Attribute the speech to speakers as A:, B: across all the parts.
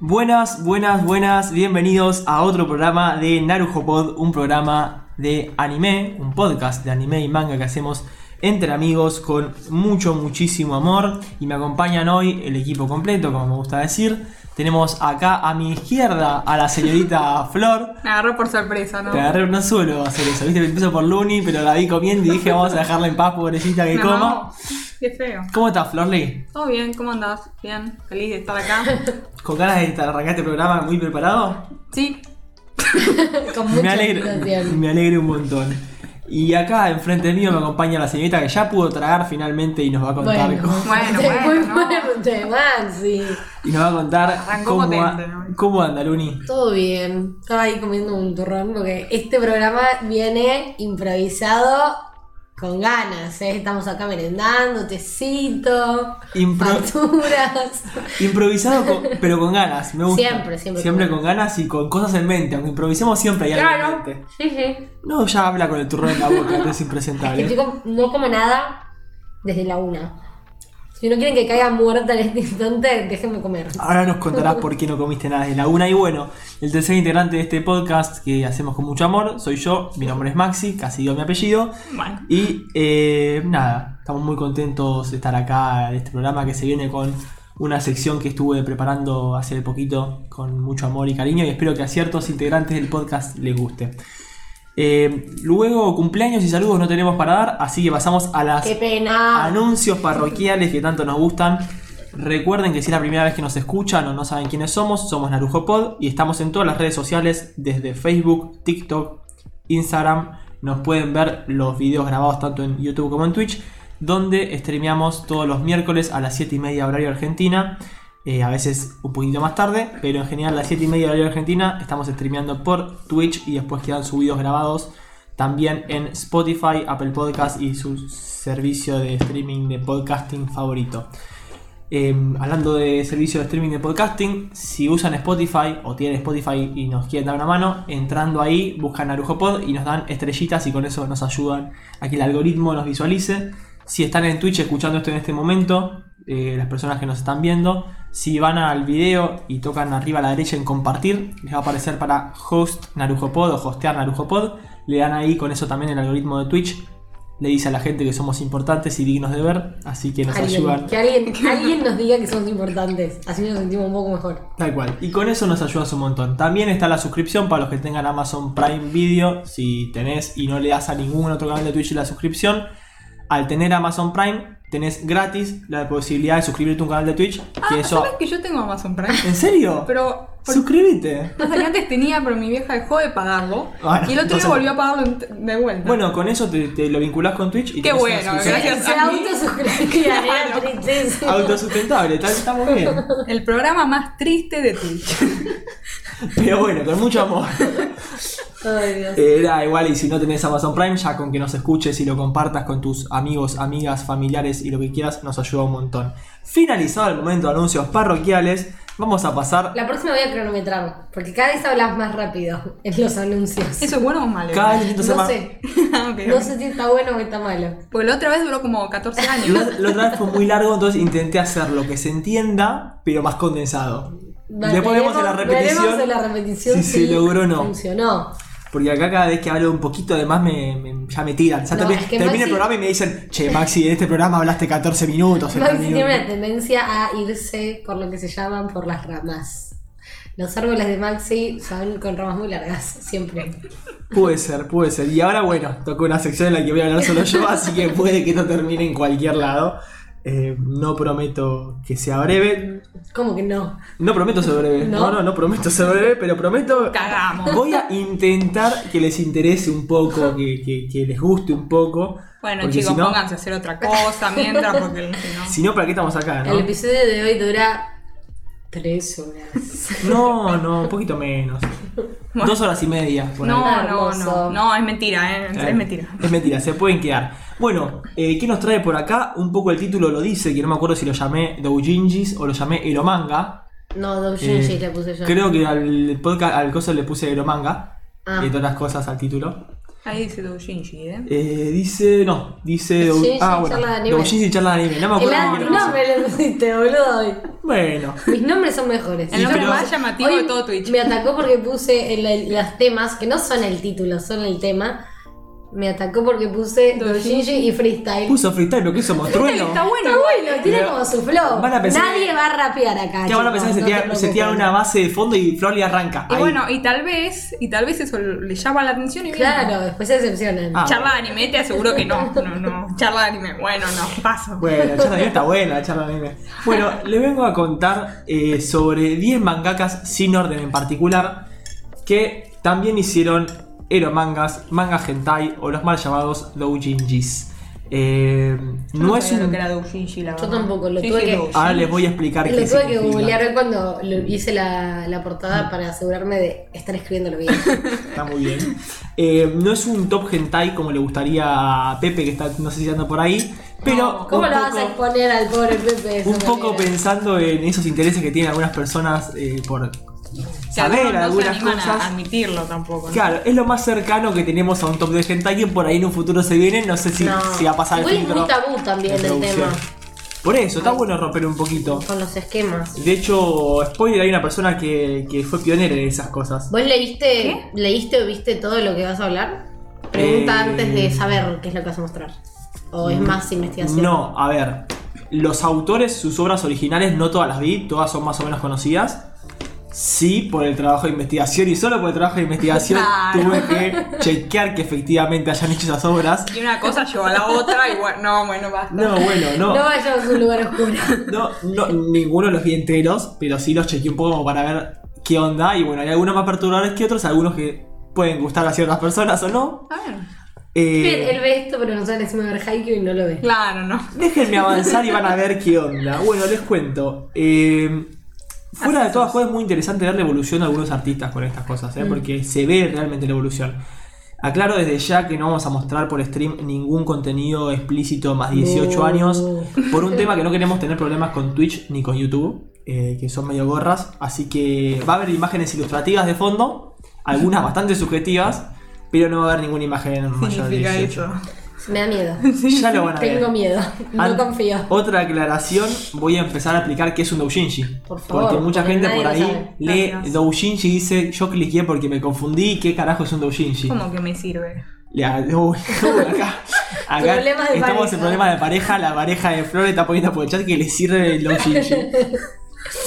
A: Buenas, buenas, buenas, bienvenidos a otro programa de Narujo Pod, un programa de anime, un podcast de anime y manga que hacemos entre amigos con mucho, muchísimo amor. Y me acompañan hoy el equipo completo, como me gusta decir. Tenemos acá a mi izquierda a la señorita Flor.
B: Me agarró por sorpresa, ¿no?
A: Te agarré, no suelo hacer eso, viste, empiezo por Luni, pero la vi comiendo y dije vamos a dejarla en paz, pobrecita que
B: Me
A: coma.
B: mamó. Qué feo.
A: ¿Cómo estás, Florly?
B: Todo bien, ¿cómo andás? Bien, feliz de estar acá.
A: ¿Con ganas de arrancar este programa muy preparado?
B: Sí,
C: Con mucha
A: me alegro,
C: anticipación.
A: me alegro un montón. Y acá enfrente mío me acompaña la señorita que ya pudo tragar finalmente y nos va a contar
C: Bueno,
A: cómo-
B: Bueno,
C: Te-
B: bueno,
C: muy
B: no.
C: fuerte, Maxi.
A: y nos va a contar
B: Arrancó
A: cómo, a-
B: potente, ¿no?
A: cómo anda Luni.
C: Todo bien. Estaba ahí comiendo un turrón porque este programa viene improvisado con ganas. ¿eh? Estamos acá merendando, tecito,
A: Impro-
C: facturas.
A: Improvisado con- pero con ganas, me gusta.
C: Siempre, siempre
A: Siempre
C: con
A: con ganas y con cosas en mente, aunque improvisemos siempre hay algo en
B: claro.
A: mente.
B: Sí, sí.
A: No, ya habla con el turrón en la boca, que es
C: Que
A: impresentable.
C: chico, no como nada desde la una. Si no quieren que caiga muerta en este instante, déjenme comer.
A: Ahora nos contarás por qué no comiste nada de la una. Y bueno, el tercer integrante de este podcast que hacemos con mucho amor soy yo. Mi nombre es Maxi, casi dio mi apellido.
B: Bueno.
A: Y eh, nada, estamos muy contentos de estar acá en este programa que se viene con una sección que estuve preparando hace poquito con mucho amor y cariño y espero que a ciertos integrantes del podcast les guste. Eh, luego cumpleaños y saludos no tenemos para dar, así que pasamos a las
C: Qué
A: Ah,
C: pena.
A: anuncios parroquiales que tanto nos gustan. Recuerden que si es la primera vez que nos escuchan o no saben quiénes somos, somos Narujo Pod y estamos en todas las redes sociales, desde Facebook, TikTok, Instagram. Nos pueden ver los videos grabados tanto en YouTube como en Twitch, donde streameamos todos los miércoles a las 7 y media horario Argentina. Eh, a veces un poquito más tarde, pero en general a las 7 y media horario Argentina estamos streameando por Twitch y después quedan subidos grabados también en Spotify, Apple Podcast y su servicio de streaming de podcasting favorito. Eh, hablando de servicio de streaming de podcasting, si usan Spotify o tienen Spotify y nos quieren dar una mano, entrando ahí buscan Narujo Pod y nos dan estrellitas y con eso nos ayudan a que el algoritmo nos visualice. Si están en Twitch escuchando esto en este momento, eh, las personas que nos están viendo, si van al video y tocan arriba a la derecha en compartir, les va a aparecer para host Narujo Pod o hostear Narujo Pod. Le dan ahí, con eso también el algoritmo de Twitch le dice a la gente que somos importantes y dignos de ver, así que nos ayudan.
C: Alguien, que alguien, alguien nos diga que somos importantes. Así nos sentimos un poco mejor.
A: Tal cual. Y con eso nos ayudas un montón. También está la suscripción para los que tengan Amazon Prime Video. Si tenés y no le das a ningún otro canal de Twitch la suscripción, al tener Amazon Prime tenés gratis la posibilidad de suscribirte a un canal de Twitch. que eso...
B: Ah, ¿Sabes que yo tengo Amazon Prime?
A: ¿En serio?
B: Pero. por-
A: Suscríbete.
B: No sé, que antes tenía, pero mi vieja dejó de pagarlo.
A: Ah, no,
B: y el otro
A: entonces-
B: día volvió a pagarlo en- de vuelta.
A: Bueno, con eso te, te lo vinculás con Twitch y
B: Qué
A: tenés una
B: bueno,
A: suscripción.
B: gracias.
C: Se
B: a mí.
C: autosuscribía, era
B: Claro.
C: tristeza.
A: Autosustentable, tal, está muy bien.
B: El programa más triste de Twitch.
A: Pero bueno, con mucho amor.
C: Ay, Dios.
A: Eh, da igual, y si no tenés Amazon Prime, ya con que nos escuches y lo compartas con tus amigos, amigas, familiares y lo que quieras, nos ayuda un montón. Finalizado el momento de anuncios parroquiales, Vamos a pasar.
C: La próxima voy a cronometrar, porque cada vez hablas más rápido en los anuncios.
B: ¿Eso es bueno o malo?
A: Cada vez intento ser
C: No
A: más.
C: sé,
B: Ah, ok,
C: no
B: ok.
C: sé si está bueno o está malo.
B: Porque la otra vez duró como 14
A: La,
B: años.
A: la otra vez fue muy largo, entonces intenté hacer lo que se entienda, pero más condensado. Después vemos en la repetición.
C: Veremos en la repetición
A: si se logró o no.
C: funcionó.
A: Porque acá cada vez que hablo un poquito de más me, me- ya me tiran. Ya
C: No,
A: termi-
C: es que
A: termina el
C: Maxi-
A: programa y me dicen, che, Maxi, en este programa hablaste 14 minutos. 30
C: Maxi tiene
A: minutos".
C: una tendencia a irse por lo que se llaman por las ramas. Los árboles de Maxi son con ramas muy largas, siempre.
A: Puede ser, puede ser. Y ahora, bueno, toca una sección en la que voy a hablar solo yo, así que puede que esto termine en cualquier lado. Eh, no prometo que sea breve.
C: ¿Cómo que no?
A: No prometo ser breve. No,
C: No.
A: no, no, prometo ser breve, pero prometo.
B: Cagamos.
A: Voy a intentar que les interese un poco, que, que- que les guste un poco.
B: Bueno,
A: porque
B: chicos,
A: si no,
B: pónganse a hacer otra cosa mientras, porque si no.
A: si no, ¿para qué estamos acá, no?
C: El episodio de hoy dura tres horas.
A: No, no, un poquito menos.
B: Bueno.
A: Dos horas y media. por ahí.
B: No, no, no.
C: Hermoso.
B: No, es mentira, eh,
A: Eh,
B: es mentira.
A: Es mentira, se pueden quedar. Bueno, eh, ¿qué nos trae por acá? Un poco el título lo dice, que no me acuerdo si lo llamé Doujinjis o lo llamé Eromanga.
C: No, Doujinshi
A: Eh,
C: le puse yo.
A: Creo que al podcast, al coso le puse Eromanga.
C: Ah.
A: Y todas las cosas al título.
B: Ahí dice Doujinshi, ¿eh?
A: Eh, dice, no, dice Dou-
C: Doujinshi,
A: Ah, bueno,
C: charla de anime.
A: Doujinshi charla de anime. No me
C: El
A: acuerdo ni qué le puse.
C: antinombre le pusiste, boludo.
A: Bueno,
C: Mis nombres son mejores.
B: El nombre
A: pero-
B: más llamativo
C: Hoy
B: de todo Twitch.
C: Me atacó porque puse en la- los temas, que no son el título, son el tema. Me atacó porque puse Dojinji y Freestyle.
A: puso freestyle, lo que somos trueno.
B: Está bueno. eh.
C: Está bueno, tiene como su flow.
A: Van a pensar-
C: Nadie va a rapear acá.
A: ¿Qué van a pensar?
C: chicos,
A: Se
C: no
A: tira-
C: te preocupes.
A: se tira una base de fondo y Flor le arranca.
B: Y
A: Ahí.
B: bueno, y tal vez, y tal vez eso le llama la atención y viene.
C: Claro, después se decepcionan.
A: Ah.
B: Charla de anime, te aseguro que no. No, no. Charla de anime, bueno, no, paso.
A: Bueno, la charla de anime está buena, la charla de anime. Bueno, les vengo a contar eh, sobre 10 mangakas sin orden en particular que también hicieron ero mangas, manga hentai o los mal llamados doujinjis. Eh, no, es
B: sabía lo
A: un...
B: que era doujinshi, la
C: Yo
B: verdad.
C: tampoco, lo
B: Sí,
C: tuve
B: sí,
C: que-
B: doujinshi.
A: Ahora les voy a explicar
C: Lo
A: qué
C: tuve que
A: significa.
C: googlear hoy cuando lo- hice la, la
A: Ah.
C: portada para asegurarme de estar escribiéndolo bien.
A: Está muy bien. Eh, no es un top hentai como le gustaría a Pepe que está no sé si anda por ahí, pero
B: No,
C: ¿Cómo
A: un
C: lo vas
A: poco-
C: a exponer al pobre Pepe? de esa
A: un poco
C: manera?
A: pensando en esos intereses que tienen algunas personas eh, por
B: Que
A: saber
B: algunos no
A: algunas
B: se animan
A: cosas.
B: a admitirlo tampoco. ¿no?
A: Claro, es lo más cercano que tenemos a un top de hentai que por ahí en un futuro se viene, no sé si,
C: No.
A: si va a pasar el
C: Igual es
A: filtro
C: muy tabú también
A: de
C: el
A: producción.
C: tema.
A: Por eso, está bueno romper un poquito.
C: Con los esquemas.
A: De hecho, spoiler, hay una persona que, que fue pionera en esas cosas.
C: ¿Vos leíste, leíste o viste todo lo que vas a hablar? Pregunta
A: Eh, mm,
C: antes de saber qué es lo que vas a mostrar. ¿O es más investigación?
A: No, a ver. Los autores, sus obras originales, no todas las vi, todas son más o menos conocidas. Sí, por el trabajo de investigación y solo por el trabajo de investigación
B: Claro.
A: tuve que chequear que efectivamente hayan hecho esas obras.
B: Y una cosa lleva a la otra y bueno, no, bueno, basta.
A: No, bueno,
C: No vayas a un lugar oscuro.
A: No, no, ninguno los vi enteros, pero sí los chequeé un poco como para ver qué onda. Y bueno, hay algunos más perturbadores que otros, algunos que pueden gustar a ciertas personas o no.
B: A ver.
A: Eh,
C: Bien, él ve esto, pero no sabe encima ver Haikyuu y no lo ve.
B: Claro, no.
A: déjenme avanzar y van a ver qué onda. Bueno, les cuento. Eh, fuera de todas cosas, es muy interesante ver la evolución de algunos artistas con estas cosas,
C: Mm.
A: ¿eh? porque se ve realmente la evolución. Aclaro desde ya que no vamos a mostrar por stream ningún contenido explícito más 18
C: No.
A: años, por un tema que no queremos tener problemas con Twitch ni con YouTube, eh, que son medio gorras, así que va a haber imágenes ilustrativas de fondo, algunas bastante subjetivas, pero no va a haber ninguna imagen mayor de
B: Significa
A: 18.
B: eso.
C: Me da miedo.
A: Ya lo van a ver.
C: Tengo miedo. No
A: An-
C: confío.
A: Otra aclaración, voy a empezar a explicar qué es un doujinshi.
C: Por favor,
A: porque mucha
C: porque
A: gente
C: nadie
A: por
C: lo
A: ahí
C: sabe.
A: lee
B: Gracias.
A: doujinshi y dice, yo cliqué porque me confundí, ¿qué carajo es un doujinshi?
B: ¿Cómo que me sirve?
A: Le- uy, uy, acá acá
C: Problemas
A: estamos
C: de
A: en
C: pareja.
A: problemas de pareja, la pareja de Flor está poniendo por el chat que le sirve el doujinshi.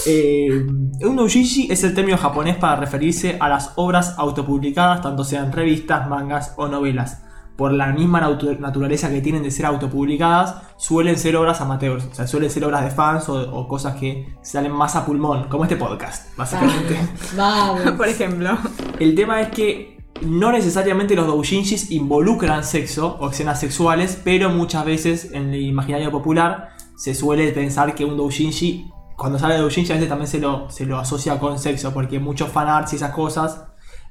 A: Eh, un doujinshi es el término japonés para referirse a las obras autopublicadas, tanto sean revistas, mangas o novelas. Por la misma natu- naturaleza que tienen de ser autopublicadas, suelen ser obras amateurs, o sea, suelen ser obras de fans o, o cosas que salen más a pulmón, como este podcast, básicamente.
C: Ah. Vamos.
B: Por ejemplo.
A: El tema es que no necesariamente los doujinshis involucran sexo o escenas sexuales, pero muchas veces en el imaginario popular se suele pensar que un doujinshi, cuando sale de doujinshi, a veces también se lo, se lo asocia con sexo, porque muchos fanarts y esas cosas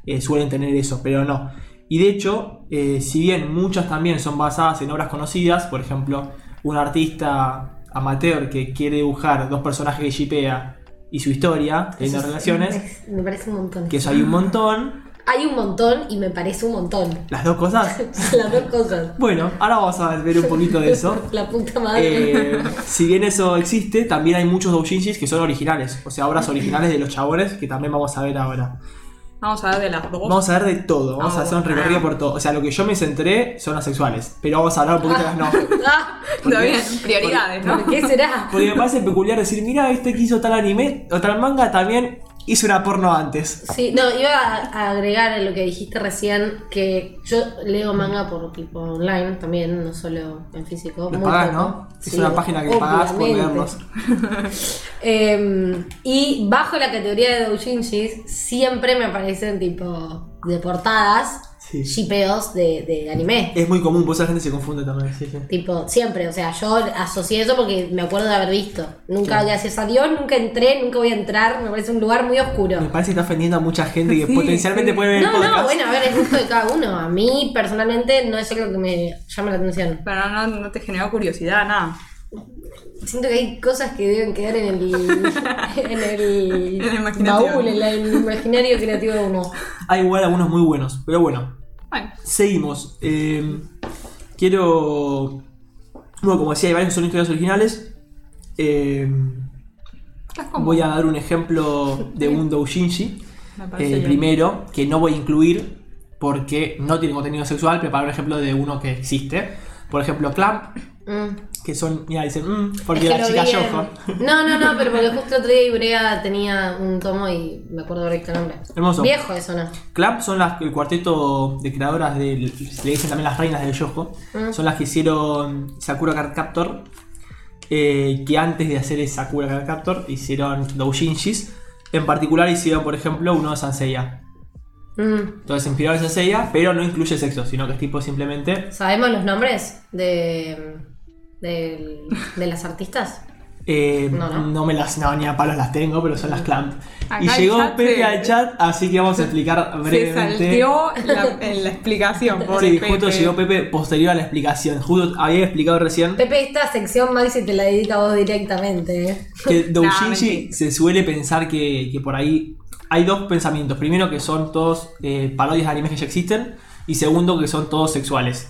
A: eh, suelen tener eso, pero no. Y de hecho, eh, si bien muchas también son basadas en obras conocidas, por ejemplo, un artista amateur que quiere dibujar dos personajes que shipea y su historia, teniendo
C: Eso es-
A: relaciones,
C: me parece- Me parece un montón.
A: que eso hay un montón,
C: Hay un montón y me parece un montón.
A: las dos cosas.
C: Las dos cosas.
A: Bueno, ahora vamos a ver un poquito de eso.
C: La puta madre.
A: Eh, si bien eso existe, también hay muchos doujinshis que son originales, o sea, obras originales de los chabones que también vamos a ver ahora.
B: Vamos a ver de las dos.
A: Vamos a ver de todo, vamos a hacer un
B: Ah.
A: recorrido por todo. O sea, lo que yo me centré son las sexuales, pero vamos a hablar un poquito de las no.
C: Ah,
B: Está bien, prioridades, ¿no?
C: ¿Por qué será?
A: Porque me parece peculiar decir, mira, este que hizo tal anime o tal manga también hizo una porno antes.
C: Sí, no, iba a a agregar a lo que dijiste recién que yo leo manga por tipo online también, no solo en físico.
A: Los
C: muy
A: pagás,
C: poco.
A: ¿no? Es
C: Sí,
A: una página que pagás por
C: obviamente.
A: leerlos.
C: Eh, y bajo la categoría de doujinshis siempre me aparecen tipo de portadas,
A: Sí.
C: shipeos de, de anime.
A: Es muy común, pues la gente se confunde también. sí, sí.
C: Tipo, siempre, o sea, yo asocié eso porque me acuerdo de haber visto. Nunca,
A: Claro.
C: gracias a Dios, nunca entré, nunca voy a entrar, me parece un lugar muy oscuro.
A: Me parece que está ofendiendo a mucha gente que
B: Sí,
A: potencialmente
B: sí.
A: puede ver el
C: No,
A: podcast.
C: no, bueno, a ver, es gusto de cada uno. A mí, personalmente, no es algo que me llama la atención.
B: Pero no, no te generó curiosidad, nada.
C: Siento que hay cosas que deben quedar en el, en el,
B: En la imaginación.
C: baúl, en la- en el imaginario creativo de uno.
A: Hay igual algunos muy buenos, pero bueno,
B: Bueno,
A: seguimos. Eh, quiero. Bueno, como decía, hay varios que son historias originales. Eh,
B: estás como.
A: voy a dar un ejemplo de un doujinshi.
B: Me
A: El
B: parece bien.
A: primero, que no voy a incluir porque no tiene contenido sexual, pero para un ejemplo de uno que existe. Por ejemplo, Clamp,
C: Mm.
A: que son, mira, dicen, "Mm",
C: Es
A: porque
C: que
A: la
C: lo
A: chica
C: vi en-
A: yojo.
C: No, no, no, pero porque justo el otro día Ibrea tenía un tomo y me acuerdo ahora el nombre.
A: Hermoso.
C: Viejo eso, ¿no?
A: Clamp son las, el cuarteto de creadoras del. Se le dicen también las reinas del yojo.
C: Mm.
A: Son las que hicieron Sakura Card Captor. eh, que antes de hacer Sakura Card Captor hicieron doujinshis. En particular hicieron, por ejemplo, uno de Sanseiya.
C: Mm.
A: Entonces se inspiró en Sanseiya, pero no incluye sexo, sino que es tipo simplemente.
C: ¿Sabemos los nombres de, del- de las artistas?
A: eh,
C: No,
A: no,
C: no. Mm.
A: me las. No, ni a palos las tengo, pero son las Clamp.
B: Acá
A: y
B: el
A: llegó
B: chat
A: Pepe
B: se-
A: al chat, así que vamos a explicar
B: Se
A: brevemente.
B: salteó la, en la explicación, pobre
A: Sí,
B: Pepe.
A: justo llegó Pepe posterior a la explicación. Justo había explicado recién.
C: Pepe, esta sección Maxi te la dedica a vos directamente. ¿eh?
A: que doujinshi
B: mentira.
A: se suele pensar que, que por ahí hay dos pensamientos. Primero que son todos eh, parodias de animes que ya existen y segundo que son todos sexuales.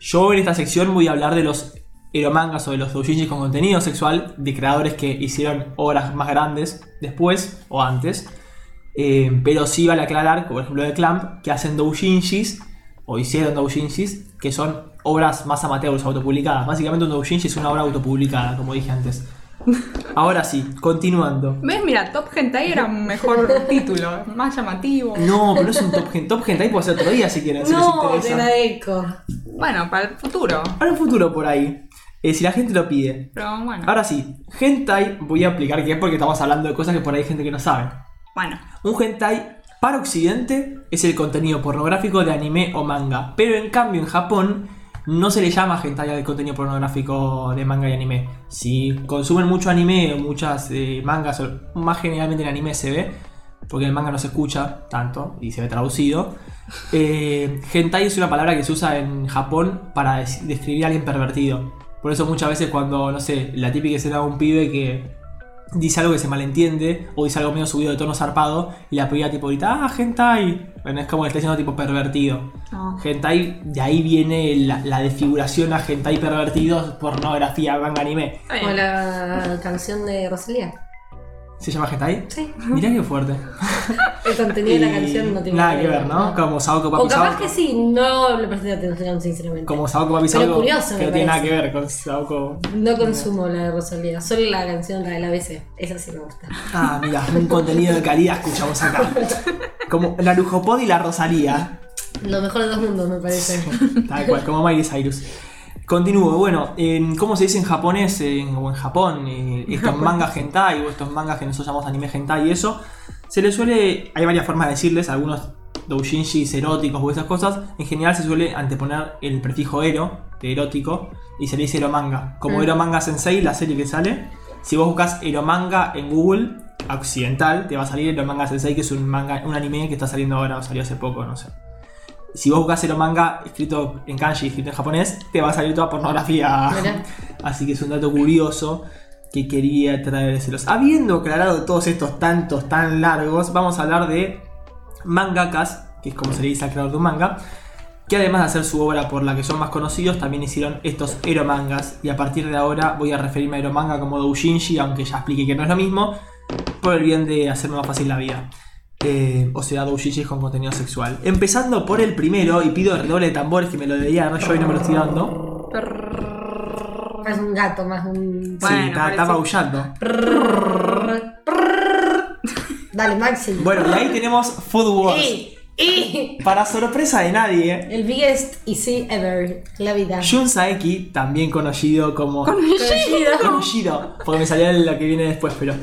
A: Yo en esta sección voy a hablar de los eromangas o de los doujinshis con contenido sexual de creadores que hicieron obras más grandes después o antes. Eh, pero sí vale aclarar, como por ejemplo de Clamp, que hacen doujinshis o hicieron doujinshis que son obras más amateurs, autopublicadas. Básicamente un doujinshi es una obra autopublicada, como dije antes. Ahora sí, continuando.
B: ¿Ves? Mira, Top Hentai era un mejor título, más llamativo.
A: No, pero no es un top gen. Top hentai puede ser otro día si quieren, si
C: No,
A: les
C: te
A: interesa.
C: agradezco.
B: Bueno, para el futuro.
A: Para un futuro por ahí, eh, si la gente lo pide.
B: Pero bueno.
A: Ahora sí, hentai, voy a explicar qué es porque estamos hablando de cosas que por ahí hay gente que no sabe.
B: Bueno.
A: Un hentai para Occidente es el contenido pornográfico de anime o manga, pero en cambio en Japón no se le llama hentai al contenido pornográfico de manga y anime. Si consumen mucho anime o muchas eh, mangas, o más generalmente en anime se ve, porque en el manga no se escucha tanto y se ve traducido. eh, hentai es una palabra que se usa en Japón para des- describir a alguien pervertido. Por eso muchas veces cuando, no sé, la típica escena de un pibe que dice algo que se malentiende o dice algo medio subido de tono zarpado y la piba tipo grita, ah, hentai. Bueno, es como que está diciendo tipo pervertido.
B: No.
A: Hentai, de ahí viene la, la desfiguración a hentai pervertido, pornografía, manga, anime.
B: Está bien.
C: Como la canción de Rosalía.
A: ¿Se llama hentai?
C: Sí.
A: Mirá qué fuerte.
C: El contenido de la
A: Y
C: canción no tiene
A: Nada que ver, ¿no? Como Saoko Papi
C: O capaz
A: Saoko.
C: que sí, no le presté atención, sinceramente.
A: Como Saoko Papi
C: Pero
A: Saoko,
C: curioso,
A: que
C: me
A: no tiene nada que
C: parece.
A: ver con Saoko.
C: No consumo la de Rosalía, solo la canción, la de la BC. Esa sí me gusta.
A: Ah, mira, un contenido de calidad escuchamos acá. Como la Lujopod y la Rosalía.
C: Lo mejor de dos mundos, me parece.
A: Tal cual, como Miley Cyrus. Continúo, bueno, en- ¿cómo se dice en japonés en- o en Japón? eh, estos mangas hentai o estos mangas que nosotros llamamos anime hentai y eso. Se les suele, hay varias formas de decirles, algunos doujinshis eróticos o esas cosas. En general se suele anteponer el prefijo ero, de erótico, y se le dice eromanga. Como
C: Mm.
A: eromanga sensei, la serie que sale. Si vos buscas eromanga en Google, occidental, te va a salir eromanga sensei, que es un manga, un anime que está saliendo ahora, o salió hace poco, no sé si vos buscas el manga escrito en kanji, escrito en japonés, te va a salir toda pornografía.
C: Mirá.
A: Así que es un dato curioso. que quería traérselos. Habiendo aclarado todos estos tantos tan largos, vamos a hablar de mangakas, que es como se le dice al creador de un manga, que además de hacer su obra por la que son más conocidos, también hicieron estos Ero mangas. Y a partir de ahora voy a referirme a Ero manga como doujinshi, aunque ya expliqué que no es lo mismo, por el bien de hacerme más fácil la vida. Eh, o sea, doujinshi con contenido sexual. Empezando por el primero, y pido el redoble de tambores que me lo debía dar yo y no me lo estoy dando.
C: Es un gato más un.
A: Sí,
B: Bueno,
A: está, está
B: parece-
A: maullando.
C: Dale, Maxi.
A: Bueno, y ahí tenemos Food Wars.
C: Y, y-
A: Para sorpresa de nadie,
C: el biggest easy ever. La vida.
A: Jun Saeki, también conocido como.
C: Conocido.
A: Conocido, porque me salió lo que viene después, pero.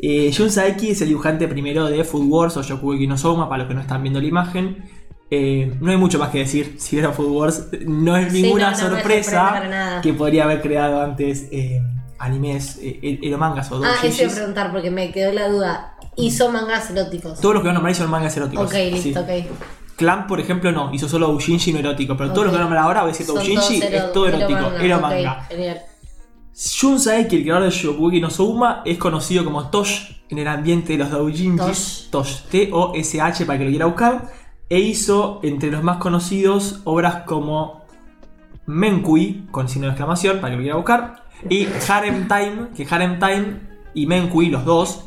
A: eh, Jun Saeki es el dibujante primero de Food Wars o Shokugeki no Soma, para los que no están viendo la imagen. Eh, no hay mucho más que decir. Si vieron Food Wars, no es
C: Sí,
A: ninguna
C: no, no me sorprende
A: sorpresa
C: para nada.
A: que podría haber creado antes eh, animes, eh, er- eromangas o
C: Ah, eso iba a
A: doujinshis.
C: preguntar porque me quedó la duda. Hizo mangas eróticos.
A: Todos los que voy a nombrar son mangas eróticos.
C: Ok,
A: sí.
C: listo, ok.
A: Clan, por ejemplo, no, hizo solo doujinshi no erótico, pero todos
C: Ok.
A: los que voy a nombrar ahora voy a decir
C: Son todos
A: doujinshi,
C: ero-
A: es todo erótico,
C: eromangas, ok, Eh,
A: eromanga.
C: genial.
A: Jun Saeki, el creador de Shokugeki no Souma, es conocido como Tosh en el ambiente de los doujinshis. Tosh. T-O-S-H para que lo quiera buscar. E hizo, entre los más conocidos, obras como Menkui, con signo de exclamación, para que lo quiera buscar. Y Harem Time, que Harem Time y Menkui, los dos,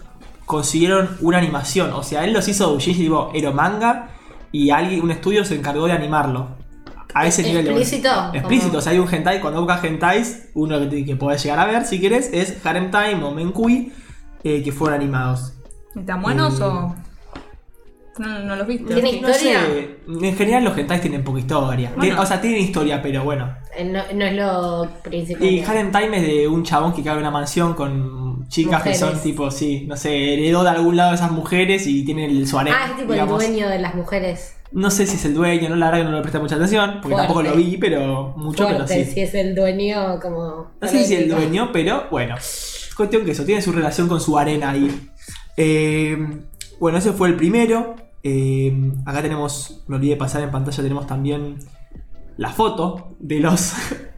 A: consiguieron una animación. O sea, él los hizo doujinshi tipo ero manga y alguien, un estudio se encargó de animarlo. A ese nivel de bueno.
C: Explícito. como-
A: Explícito, o sea, hay un hentai, cuando buscas hentais, uno que, te- que podés llegar a ver si querés es Harem Time o Menkui, eh, que fueron animados.
B: ¿Y tan buenos
A: Mm.
B: o.? No, no los viste.
C: Tiene-
A: No sé,
C: ¿Historia?
A: en general los hentais tienen poca historia. Tien-
B: Bueno.
A: o sea, tienen historia, pero bueno.
C: Eh, No, no es lo principal.
A: Y Harem Time es de un chabón que cae en una mansión con chicas que son
C: Mujeres.
A: tipo, sí, no sé, heredó de algún lado de esas mujeres y tiene el, su harem,
C: Ah, es tipo
A: digamos.
C: el dueño de las mujeres.
A: No sé si es el dueño, no la verdad que no le presté mucha atención, porque tampoco lo
C: Fuerte.
A: vi, pero mucho que lo
C: Fuerte,
A: sí.
C: si es el dueño, como.
A: No sé si el
C: erótico.
A: dueño, pero bueno. Cuestión que eso, tiene su relación con su arena ahí. Eh, bueno, ese fue el primero. Eh, acá tenemos, me olvidé de pasar en pantalla, tenemos también la foto de los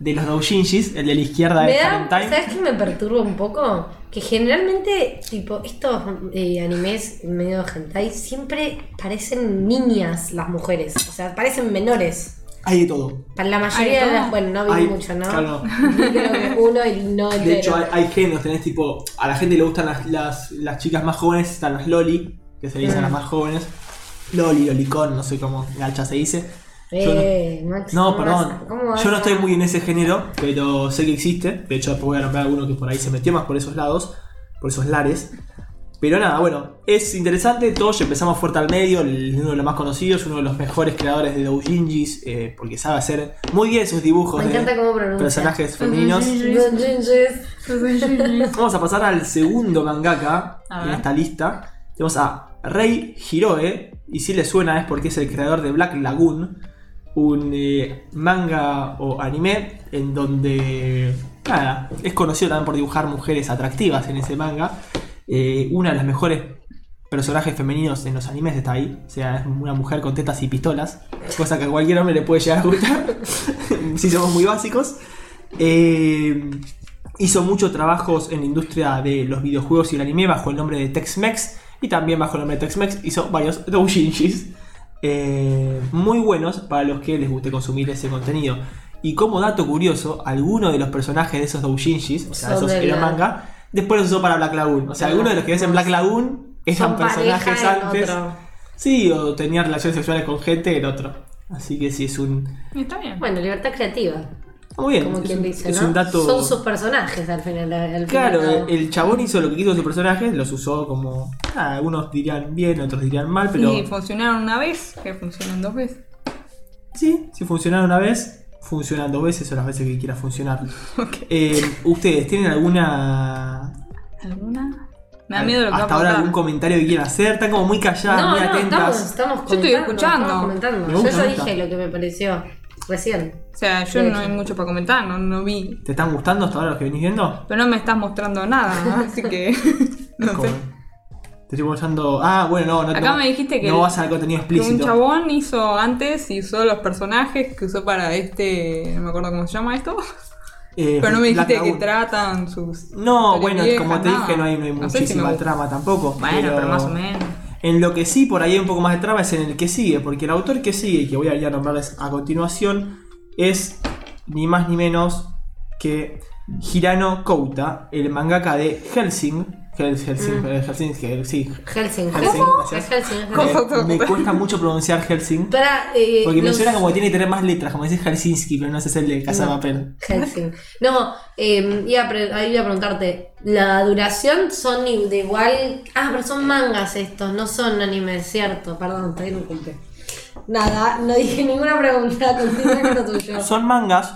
A: de los doujinshis, el de la izquierda
C: Me
A: es
C: da,
A: Harem Time.
C: ¿Sabes qué me perturba un poco? Que generalmente, tipo, estos eh, animes medio hentai siempre parecen niñas las mujeres. O sea, parecen menores.
A: Hay de todo.
C: Para la mayoría
B: Ay,
C: de
B: no.
C: las. Bueno, no vi
A: Hay-
C: mucho, ¿no?
A: claro,
C: Vi creo que uno y no entero.
A: De hecho, hay, hay géneros, tenés tipo, a la gente le gustan las, las, las chicas más jóvenes, están las loli, que se le dicen
C: Mm.
A: las más jóvenes. Loli, lolicón, no sé cómo gacha se dice. yo no-
C: eh, Max,
A: No,
C: ¿cómo
A: perdón.
C: vas a- cómo vas
A: Yo no
C: a-
A: estoy muy en ese género, pero sé que existe. De hecho, después voy a nombrar alguno que por ahí se metió más por esos lados, por esos lares. Pero nada, bueno, es interesante. Todos empezamos fuerte al medio. el- Uno de los más conocidos, uno de los mejores creadores de doujinshis, eh, porque sabe hacer muy bien sus dibujos
C: Me encanta
A: de
C: cómo pronuncia.
A: personajes femeninos.
C: Los Jinjis.
A: Vamos a pasar al segundo mangaka
B: A
A: en
B: ver.
A: esta lista. Tenemos a Rei Hiroe. Y si le suena es porque es el creador de Black Lagoon. Un eh, manga o anime en donde. Nada, es conocido también por dibujar mujeres atractivas en ese manga. Eh, una de las mejores personajes femeninos en los animes está ahí. O sea, es una mujer con tetas y pistolas. Cosa que a cualquier hombre le puede llegar a gustar. si somos muy básicos. Eh, hizo muchos trabajos en la industria de los videojuegos y el anime bajo el nombre de Tex-Mex. Y también bajo el nombre de Tex-Mex hizo varios doujinshis. eh, muy buenos para los que les guste consumir ese contenido. Y como dato curioso, algunos de los personajes de esos doujinshis, o sea, de
C: Son
A: esos
C: de
A: era
C: la- Ah.
A: manga, después los usó para Black Lagoon. O sea, algunos de los que ves en Black Lagoon eran
C: Son pareja
A: personajes
C: en
A: antes.
C: otro.
A: Sí, o tenía relaciones sexuales con gente, el otro. Así que sí, es un.
B: Está bien.
C: Bueno, libertad creativa.
A: Muy bien.
C: Como
A: es,
C: quien
A: un,
C: dice,
A: es
C: ¿no?
A: un dato.
C: Son sus personajes al final. al
A: Claro,
C: final.
A: el, el chabón hizo lo que quiso con sus personajes, los usó como. ah, algunos dirían bien, otros dirían mal, pero.
B: Y funcionaron una vez, que funcionan dos veces.
A: Sí, si funcionaron una vez, funcionan dos veces o las veces que quiera funcionar.
B: Ok.
A: Eh, ¿Ustedes tienen alguna.
B: ¿Alguna? Me da miedo lo que va a
A: Hasta ahora
B: pasar.
A: algún comentario que quieran hacer? Están como muy calladas,
C: no,
A: muy
C: no,
A: atentas.
C: estamos, estamos comentando.
B: Yo estoy escuchando.
C: estamos comentando.
A: Me gusta,
C: yo ya
A: me gusta.
C: dije lo que me pareció recién.
B: O sea, yo no hay mucho para comentar, no, no vi.
A: ¿Te están gustando hasta ahora los que venís viendo?
B: Pero no me estás mostrando nada, así que. no
A: Como-
B: sé.
A: Te estoy mostrando. Ah, bueno, no, no
B: Acá
A: no-
B: me dijiste que
A: No
B: el-
A: vas a dar contenido
B: Que un
A: explícito.
B: chabón hizo antes y usó los personajes que usó para este. No me acuerdo cómo se llama esto.
A: eh,
B: Pero no me
A: Black
B: dijiste que
A: Lagoon.
B: tratan sus.
A: No,
B: historias
A: bueno,
B: viejas,
A: como te
B: nada.
A: dije, no hay, no hay
B: No sé si
A: muchísima
B: me gusta.
A: trama tampoco.
B: Bueno, pero... más o menos.
A: En lo que sí, por ahí hay un poco más de trama es en el que sigue, porque el autor que sigue, y que voy a ir a nombrarles a continuación, es ni más ni menos que Hirano Kouta, el mangaka de Helsing. Hel- Helsing,
C: Mm.
A: eh, Helsing, Hel- sí. Helsing,
C: Helsing.
A: gracias.
C: Es Helsing.
B: ¿Cómo?
A: Eh, me cuesta mucho pronunciar Helsing.
C: Para, eh,
A: Porque me
C: los-
A: suena como que tiene que tener más letras, como dice Helsinki, pero no es el de Cazapapel.
C: Helsing. No, eh, iba, a pre- ahí iba a preguntarte, la duración son i- de igual... Ah, pero son mangas estos, no son animes, cierto. Perdón, todavía no conté. Nada, no dije ninguna pregunta, continúa con lo tuyo.
A: Son mangas.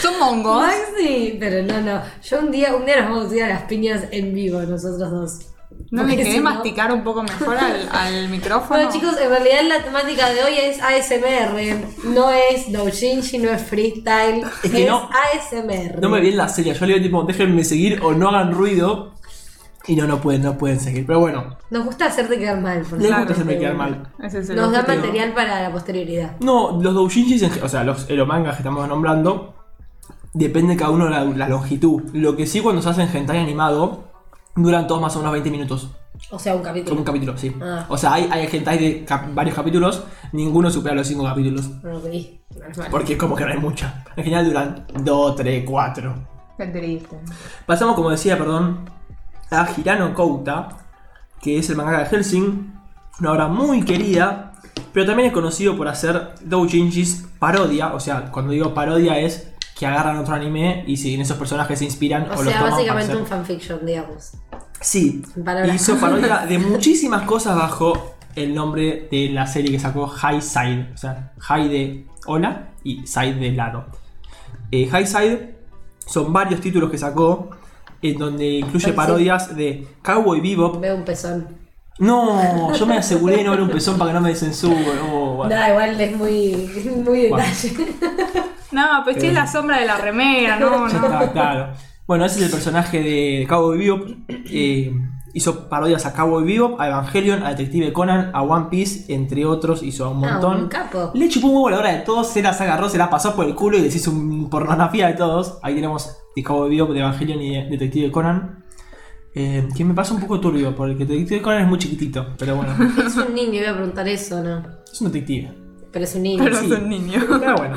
B: Son mongos.
C: Maxi, pero no, no. Yo un día, un día nos vamos a ir a las piñas en vivo, nosotros dos.
B: No me
C: Porque
B: quedé
C: si no-
B: masticar un poco mejor al, al micrófono.
C: Bueno, chicos, en realidad la temática de hoy es ASMR. No es doujinshi, no es freestyle.
A: Es
C: Es,
A: que no-
C: ASMR.
A: No me vi en la serie, yo le digo tipo, déjenme seguir o no hagan ruido. Y no, no pueden, no pueden seguir. Pero bueno,
C: Nos gusta hacerte quedar mal. por
A: les
C: favor.
A: gusta hacerme quedar mal.
B: Ese es el
C: Nos da
B: objetivo.
C: material para la posterioridad.
A: No, los doujinshis, en ge- o sea, los, eh, los mangas que estamos nombrando, depende cada uno de la, la longitud. Lo que sí, cuando se hacen hentai animado, duran todos más o menos 20 minutos.
C: O sea, un capítulo.
A: Como un capítulo, sí.
C: Ah.
A: O sea, hay, hay hentai de cap- varios capítulos, ninguno supera los 5 capítulos.
C: Bueno, ok, menos mal.
A: Porque es como que no hay mucha. En general duran 2, 3, 4.
B: Qué triste.
A: Pasamos, como decía, perdón, a Hirano Kouta, que es el mangaka de Helsing, una obra muy querida, pero también es conocido por hacer doujinshis parodia, o sea, cuando digo parodia es que agarran otro anime y si en esos personajes se inspiran o,
C: O
A: los
C: sea,
A: toman para
C: básicamente
A: hacer.
C: un fanfiction, digamos.
A: Sí,
C: en palabras.
A: hizo parodia de muchísimas cosas bajo el nombre de la serie que sacó High Side, o sea, High de hola y Side de lado. Eh, High Side son varios títulos que sacó en donde incluye
C: Sí.
A: parodias de Cowboy Bebop.
C: Veo un pezón.
A: No, yo me aseguré de no ver un pezón para que no me censuren. Oh, bueno.
C: Nada, igual es muy, muy
A: Bueno.
C: detalle.
B: No, pues estoy en la sombra de la remera, no,
A: Ya
B: no.
A: está, claro. Bueno, ese es el personaje de Cowboy Bebop. Eh, hizo parodias a Cowboy Bebop, a Evangelion, a Detective Conan, a One Piece, entre otros. Hizo a un
C: Ah,
A: montón.
C: un capo.
A: Le chupó un huevo la hora de todos, se las agarró, se las pasó por el culo y les hizo un pornografía de todos. Ahí tenemos de Cowboy Bebop, de Evangelion y de Detective Conan. Eh, que me pasa un poco turbio, porque Detective Conan es muy chiquitito, pero bueno,
C: Es un niño, iba a preguntar eso, ¿no?
A: es un detective.
C: Pero es un niño.
B: Pero
A: Sí. Eh,
B: es un niño.
A: Pero bueno.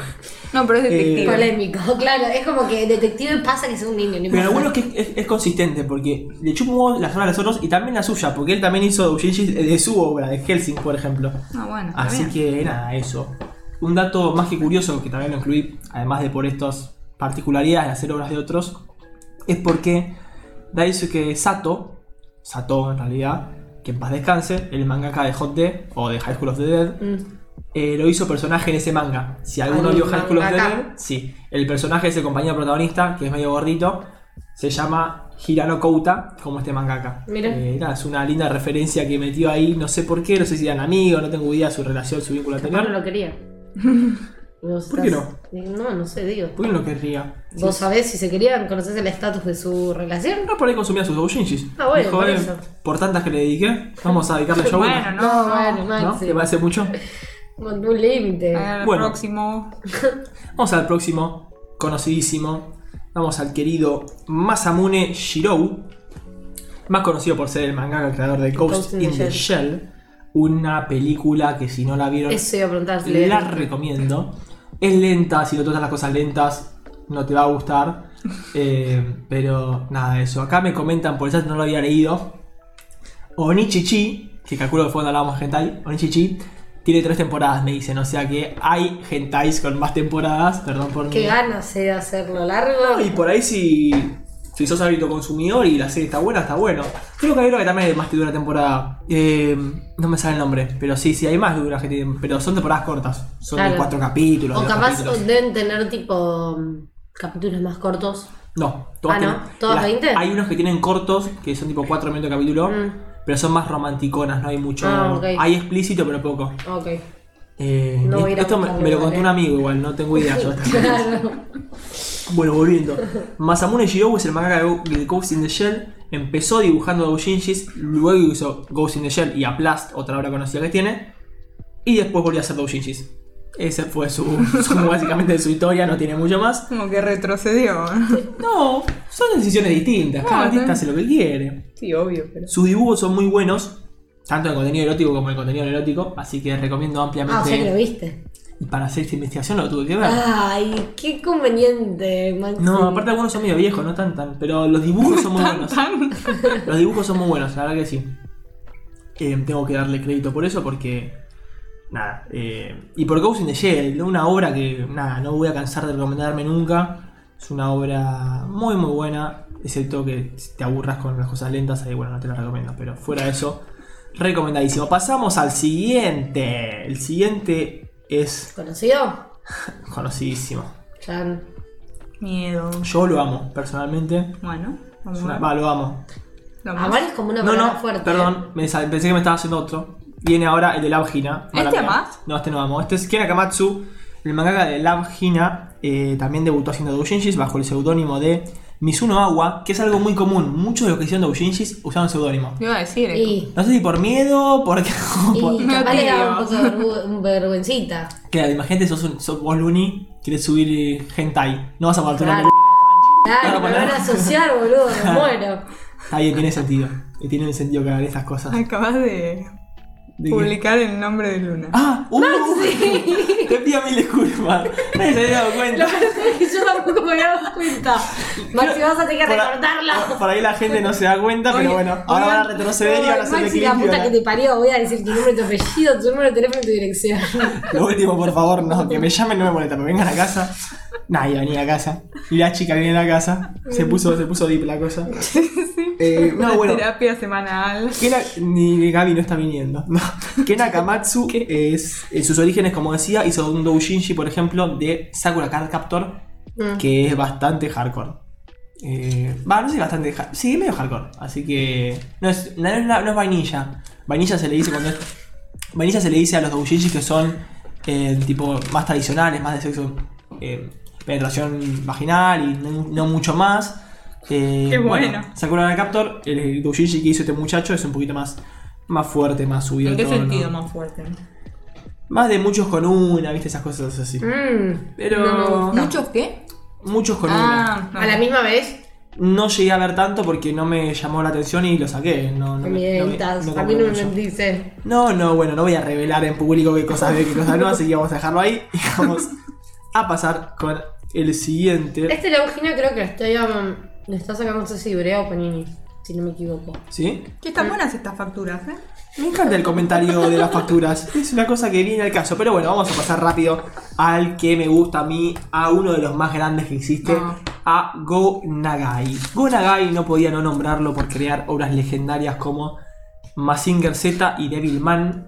B: No, pero es detective.
C: Polémico, claro. Es como que detective pasa que es un niño. ni
A: Pero lo
C: pasa.
A: bueno es que es, es- es consistente, porque le chupa un huevo las obras a los otros y también la suya, porque él también hizo doujinshi de su obra, de Helsing, por ejemplo.
B: No, bueno, está
A: Así
B: Ah, bien.
A: que nada, eso. Un dato más que curioso, que también lo incluí, además de por estas particularidades de hacer obras de otros, es porque Daisuke Sato, Sato en realidad, que en paz descanse, el mangaka de Hot D o de High School of the Dead,
C: Mm.
A: eh, lo hizo personaje en ese manga. Si alguno
C: Al
A: vio High School of the
C: mangaka.
A: Dead, sí. El personaje es el compañero protagonista, que es medio gordito, se llama Hirano Kouta, como este mangaka.
C: Mira.
A: Eh, nada, es una linda referencia que metió ahí, no sé por qué, no sé si eran amigos, no tengo idea de su relación, su vínculo
C: Capaz no
A: anterior.
C: lo quería. Vos
A: ¿Por qué
C: estás- No, no sé, digo.
A: ¿Por qué Pues no lo querría?
C: Vos sabés si se querían, conocés el estatus de su relación.
A: No por ahí consumía sus doujinshis.
C: Ah, bueno,
A: Dijo,
C: por
A: eh,
C: eso.
A: por tantas que le dediqué, vamos a dedicarle yo
B: Bueno,
A: una.
B: no,
C: No,
B: no.
C: bueno,
A: ¿No?
C: Maxi.
A: ¿Te parece mucho?
C: Con un límite.
B: Al
A: Bueno.
B: próximo.
A: Vamos al próximo, conocidísimo. Vamos al querido Masamune Shirou, más conocido por ser el mangaka creador de Ghost, in the Shell. una película que si no la vieron
C: Eso iba a preguntar si le
A: la recomiendo. Es lenta, si no todas las cosas lentas no te va a gustar. Eh, pero nada, eso. Acá me comentan, por eso no lo había leído. Onichichi, que calculo que fue cuando hablábamos de hentai, Onichichi tiene tres temporadas, me dicen. O sea que hay hentais con más temporadas, perdón por
C: Qué
A: mi-
C: ganas eh, de hacerlo largo.
A: Y por ahí si, si sos hábito consumidor y la serie está buena, está bueno. Creo que hay uno que también es más que dura temporada. Eh, no me sale el nombre, pero sí, sí, hay más de una que tienen. Pero son temporadas cortas. Son de
C: Claro.
A: cuatro capítulos.
C: o
A: de dos
C: capaz
A: capítulos.
C: deben tener tipo mm, capítulos más cortos.
A: No, todas
C: Ah, ¿no?
A: tienen-
C: ¿Todas 20?
A: Hay unos que tienen cortos, que son tipo cuatro minutos de capítulo.
C: Mm.
A: Pero son más romanticonas, no hay mucho.
C: Ah, ok.
A: Hay explícito, pero poco.
C: Ok.
A: Eh,
C: No voy a ir a
A: esto me,
C: buscarlo,
A: me lo contó
C: vale.
A: un amigo igual, no tengo idea. yo.
C: Claro.
A: Bueno, volviendo. Masamune Shirou es el mangaka de Go- de Ghost in the Shell. Empezó dibujando doujinshis, luego hizo Ghost in the Shell y Aplast, otra obra conocida que tiene. Y después volvió a hacer doujinshis. Ese fue su, su- básicamente su historia, no tiene mucho más.
B: Como que retrocedió.
A: No, son decisiones distintas, cada
B: Ah,
A: artista
B: está
A: hace lo que quiere.
B: Sí, obvio, pero.
A: Sus dibujos son muy buenos, tanto el contenido erótico como el contenido no erótico, así que recomiendo ampliamente.
C: Ah, o sea que Ah, lo viste.
A: Y para hacer esta investigación lo tuve que ver.
C: Ay, qué conveniente, Maxi.
A: No, aparte algunos son medio viejos, no tan tan, pero los dibujos son muy buenos.
B: Tan-
A: Los dibujos son muy buenos, la verdad que sí. Eh, tengo que darle crédito por eso porque. Nada. eh, y por Ghost in the Shell, una obra que nada, no voy a cansar de recomendarme nunca. Es una obra muy muy buena. Excepto que si te aburras con las cosas lentas, ahí bueno, no te la recomiendo. Pero fuera de eso, recomendadísimo. Pasamos al siguiente. El siguiente es
C: ¿Conocido?
A: conocidísimo.
C: Ya.
B: Miedo.
A: Yo lo amo, personalmente.
B: Bueno,
A: Es
B: vamos
A: una-
B: a ver.
A: va, lo amo.
B: Vamos.
C: Amar es como una
A: No,
C: palabra
A: no,
C: fuerte.
A: perdón, me sal- pensé que me estaba haciendo otro. Viene ahora el de Love Hina. Mala
B: ¿Este
A: mía.
B: amás?
A: No, este no amo. Este es Kiera Kamatsu, el mangaka de Love Hina. eh, también debutó haciendo doujinshis bajo el seudónimo de Mizuno Awa, que es algo muy común. Muchos de los que hicieron doujinshis usaron seudónimo.
B: Yo iba a decir. eh,
C: Y,
A: No sé si por miedo, por... o por-
C: y capaz
B: Me
C: le daba un poco
B: odio.
C: de vergü- vergüencita.
A: Claro, imagínate, sos, un, sos vos Luni, quieres subir eh, hentai. No vas a poner tu
C: Claro.
A: nombre.
C: Claro, me
A: palabra.
C: van a asociar, boludo, me muero.
A: Está bien, tiene sentido. Eh, Tiene sentido que hagan estas cosas.
B: Acabas de
A: De que-
B: publicar el nombre de Luna.
A: ¡Ah! ¡Uh! Te pido mil disculpas. Nadie se había dado
C: La
A: cuenta.
C: verdad es que yo tampoco me había dado cuenta. Maxi, vas a tener que
A: Por-
C: recortarla.
A: por- Por ahí la gente no se da cuenta, pero
B: Oye,
A: bueno, ahora van a retroceder y van a hacer el
C: Maxi, la
A: clip. y van
C: puta
A: a-
C: que te parió, voy a decir tu nombre, tu apellido, tu número de teléfono y tu dirección.
A: Lo último, por favor, no, que me llamen, no me molesta, pero vengan a casa. Nadie venía a casa. Y la chica viene a la casa. Se
C: Mm.
A: puso, se puso deep la cosa. Eh, no,
B: Una
A: bueno.
B: Terapia semanal.
A: Kena- ni Gaby no está viniendo. No. Kena Kamatsu es, en sus orígenes, como decía, hizo un doujinshi, por ejemplo, de Sakura Card Captor,
C: Mm.
A: que es bastante hardcore. Eh, Va, no sé, bastante hardcore. Sí, medio hardcore. Así que. No es, no, es la- no es vainilla. Vainilla se le dice cuando es. Vainilla se le dice a los doujinshi que son eh, tipo más tradicionales, más de sexo. eh, penetración vaginal y no, no mucho más. Eh,
B: Qué bueno.
A: Sakura Card Captor, el, el doujinshi que hizo este muchacho es un poquito más, más fuerte, más subido.
B: ¿En qué
A: de tono.
B: sentido más fuerte?
A: Más de muchos con una, viste, esas cosas así.
C: Mm.
A: Pero-
C: No me gusta.
B: ¿Muchos qué?
A: Muchos con una.
B: Ah, no.
C: ¿A la misma vez?
A: No llegué a ver tanto porque no me llamó la atención y lo saqué. No, no, me- no me-
C: Mientas,
A: no
C: a mí no me
A: compré mucho.
C: mentiste.
A: No, no, bueno, no voy a revelar en público qué cosas veo y qué cosas no, así que vamos a dejarlo ahí y vamos a pasar con el siguiente.
C: Este Laugina creo que lo estoy, um, lo está sacando, no sé si Brea o Panini, si no me equivoco.
A: ¿Sí?
B: Que están buenas estas facturas, ¿eh?
A: Me encanta el comentario de las facturas. Es una cosa que viene al caso. Pero bueno, vamos a pasar rápido al que me gusta a mí, a uno de los más grandes que existe,
B: Ah.
A: a Go Nagai. Go Nagai no podía no nombrarlo por crear obras legendarias como Mazinger Z y Devilman.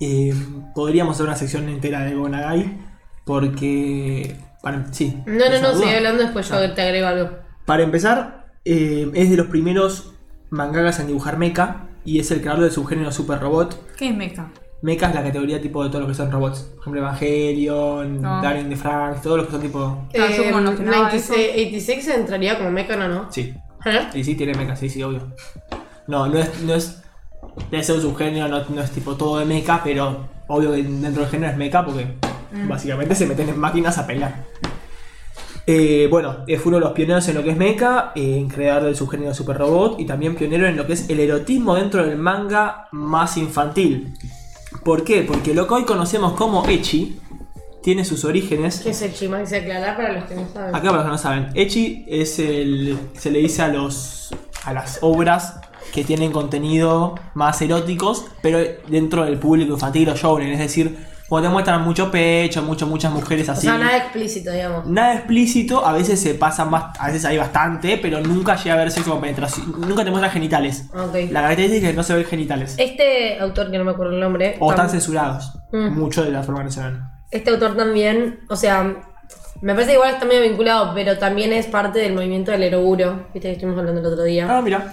A: Eh, podríamos hacer una sección entera de Go Nagai porque... para- sí.
C: No, no,
A: ¿esa
C: no,
A: duda?
C: seguí hablando, después yo te agrego algo.
A: Para empezar, eh, es de los primeros mangagas en dibujar mecha y es el creador del subgénero Super Robot.
B: ¿Qué es meca?
A: Mecha es la categoría tipo de todos los que son robots. Por ejemplo, Evangelion,
B: No.
A: Darling de Frank, todos los que son tipo.
B: Ah, yo como no sé nada de
C: 96, 86 Eh, entraría como mecano, ¿no?
A: Sí.
C: ¿Eh?
A: Y sí, tiene mecha, sí, sí, obvio. No, no es. No es debe ser un subgénero, no, no es tipo todo de mecha, pero obvio que dentro del género es mecha porque básicamente se meten en máquinas a pelear. Eh, bueno, eh, fue uno de los pioneros en lo que es mecha, eh, en crear el subgénero Super Robot y también pionero en lo que es el erotismo dentro del manga más infantil. ¿Por qué? Porque lo que hoy conocemos como Echi tiene sus orígenes
C: ¿Qué es el chimax? Aclarar para los que no saben.
A: Acá para los que no saben, Echi es el. se le dice a los. a las obras que tienen contenido más eróticos, pero dentro del público infantil o shounen, es decir, cuando te muestran mucho pecho, mucho, muchas mujeres
C: o
A: así.
C: sea, nada explícito, digamos.
A: Nada explícito, a veces se pasan más, a veces hay bastante, pero nunca llega a ver sexo con penetración, nunca te muestran genitales.
C: Ok.
A: La característica es que no se ven genitales.
C: Este autor, que no me acuerdo el nombre,
A: O están
C: tam-
A: censurados,
C: Mm.
A: mucho de la forma nacional.
C: este autor también, o sea, me parece que igual está medio vinculado, pero también es parte del movimiento del eroguro, viste que estuvimos hablando el otro día.
A: Ah, mira,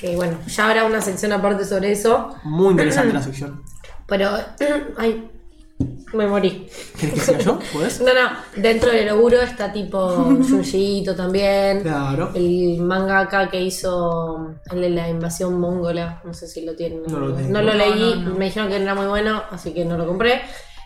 C: Que bueno, ya habrá una sección aparte sobre eso,
A: muy interesante la sección.
C: pero. Ay, me morí.
A: ¿Querés que siga yo? ¿Puedes?
C: No, no, dentro del eroguro está tipo Junjiito también.
A: Claro.
C: El mangaka que hizo el de la invasión mongola, no sé si lo tienen.
A: No lo tengo.
C: lo
A: No,
C: leí,
B: no, no.
C: me dijeron que no era muy bueno, así que no lo compré.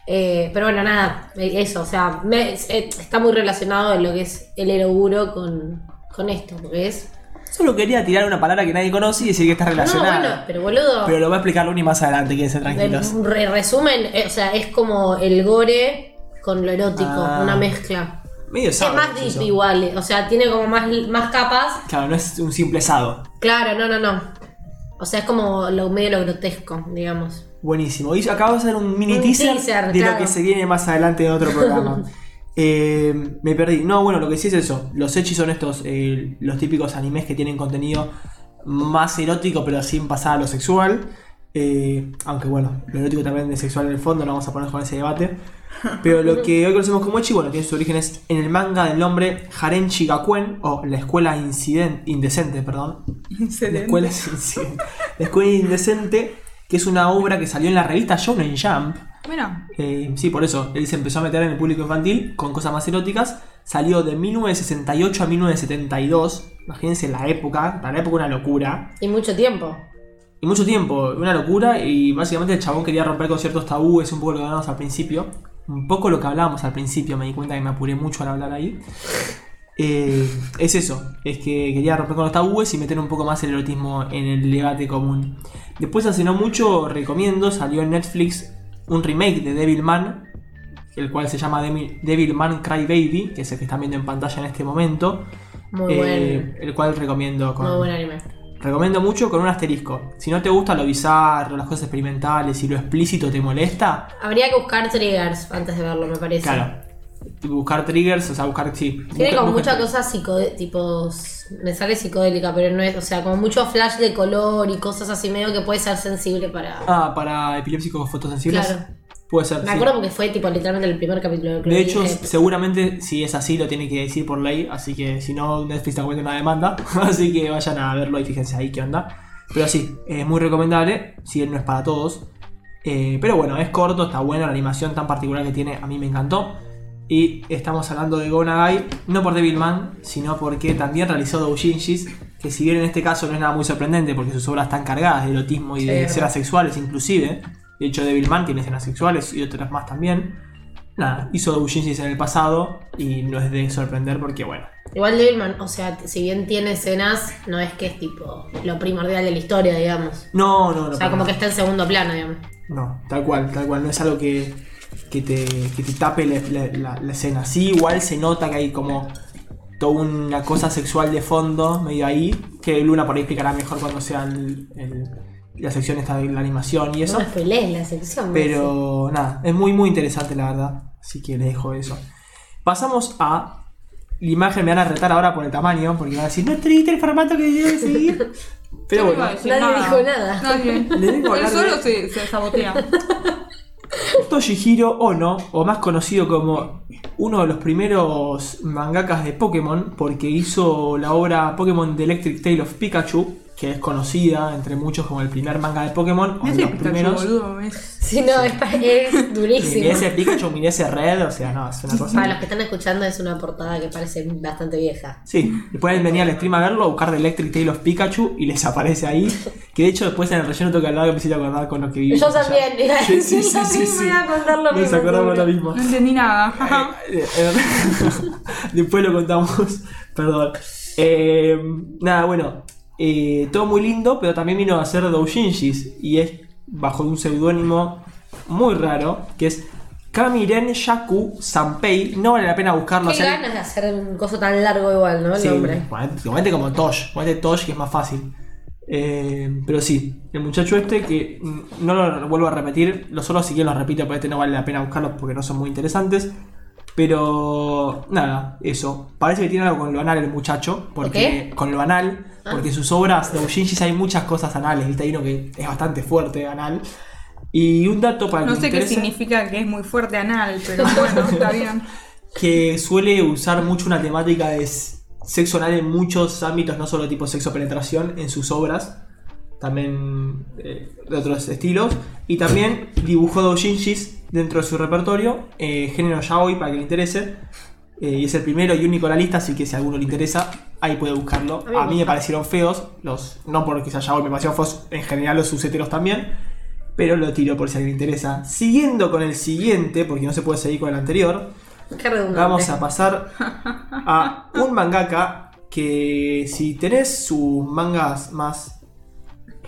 C: Eh, pero bueno, nada, eh, eso, o sea, me- es- eh, está muy relacionado en lo que es el eroguro con, con esto, porque es...
A: Solo quería tirar una palabra que nadie conoce y decir que está
C: No,
A: relacionada.
C: bueno, pero boludo,
A: Pero lo va a explicar Luni más adelante, quédense tranquilos.
C: en re- resumen, eh, o sea, es como el gore con lo erótico,
A: Ah.
C: una mezcla.
A: Medio
C: Es
A: sábado.
C: más deep igual, eh, o sea, tiene como más, más capas.
A: Claro, no es un simple sado.
C: Claro, no, no, no. O sea, es como lo medio lo grotesco, digamos.
A: Buenísimo. Y acabo de hacer un mini
C: Un
A: teaser,
C: teaser,
A: de
C: claro.
A: lo que se viene más adelante en otro programa. Eh, me perdí. No, bueno, lo que sí es eso. Los ecchi son estos, eh, los típicos animes que tienen contenido más erótico, pero sin pasar a lo sexual. Eh, aunque bueno, lo erótico también es sexual en el fondo, no vamos a poner con ese debate. Pero lo que hoy conocemos como Echi, bueno, tiene sus orígenes en el manga del nombre Haren Shigakuen, o la escuela Inciden- indecente, perdón, la
B: Excelente.
A: escuela, Indecente. La Escuela indecente, que es una obra que salió en la revista Shonen Jump.
B: Mira,
A: Eh, sí, por eso, él se empezó a meter en el público infantil con cosas más eróticas. Salió de 1968 a 1972. Imagínense la época, para la época una locura.
C: Y mucho tiempo.
A: Y mucho tiempo, una locura. Y básicamente el chabón quería romper con ciertos tabúes, un poco lo que hablábamos al principio. Un poco lo que hablábamos al principio, me di cuenta que me apuré mucho al hablar ahí. Eh, es eso, es que quería romper con los tabúes y meter un poco más el erotismo en el debate común. Después, hace no mucho, recomiendo, salió en Netflix un remake de Devilman, el cual se llama Demi- Devilman Cry Baby, que es el que están viendo en pantalla en este momento.
C: Muy
A: Eh,
C: buen,
A: El cual recomiendo con,
C: muy buen anime.
A: Recomiendo mucho con un asterisco. Si no te gusta lo bizarro, las cosas experimentales y lo explícito te molesta,
C: Habría que buscar triggers antes de verlo, me parece.
A: claro. Buscar triggers, o sea, buscar sí.
C: Tiene
A: busca-
C: como
A: busca-
C: muchas cosas psicodélicas, tipo, s- me sale psicodélica, pero no es, o sea, como mucho flash de color y cosas así medio que puede ser sensible para...
A: Ah, para epilépticos fotosensibles.
C: Claro.
A: Puede ser.
C: Me
A: sí.
C: acuerdo porque fue tipo literalmente el primer capítulo que
A: De
C: vi,
A: hecho,
C: dije,
A: seguramente si es así lo tiene que decir por ley, así que si no, Netflix te comete una demanda, así que vayan a verlo y fíjense ahí qué onda. Pero sí, es muy recomendable, si bien no es para todos. Eh, pero bueno, es corto, está bueno, la animación tan particular que tiene a mí me encantó. Y estamos hablando de Gonagai, no por Devilman, sino porque también realizó doujinshis, que si bien en este caso no es nada muy sorprendente porque sus obras están cargadas de erotismo y
C: Sí,
A: de
C: es
A: escenas sexuales inclusive. De hecho, Devilman tiene escenas sexuales y otras más también nada, hizo doujinshis en el pasado y no es de sorprender porque, bueno,
C: Igual Devilman, o sea, t- si bien tiene escenas, no es que es tipo lo primordial de la historia, digamos.
A: no, no, no.
C: O sea, como que está en segundo plano, digamos.
A: No, tal cual, tal cual, no es algo que, que, te, que te tape la, la- la- la escena. Sí, igual se nota que hay como toda una cosa sexual de fondo, medio ahí, que Luna por ahí explicará mejor cuando sea el- el- la sección esta de la animación y eso.
C: No me spoilees la sección. Messi.
A: Pero nada, es muy muy interesante la verdad. Así que les dejo eso. Pasamos a la imagen, me van a retar ahora por el tamaño, porque van a decir, no es triste el formato que debe seguir. Pero
B: yo no iba
A: bueno,
B: a decir
C: Nadie dijo nada.
B: Nadie.
A: Le digo a
B: Él
A: hablar
B: solo
A: de-
B: se, se sabotea.
A: Toshihiro Ono, o más conocido como uno de los primeros mangakas de Pokémon, porque hizo la obra Pokémon The Electric Tale of Pikachu, que es conocida entre muchos como el primer manga de Pokémon, o
B: No
A: de
B: es
A: los
B: el Pikachu,
A: primeros.
B: boludo. Es...
C: Si no, es, pa- es
A: Y
C: durísimo.
A: ese Pikachu, miré ese Red, o sea, no, es una cosa.
C: Para los que están escuchando, es una portada que parece bastante vieja.
A: Sí, y pueden venir al stream a verlo, buscar The Electric Tale of Pikachu y les aparece ahí. Que de hecho después en el relleno tengo que hablar que me hiciste acordar con lo que vivimos.
C: Yo
A: allá.
C: también, mira,
A: Sí, sí, sí,
C: yo
A: sí,
C: misma
A: sí.
C: iba a contar lo
A: Nos
C: mismo,
A: acordamos lo
C: seguro.
A: mismo.
B: No entendí nada.
A: Eh, eh, Después lo contamos, perdón. Eh, nada, bueno, eh, todo muy lindo, pero también vino a hacer doujinshis y es bajo un seudónimo muy raro que es Kamiren Shaku Sanpei. No vale la pena buscarlo. o
C: Qué
A: sea,
C: ganas de hacer un coso tan largo igual, ¿no? El
A: Sí,
C: nombre.
A: ponete- ponete como Tosh, ponete Tosh que es más fácil. Eh, pero sí, el muchacho este que mm, no lo vuelvo a repetir, los otros sí que los repito, pero este no vale la pena buscarlos porque no son muy interesantes. Pero nada, eso. Parece que tiene algo con lo anal el muchacho, porque con lo anal, porque sus obras de Ushinshis hay muchas cosas anales, viste, hay uno que es bastante fuerte anal. Y un dato para el
B: No
A: que
B: sé
A: le
B: qué
A: interese,
B: significa que es muy fuerte anal, pero bueno, está bien.
A: que suele usar mucho una temática de s- sexo anal en muchos ámbitos, no solo tipo sexo penetración, en sus obras, también eh, de otros estilos, y también dibujó doujinshis dentro de su repertorio, eh, género yaoi para que le interese, eh, y es el primero y único en la lista, así que si a alguno le interesa, ahí puede buscarlo.
C: A mí me
A: A mí me
C: gusta.
A: parecieron feos, los no porque sea yaoi, me parecieron feos en general los sus heteros también. pero lo tiro por si a alguien le interesa. Siguiendo con el siguiente, porque no se puede seguir con el anterior,
C: Qué redundante.
A: vamos a pasar a un mangaka que si tenés sus mangas más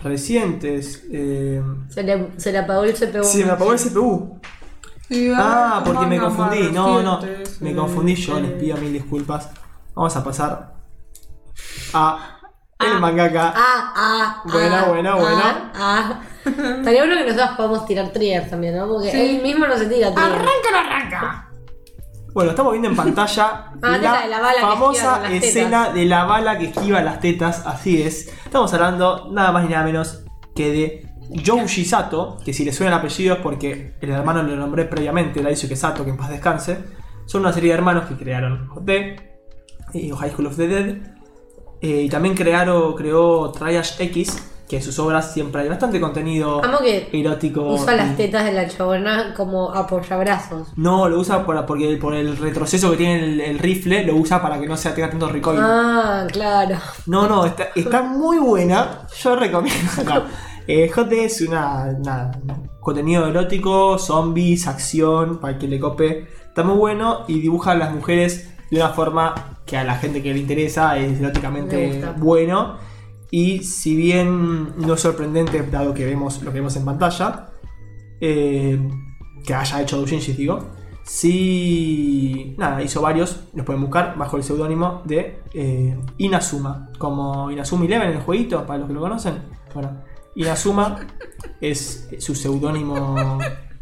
A: recientes... eh,
C: Se le, se le apagó el CPU.
A: se me apagó el CPU. Ah, porque me confundí. No, no. Me confundí yo. Les pido mil disculpas. Vamos a pasar a el mangaka.
C: Ah, ah.
A: Buena,
C: ah,
A: buena,
C: ah,
A: buena.
C: Ah. Estaría bueno que nosotros podamos tirar triggers también, ¿no? Porque
B: Sí.
C: él mismo no se tira triggers.
B: Arranca, no arranca.
A: Bueno, estamos viendo en pantalla
C: Ah,
A: la,
C: teta de la bala que esquiva
A: famosa
C: las
A: escena de la bala que esquiva las tetas. Así es. Estamos hablando nada más ni nada menos que de Yoshi Sato, que si le suena el apellido es porque el hermano lo nombré previamente, la hizo que Sato, que en paz descanse. Son una serie de hermanos que crearon JT y High School of the Dead. Eh, y también crearon, creó Triash X, que en sus obras siempre hay bastante contenido
C: Amo que
A: erótico.
C: usa
A: y-
C: las tetas de la chabona como apoyabrazos.
A: No, lo usa por, porque por el retroceso que tiene el, el rifle, lo usa para que no se tenga tanto recoil.
C: Ah, claro.
A: No, no, está, está muy buena. Yo recomiendo. No. Eh, Hot Day es una, una- contenido erótico, zombies, acción, para que le cope. Está muy bueno y dibuja a las mujeres de una forma que a la gente que le interesa es
C: Me
A: eróticamente
C: gusta.
A: bueno. Y si bien no es sorprendente, dado que vemos lo que vemos en pantalla, eh, que haya hecho Doujinshi, digo. Sí, nada, hizo varios, los pueden buscar bajo el seudónimo de eh, Inazuma, como Inazuma Eleven en el jueguito, para los que lo conocen. Bueno, Inazuma es su seudónimo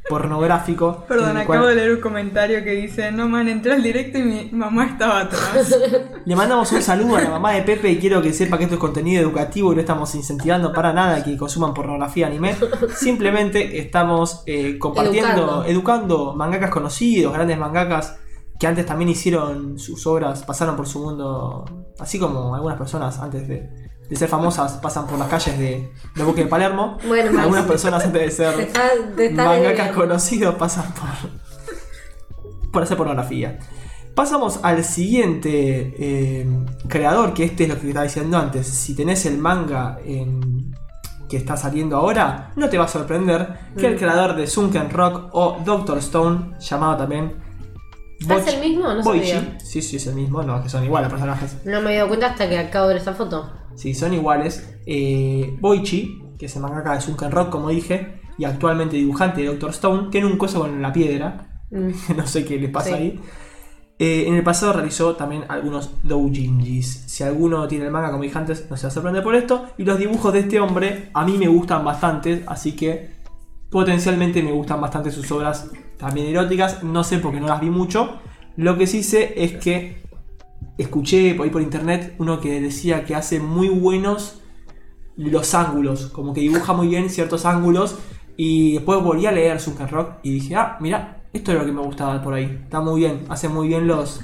A: pornográfico. en
B: Perdón,
A: el cual
B: acabo de leer un comentario que dice: No, man, entré al directo y mi mamá estaba atrás.
A: Le mandamos un saludo a la mamá de Pepe y quiero que sepa que esto es contenido educativo y no estamos incentivando para nada que consuman pornografía anime. Simplemente estamos eh, compartiendo, educando.
C: Educando.
A: mangakas conocidos, grandes mangakas que antes también hicieron sus obras, pasaron por su mundo, así como algunas personas antes de, de ser famosas pasan por las calles de, de Buque de Palermo.
C: Bueno, Maxi.
A: algunas personas antes de
C: Te
A: ser
C: está, te está
A: mangakas
C: desviando.
A: conocidos pasan por, por hacer pornografía. Pasamos al siguiente eh, creador, que este es lo que estaba diciendo antes. Si tenés el manga en- que está saliendo ahora, no te va a sorprender que
C: Mm.
A: el creador de Sunken Rock o Doctor Stone, llamado también
C: ¿Es
A: Boch-
C: el mismo? No
A: Boichi.
C: sabía.
A: Sí, sí, es el mismo. No, que son iguales los personajes.
C: No me he dado cuenta hasta que acabo de ver esa foto.
A: Sí, son iguales. Eh, Boichi, que es el mangaka de Sunken Rock, como dije, y actualmente dibujante de Doctor Stone, tiene un coso con la piedra.
C: Mm.
A: no sé qué le pasa
C: Sí.
A: ahí. Eh, en el pasado realizó también algunos doujinjis. Si alguno tiene el manga, como dije antes, no se va a sorprender por esto. Y los dibujos de este hombre a mí me gustan bastante, así que potencialmente me gustan bastante sus obras también eróticas. No sé porque no las vi mucho. Lo que sí sé es que escuché por ahí por internet uno que decía que hace muy buenos los ángulos, como que dibuja muy bien ciertos ángulos. Y después volví a leer Sunken Rock y dije, ah, mira, esto es lo que me gustaba por ahí. Está muy bien, hace muy bien los.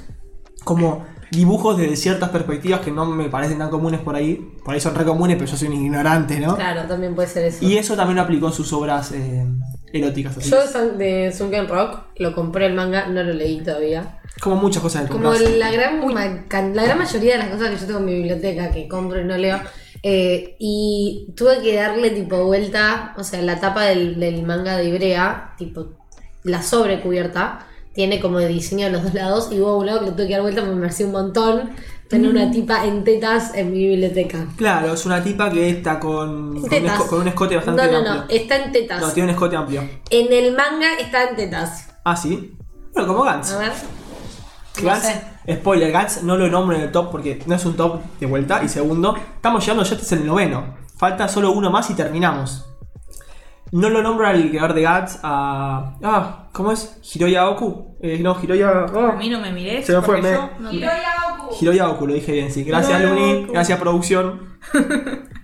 A: como dibujos desde ciertas perspectivas que no me parecen tan comunes por ahí. Por ahí son re comunes, pero yo soy un ignorante, ¿no?
C: Claro, también puede ser eso.
A: Y eso también lo aplicó en sus obras eh, eróticas. Así.
C: Yo de Sun- de Sunken Rock lo compré el manga, no lo leí todavía.
A: Como muchas cosas del
C: Como
A: compás.
C: la gran, ma- can- la gran mayoría de las cosas que yo tengo en mi biblioteca que compro y no leo. eh, y tuve que darle tipo vuelta, o sea, la tapa del, del manga de Ibrea, tipo la sobrecubierta, tiene como de diseño a los dos lados. Y hubo un lado que le tuve que dar vuelta, me merecí un montón tener
A: Mm.
C: una tipa en tetas en mi biblioteca.
A: Claro, es una tipa que está con, con, un,
C: Tetas.
A: esco- con un escote bastante
C: no, no,
A: amplio.
C: no, está en tetas.
A: No, tiene un escote amplio.
C: En el manga está en tetas.
A: Ah, sí. Bueno, como Gantz.
C: A ver.
A: Gantz,
C: No sé.
A: spoiler, Gantz no lo nombro en el top porque no es un top de vuelta. Y segundo, estamos llegando, ya este es el noveno. Falta solo uno más y terminamos. No lo nombro al creador de Gantz, a. Ah, ¿cómo es? Hiroya Oku. Eh, no, Hiroya.
B: A
A: ah,
B: mí no me mires.
A: Se me fue,
B: porque
A: me-
B: yo no te-
A: Hiroya Oku, lo dije bien, sí. Gracias,
B: Hiroya
A: Luni.
B: Oku.
A: Gracias, producción.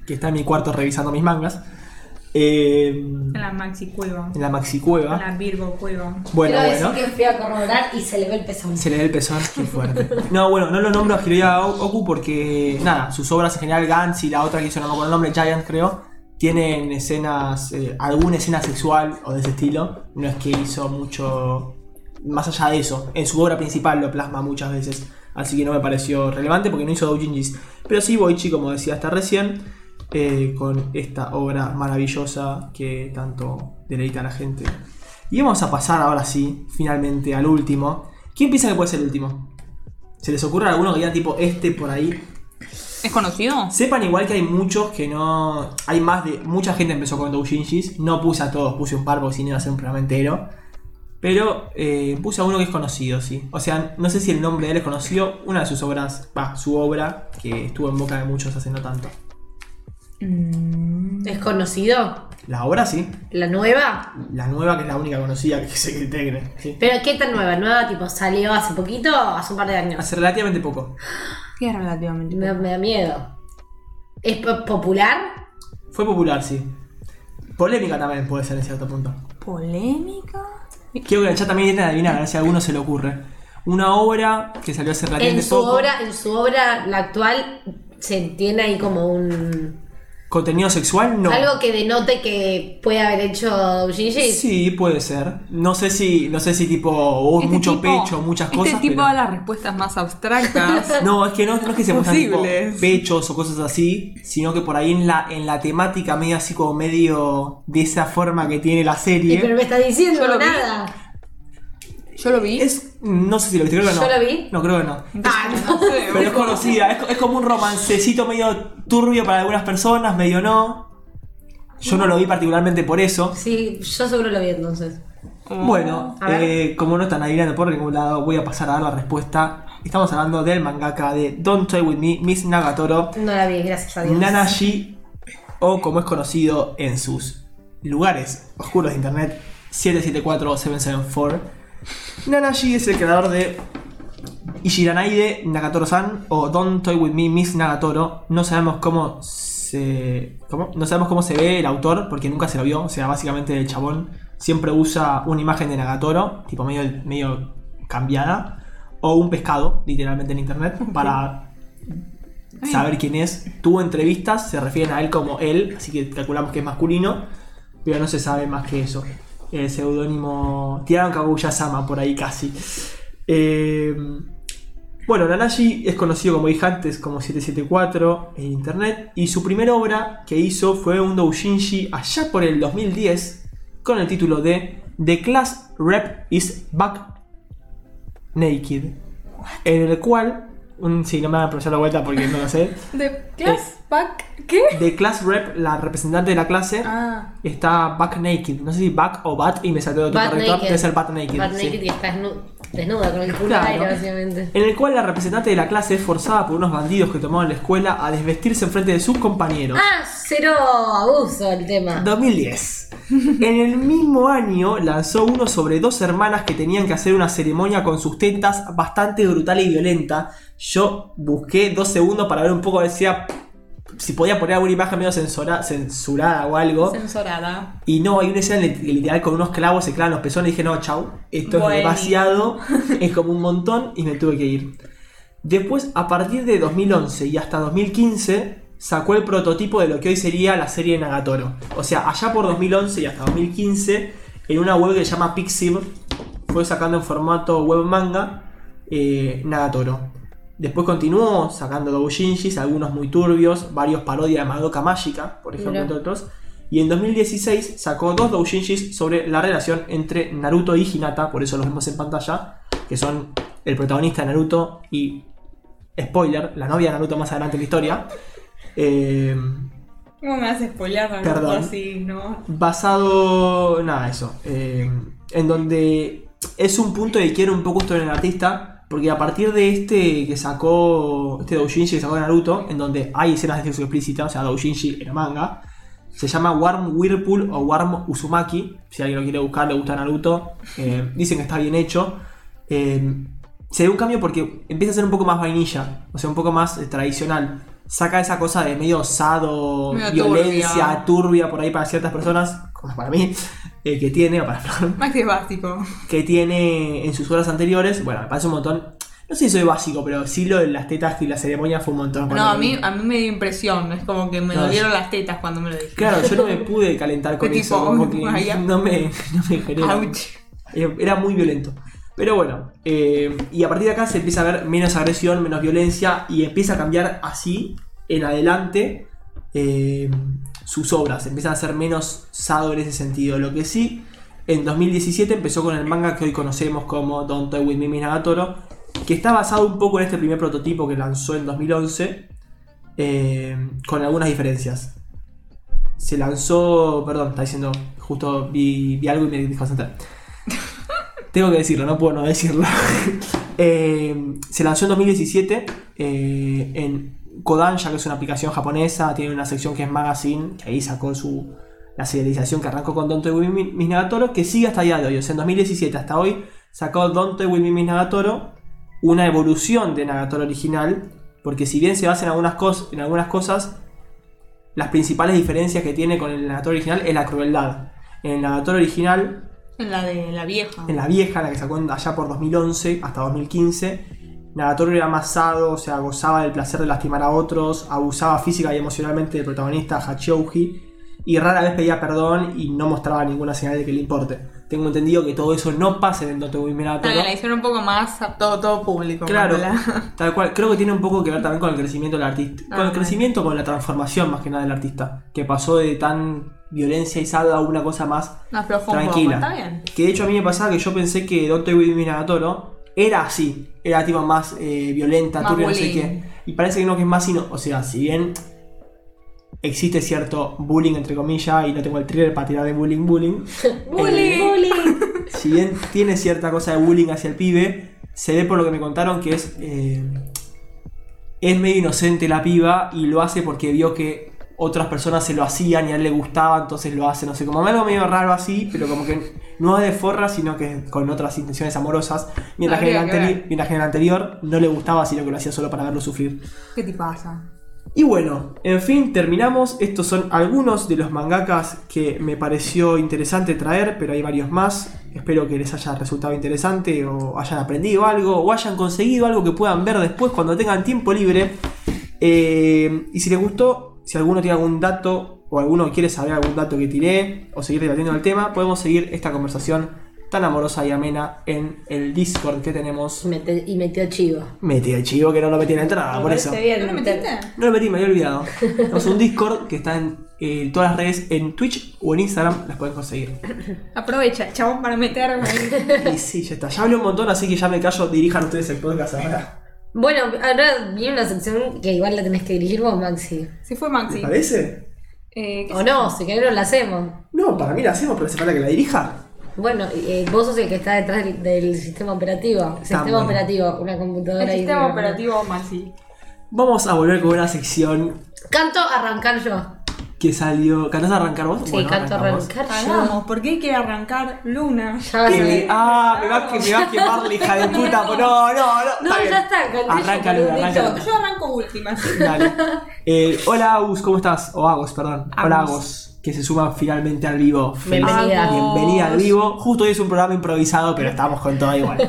A: que está en mi cuarto revisando mis mangas. Eh,
B: En la maxi cueva.
A: en la maxi
B: En
A: cueva.
B: la virgo cueva.
A: Bueno,
C: Quiero
A: bueno.
C: decir que fui a corroborar y se le ve el pezón.
A: Se le ve el pezón, qué fuerte. No, bueno, no lo nombro a Hiroya O- Oku porque, nada, sus obras en general, Gantz y la otra que hizo, no me acuerdo el nombre, Giant creo, tienen escenas, eh, alguna escena sexual o de ese estilo. No es que hizo mucho más allá de eso. En su obra principal lo plasma muchas veces, así que no me pareció relevante porque no hizo doujinjis. Pero sí, Boichi, como decía hasta recién, eh, con esta obra maravillosa que tanto deleita a la gente. Y vamos a pasar ahora sí, finalmente, al último. ¿Quién piensa que puede ser el último? ¿Se les ocurre alguno que diga tipo este por ahí?
D: ¿Es conocido?
A: Sepan igual que hay muchos que no. Hay más de. Mucha gente empezó con doujinshis. No puse a todos, puse un par porque si no iba a ser un programa entero. Pero eh, puse a uno que es conocido, sí. O sea, no sé si el nombre de él es conocido. Una de sus obras, va, su obra, que estuvo en boca de muchos hace no tanto.
B: Mm,
C: ¿Es conocido?
A: La obra sí.
C: ¿La nueva?
A: La nueva, que es la única conocida que sé que tiene. Sí.
C: ¿Pero qué tan nueva? ¿Nueva tipo salió hace poquito o hace un par de años?
A: Hace relativamente poco.
D: ¿Qué es relativamente?
C: Me, me da miedo. ¿Es po- popular?
A: Fue popular, sí. Polémica también puede ser en cierto punto.
D: ¿Polémica?
A: Quiero que ya también intenten adivinar, a ver si a alguno se le ocurre. Una obra que salió hace
C: En
A: relativamente
C: su,
A: poco.
C: obra, en su obra, la actual, se tiene ahí como un...
A: Contenido sexual, no.
C: Algo que denote que puede haber hecho Gigi.
A: Sí, puede ser. No sé si, no sé si tipo, oh,
D: Este
A: mucho
D: tipo-
A: pecho, muchas
D: este
A: cosas.
D: tipo
A: pero-
D: da las respuestas más abstractas.
A: No, es que no, no es que se muestran tipo,
D: Posibles.
A: pechos o cosas así, sino que por ahí en la, en la temática medio así como medio de esa forma que tiene la
C: Y pero
A: serie.
C: me está diciendo
D: Yo lo vi.
C: nada.
D: Yo lo vi.
A: Es, no sé si lo viste, creo que no.
C: Yo lo vi.
A: No, creo que no.
C: Ah, no.
D: No sé,
A: Pero es conocida, es, es como un romancecito medio turbio para algunas personas, medio no. Yo no lo vi particularmente por eso.
C: Sí, yo seguro lo vi entonces.
D: como-
A: Bueno,
C: Mm. A ver.
A: eh, como no están adivinando por ningún lado, voy a pasar a dar la respuesta. Estamos hablando del mangaka de Don't Toy With Me, Miss Nagatoro,
C: No la vi, gracias a Dios.
A: Nanashi, o como es conocido en sus lugares oscuros de internet, 774 o 774. Nanashi es el creador de Ishiranaide Nagatoro-san o Don't Toy With Me, Miss Nagatoro. No sabemos cómo se. ¿cómo? No sabemos cómo se ve el autor porque nunca se lo vio. O sea, básicamente el chabón siempre usa una imagen de Nagatoro, tipo medio, medio cambiada, o un pescado, literalmente en internet, para saber quién es. Tuvo entrevistas, se refieren a él como él, así que calculamos que es masculino, pero no se sabe más que eso. El seudónimo. Tiraron Kaguya-sama por ahí casi. Eh, bueno, Nanashi es conocido como dije antes como 774 en internet y su primera obra que hizo fue un doujinshi allá por el 2010 con el título de The Class Rep is Back Naked, en el cual, mm, sí, no me van a pronunciar la vuelta porque no lo sé,
D: ¿De class pack? ¿Qué?
A: The Class Rep, la representante de la clase,
D: Ah.
A: está Back Naked, no sé si Back o Bat y me salió otro
C: Butt
A: corrector,
C: naked.
A: debe ser Bat Naked.
C: Bat
A: sí.
C: Naked y estás nu- desnuda con el culo
A: Claro.
C: al aire, básicamente.
A: en el cual la representante de la clase es forzada por unos bandidos que tomaron la escuela a desvestirse en frente de sus compañeros.
C: Ah, cero abuso el tema.
A: 2010. En el mismo año lanzó uno sobre dos hermanas que tenían que hacer una ceremonia con sus tetas bastante brutal y violenta. Yo busqué dos segundos para ver un poco decía si podía poner alguna imagen medio censora- censurada o algo.
D: Censorada.
A: Y no, hay una escena en la que literal con unos clavos se clavan los pezones y dije, no, chau, esto
D: Bueno.
A: es demasiado, es como un montón y me tuve que ir. Después, a partir de 2011 y hasta 2015, sacó el prototipo de lo que hoy sería la serie Nagatoro. O sea, allá por 2011 y hasta 2015, en una web que se llama Pixiv, fue sacando en formato web manga eh, Nagatoro. Después continuó sacando doujinshis, algunos muy turbios, varios parodias de Madoka Mágica, por ejemplo,
C: Mirá.
A: entre otros. Y en 2016 sacó dos doujinshis sobre la relación entre Naruto y Hinata, por eso los vemos en pantalla, que son el protagonista de Naruto y, spoiler, la novia de Naruto más adelante en la historia. Eh,
B: ¿Cómo me haces spoilear algo
A: Perdón.
B: así, no?
A: basado, nada, eso. eh, en donde es un punto de quiero un poco esto en el artista, porque a partir de este que sacó, este doujinshi que sacó de Naruto, en donde hay escenas de sexo explícita, o sea, doujinshi en manga, se llama Warm Whirlpool o Warm Uzumaki. Si alguien lo quiere buscar, le gusta Naruto. eh, dicen que está bien hecho. Eh, se ve un cambio porque empieza a ser un poco más vainilla, o sea, un poco más eh, tradicional. Saca esa cosa de medio osado,
D: Medio
A: violencia, turbia. por ahí para ciertas personas, como para mí, eh, que tiene, o para Flor,
D: Más que básico.
A: que tiene en sus horas anteriores. Bueno, me parece un montón. No sé si soy básico, pero sí lo de las tetas y la ceremonia fue un montón.
D: No,
A: cuando
D: a
A: lo
D: mí,
A: vi.
D: a mí me dio impresión. Es como que me
A: No,
D: dolieron las tetas cuando me lo dije.
A: Claro, yo no me pude calentar con
D: Qué
A: eso,
D: tipo,
A: como que
D: vaya.
A: no me, no me genera.
D: Ouch.
A: Eh, Era muy violento. Pero bueno, eh, y a partir de acá se empieza a ver menos agresión, menos violencia y empieza a cambiar así en adelante eh, sus obras, empiezan a ser menos sado en ese sentido. Lo que sí, en 2017 empezó con el manga que hoy conocemos como Don't Toy With Me, Miss Nagatoro, que está basado un poco en este primer prototipo que lanzó en 2011, eh, con algunas diferencias. Se lanzó, perdón, está diciendo, justo vi, vi algo y me desconcentré. Tengo que decirlo, no puedo no decirlo. Eh, se lanzó en 2017 eh, en Kodansha, que es una aplicación japonesa, tiene una sección que es Magazine, que ahí sacó su, la serialización que arrancó con Don't Toy With Me, Miss Nagatoro, que sigue hasta el día de hoy. O sea, en 2017 hasta hoy sacó Don't Toy With Me, Miss Nagatoro, una evolución de Nagatoro original, porque si bien se basa en algunas, cos- en algunas cosas, las principales diferencias que tiene con el Nagatoro original es la crueldad. En el Nagatoro original
D: En la de la vieja.
A: en la vieja, la que sacó en- allá por 2011 hasta 2015. Nagatoro era amasado, o sea, gozaba del placer de lastimar a otros, abusaba física y emocionalmente del protagonista Hachioji y rara vez pedía perdón y no mostraba ninguna señal de que le importe. Tengo entendido que todo eso no pasa en Don't Women
B: Ah,
D: Hasta que la hicieron un poco más a todo, todo público.
A: Claro,
D: cuando la-
A: tal cual. Creo que tiene un poco que ver también con el crecimiento del artista. Con el
D: Ah,
A: crecimiento, con la transformación más que nada del artista, que pasó de tan violencia y sada a una cosa más
D: Nos aflojó un poco.
A: tranquila.
D: Está bien.
A: Que de hecho a mí me pasaba que yo pensé que Doctor Who Minagatoro era así, era tipo más eh, violenta,
D: Más
A: turbia, no sé
D: bullying.
A: qué. Y parece que no, que es más sino, o sea, si bien existe cierto bullying entre comillas y no tengo el trigger para tirar de bullying, bullying, eh,
C: Bullying.
A: si bien tiene cierta cosa de bullying hacia el pibe, se ve por lo que me contaron que es eh, es medio inocente la piba y lo hace porque vio que otras personas se lo hacían y a él le gustaba, entonces lo hace, no sé, como algo medio raro así, pero como que no es de forra, sino que con otras intenciones amorosas, mientras, que en, el
D: Habría que
A: anteri-
D: ver.
A: mientras que en el anterior no le gustaba, sino que lo hacía solo para verlo sufrir.
D: ¿Qué te pasa?
A: Y bueno, en fin, terminamos. Estos son algunos de los mangakas que me pareció interesante traer, pero hay varios más. Espero que les haya resultado interesante o hayan aprendido algo o hayan conseguido algo que puedan ver después cuando tengan tiempo libre. Eh, y si les gustó, si alguno tiene algún dato o alguno quiere saber algún dato que tiré o seguir debatiendo el tema, podemos seguir esta conversación tan amorosa y amena en el Discord que tenemos.
C: Mete- y metió chiva.
A: Metí el chivo que no lo metí en la entrada,
C: Me
A: Ah, por
C: parece
A: eso.
C: bien
D: ¿No lo
C: meter-
D: metiste?
A: No lo metí, me había olvidado. Tenemos un Discord que está en eh, todas las redes, en Twitch o en Instagram, las pueden conseguir.
D: Aprovecha, chabón, para meterme.
A: Y sí, ya está. Ya hablé un montón, así que ya me callo. Dirijan ustedes el podcast ahora.
C: Bueno, ahora viene una sección que igual la tenés que dirigir vos, Maxi.
D: Si fue
A: ¿Les
D: Maxi.
A: parece?
D: Eh, ¿qué
C: O no, si querés no la hacemos.
A: No, para mí la hacemos, pero hace falta que la dirija.
C: Bueno, eh, vos sos el que está detrás del, del sistema operativo. sistema
A: bueno.
C: operativo, una computadora.
D: El
C: y-
D: sistema operativo Maxi.
A: Vamos a volver con una sección
C: Canto arrancar yo.
A: que salió. ¿Cantás arrancar vos?
C: Sí,
A: Bueno,
C: canto
A: arrancamos.
C: arrancar yo.
D: Hagamos, ¿por qué hay que arrancar Luna?
C: Ya va a
A: Que
C: salir.
A: me- ah, me va, que me va a quemar la hija de puta. No, no, no.
C: No,
A: bien.
C: ya está, canté yo,
A: Arranca, Luna,
C: perdón,
A: arranca.
C: listo.
A: Luna.
D: Yo arranco última.
A: Dale. Eh, hola Agus, ¿cómo estás? O Agus, perdón. Hola
D: Agus.
A: Agus, que se suman finalmente al vivo. Feliz-
C: Bienvenida.
D: Agus.
A: Bienvenida al vivo. Justo hoy es un programa improvisado, pero estamos con todo igual.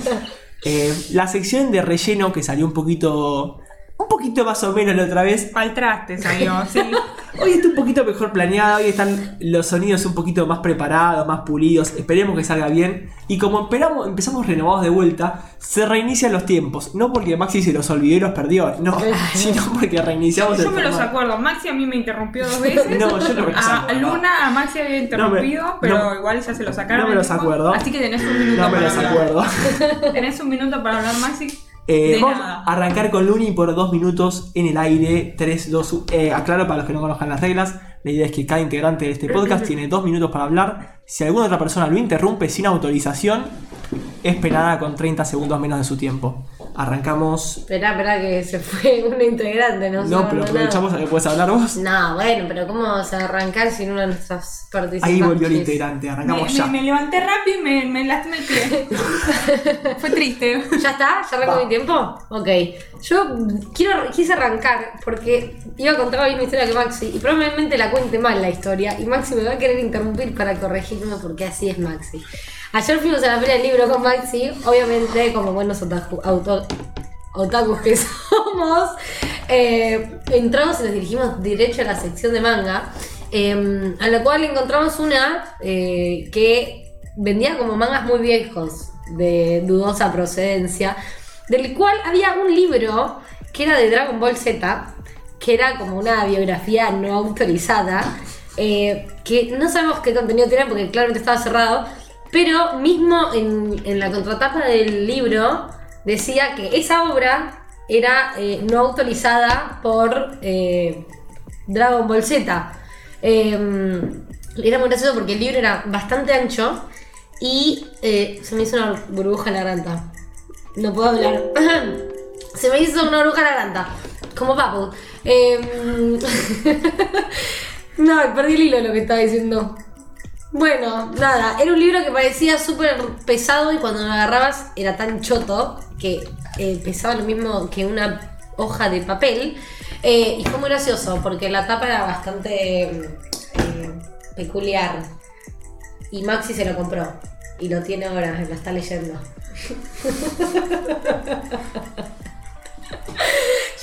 A: Eh, la sección de relleno que salió un poquito. Un poquito más o menos la otra vez.
D: Pa'l traste salió, sí.
A: Hoy está un poquito mejor planeada, hoy están los sonidos un poquito más preparados, más pulidos. Esperemos que salga bien. Y como esperamos, empezamos renovados de vuelta, se reinician los tiempos. No porque Maxi se los olvidó y los perdió, no, sino porque reiniciamos
D: Yo
A: el
D: me los
A: formato.
D: acuerdo. Maxi a mí me interrumpió dos veces.
A: No, yo no me los
D: A
A: acuerdo.
D: Luna, a Maxi había interrumpido,
A: No me-
D: pero
A: no-
D: igual ya se lo sacaron.
A: no me los
D: encima.
A: acuerdo.
D: Así que tenés un minuto
A: No me
D: para
A: los
D: hablar.
A: acuerdo.
D: Tenés un minuto para hablar, Maxi.
A: Eh,
D: de
A: vamos
D: nada.
A: a arrancar con Luni por dos minutos en el aire. 3, 2, 1. eh, aclaro para los que no conozcan las reglas. La idea es que cada integrante de este podcast tiene dos minutos para hablar. Si alguna otra persona lo interrumpe sin autorización, es penada con 30 segundos menos de su tiempo. Arrancamos.
C: Esperá, esperá, que se fue una integrante, ¿no?
A: No, pero aprovechamos a que puedes hablar vos.
C: No, bueno, pero ¿cómo vamos a arrancar sin una de nuestras participantes?
A: Ahí volvió el integrante.
D: Me,
A: Arrancamos
D: me,
A: ya.
D: me levanté rápido y me, me lastimé el pie. Fue triste.
C: ¿Ya está? ¿Ya arrancó
A: Va.
C: mi tiempo? Ok. Yo quiero, quise arrancar porque iba a contar la misma historia que Maxi y probablemente la cuente mal la historia y Maxi me va a querer interrumpir para corregirme porque así es Maxi. Ayer fuimos a la feria del libro con Maxi, obviamente como buenos otaku, auto- otakus que somos, eh, entramos y nos dirigimos derecho a la sección de manga, eh, a la cual encontramos una eh, que vendía como mangas muy viejos, de dudosa procedencia, del cual había un libro que era de Dragon Ball Z, que era como una biografía no autorizada, eh, que no sabemos qué contenido tiene porque claramente estaba cerrado, pero mismo en, en la contratapa del libro decía que esa obra era eh, no autorizada por eh, Dragon Ball Z. Eh, era muy gracioso porque el libro era bastante ancho y eh, se me hizo una burbuja en la garganta. No puedo hablar. se me hizo una burbuja en la garganta. Como papu. Em, no, perdí el hilo de lo que estaba diciendo. Bueno, nada, era un libro que parecía súper pesado y cuando lo agarrabas era tan choto que eh, pesaba lo mismo que una hoja de papel. Eh, y fue muy gracioso porque la tapa era bastante eh, peculiar. Y Maxi se lo compró y lo tiene ahora, lo está leyendo.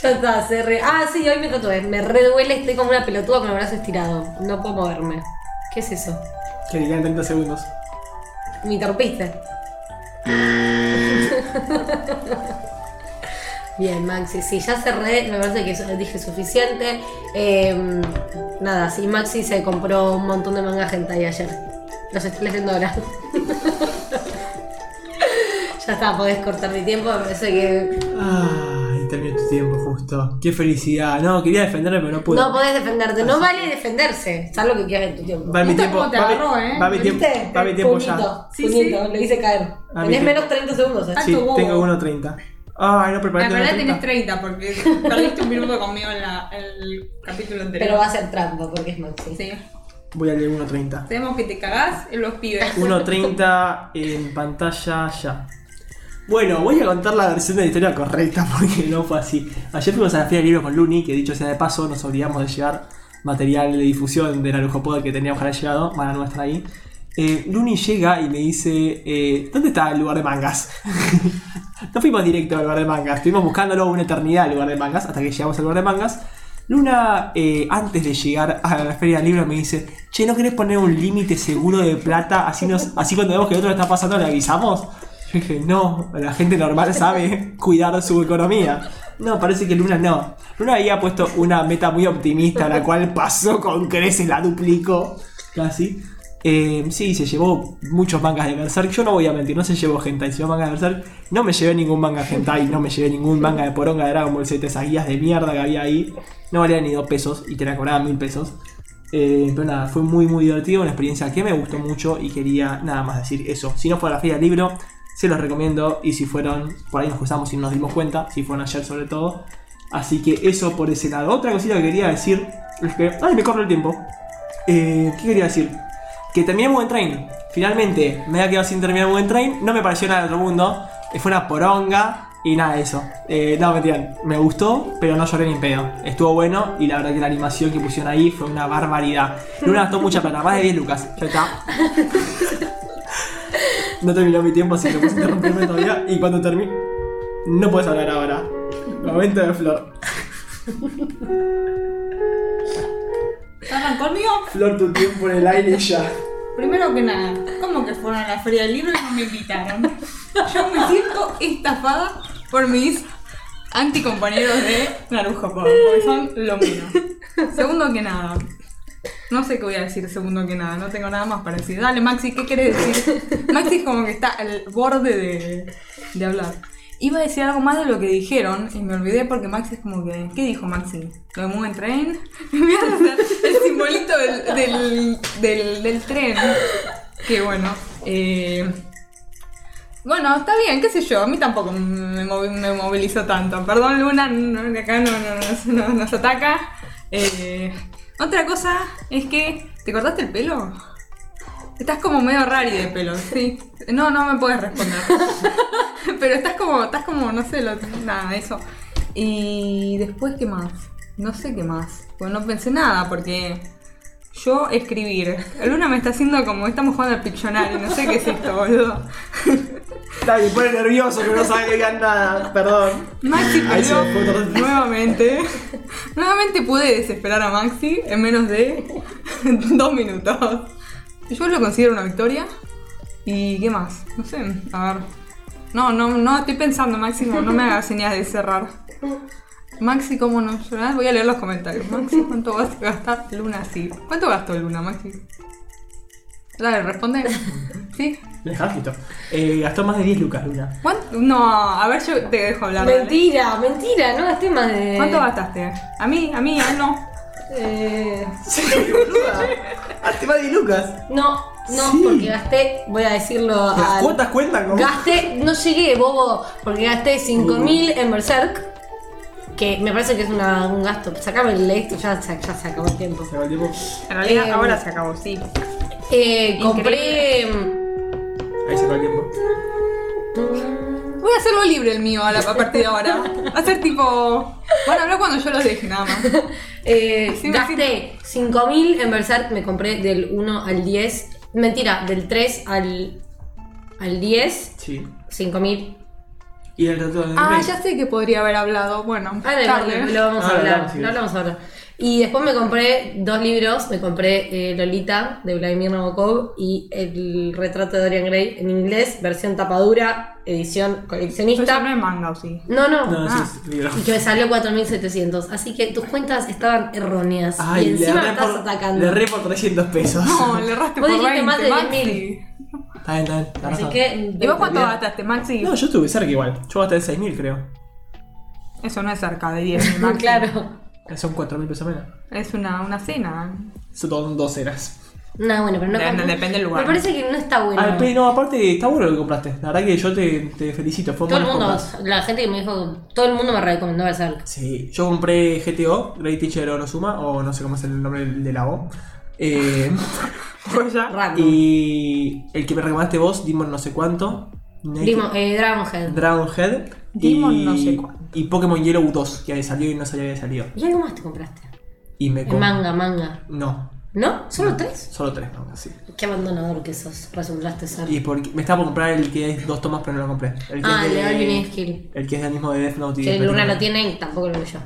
C: Ya está, se re... Ah, sí, hoy me tatué. Me re duele, estoy como una pelotuda con el brazo estirado. No puedo moverme. ¿Qué es eso?
A: Que digan 30 segundos.
C: Me interrumpiste. Bien, Maxi, sí, ya cerré, me parece que eso- dije suficiente. Eh, nada, sí, Maxi se compró un montón de manga hentai ayer. Los estoy leyendo ahora. ya está, podés cortar mi tiempo, me parece que...
A: Ay, Ah, terminó tu tiempo justo. Qué felicidad. No, quería defenderme, pero no pude.
C: No podés defenderte, no vale defenderse, salvo que quieras en tu tiempo.
A: va mi
D: Viste
A: tiempo,
D: cómo te
A: va mi-
D: agarró, ¿eh?
A: va mi tiempo,
C: ¿Viste?
A: va mi tiempo ya.
C: Puñito,
D: Sí,
C: puñito,
D: sí.
C: lo hice caer.
A: Ah,
C: Tenés
A: mi
C: menos 30 segundos, eh.
D: Ah,
A: Sí,
D: Alto bobo.
A: tengo 1.30. Ay, no preparé
B: La verdad tenés
A: 1.30.
B: 30 porque perdiste un minuto conmigo en la- el capítulo anterior.
C: Pero va a ser trampa porque es Maxi.
B: Sí.
A: Voy a leer 1.30.
B: Sabemos que te cagás en los pibes.
A: 1.30 en pantalla ya. Bueno, voy a contar la versión de la historia correcta porque no fue así. Ayer fuimos a la feria del libro con Luni, que dicho sea de paso, nos obligamos de llevar material de difusión de la Lujopoda que teníamos que haber llegado, mala nuestra ahí. Eh, Luni llega y me dice, eh, ¿dónde está el lugar de mangas? no fuimos directo al lugar de mangas, estuvimos buscándolo una eternidad el lugar de mangas, hasta que llegamos al lugar de mangas. Luna, eh, antes de llegar a la feria del libro, me dice, che, ¿no querés poner un límite seguro de plata? Así, nos, así cuando vemos que el otro está pasando, le avisamos. Yo dije, no, la gente normal sabe cuidar su economía. No, parece que Luna no. Luna había puesto una meta muy optimista, la cual pasó con creces, la duplicó casi. Eh, sí, se llevó muchos mangas de Berserk. Yo no voy a mentir, no se llevó hentai, se llevó manga de Berserk. No me llevé ningún manga hentai, no me llevé ningún manga de poronga de Dragon Ball Z, esas guías de mierda que había ahí. No valían ni dos pesos y te la cobraban mil pesos. Eh, pero nada, fue muy muy divertido, una experiencia que me gustó mucho y quería nada más decir eso. Si no fue a la feria del libro, se los recomiendo y si fueron, por ahí nos cruzamos y no nos dimos cuenta, si fueron ayer sobre todo. Así que eso por ese lado. Otra cosita que quería decir es que... ¡Ay, me corro el tiempo! Eh, ¿Qué quería decir? Que terminé Buen Train. Finalmente, me había quedado sin terminar Buen Train. No me pareció nada del otro mundo. eh, Fue una poronga y nada de eso. Eh, no, mentira. Me gustó, pero no lloré ni en pedo. Estuvo bueno y la verdad que la animación que pusieron ahí fue una barbaridad. Luna gastó mucha plata, más de 10 lucas. Ya está. No terminó mi tiempo, así que puse a interrumpirme todavía. Y cuando termine. No puedes hablar ahora. Momento de flor.
B: ¿Estaban conmigo?
A: Flor, tu tiempo en el aire ya.
B: Primero que nada, ¿cómo que fueron a la feria del libro y no me invitaron? Yo me siento estafada por mis anticompañeros de Narujo Pop, porque son lo mío. Segundo que nada, no sé qué voy a decir segundo que nada, no tengo nada más para decir. Dale, Maxi, ¿qué quieres decir? Maxi es como que está al borde de, de hablar. Iba a decir algo más de lo que dijeron y me olvidé porque Maxi es como que. ¿Qué dijo Maxi? ¿Lo de Mugen Train? Me iba a hacer el simbolito del, del, del- del tren. Que bueno. eh, Bueno, está bien, qué sé yo, a mí tampoco me, movi- me movilizó tanto. Perdón, Luna, no- no- acá no, no- no- no- nos ataca. Eh, otra cosa es que. ¿Te cortaste el pelo? Estás como medio rari de pelo, sí. No, no me puedes responder. Pero estás como, estás como, no sé, lo- nada, eso. Y después, ¿qué más? No sé qué más. Pues no pensé nada, porque yo escribir. Luna me está haciendo como, estamos jugando al Pictionary, no sé qué es esto, boludo.
A: Está, me pone nervioso que no sabe que digan nada. Perdón.
B: Maxi
A: Ahí se
B: perdió
A: me fue otra vez.
B: nuevamente. nuevamente pude desesperar a Maxi en menos de dos minutos. Yo lo considero una victoria. ¿Y qué más? No sé, a ver. No, no, no, estoy pensando, Máximo, no me hagas señas de cerrar. Maxi, ¿cómo no llorar? Voy a leer los comentarios. Maxi, ¿cuánto vas a gastar Luna? Sí. ¿Cuánto gastó Luna, Maxi? Dale, responde. ¿Sí?
A: Dejadito. Eh, gastó más de 10 lucas, Luna.
B: ¿Cuánto? No, a ver, yo te dejo hablar. dale.
C: Mentira, mentira, no gasté más de.
B: ¿Cuánto gastaste? A mí, a mí, a él no.
C: Eh,
A: Hazte más de 10 lucas.
C: no, no,
A: Sí.
C: porque gasté, voy a decirlo
A: Las
C: al-
A: cuotas cuentan como.
C: Gasté, no llegué, bobo, porque gasté 5000 en Berserk. Que me parece que es una- un gasto. Sacame el esto, ya, se- ya se acabó el tiempo.
A: Se va el tiempo.
B: En realidad,
C: Eh,
B: ahora se acabó, sí.
C: Eh, compré.
A: Ahí se va el tiempo.
B: Voy a hacerlo libre el mío a, la, a partir de ahora. Va a ser tipo. Bueno, hablar cuando yo los deje, nada más.
C: eh,
B: Sí, me
C: gasté 5000 en Berserk, me compré del 1 al 10. Mentira, del 3 al, al 10.
A: Sí.
C: 5000.
A: Y el reto del
B: Ah,
A: rey.
B: ya sé que podría haber hablado. Bueno,
C: Ahora
B: tarde.
C: Ah, lo, lo vamos a
A: Ah, lo
C: hablar,
A: hablamos, sí.
C: lo hablamos ahora. Y después me compré dos libros, me compré eh, Lolita de Vladimir Nabokov y El retrato de Dorian Gray en inglés, versión tapadura, edición
B: Pero ya
C: coleccionista.
B: Pues no es manga, ¿o sí?
C: No, no.
A: No,
B: Ah.
A: sí, sí, libro.
C: Y que me salió 4.700. Así que tus cuentas estaban erróneas. y encima me
A: erré
C: estás
A: por- le
C: atacando.
A: erré por 300 pesos.
B: No, le erraste
C: Vos
B: por
C: dijiste
B: 20,
C: más de
B: Maxi.
C: 10.000.
A: Está bien, está bien. tenés
C: Así
A: razón.
C: que.
B: ¿Y vos cuánto
A: Bien.
B: gastaste, Maxi?
A: No, yo estuve cerca igual. Yo gasté 6.000, creo.
B: Eso no es cerca de 10, Maxi.
C: Claro.
A: Son 4.000 pesos menos.
B: Es una, una cena.
A: Son dos ceras.
C: No, bueno, pero no.
B: Depende-
C: como-
B: depende del lugar.
C: Me parece que no está bueno.
A: Ah, pero no, aparte está bueno lo que compraste. La verdad que yo te, te felicito. Fue
C: todo el
A: buenas
C: mundo,
A: compras.
C: la gente que me dijo, todo el mundo me recomendó Berserk.
A: Sí, yo compré GTO, Great Teacher Onosuma, o no sé cómo es el nombre de la O. Eh,
B: Joya.
C: Random.
A: y el que me recomendaste vos, Demon no sé cuánto. Nike-
C: Dimo- eh, Dragonhead.
A: Dragon Head.
B: Demon
A: y,
B: no sé cuánto.
A: Y Pokémon Yellow 2, que había salido y no sabía que había salido.
C: ¿Y algo más te compraste?
A: Y me
C: Eh,
A: com-
C: Manga, manga.
A: No,
C: ¿No? ¿Solo tres?
A: solo tres mangas, sí.
C: Qué abandonador que sos, resumbraste ser.
A: Y porque me estaba por comprar el que es dos tomas, pero no lo compré. El que
C: Ah,
A: es
C: el de Alvin
A: de,
C: Skill.
A: El que es del mismo de Death Note. y
C: Que
A: de
C: Luna
A: Platinum.
C: lo tiene y tampoco lo veo yo.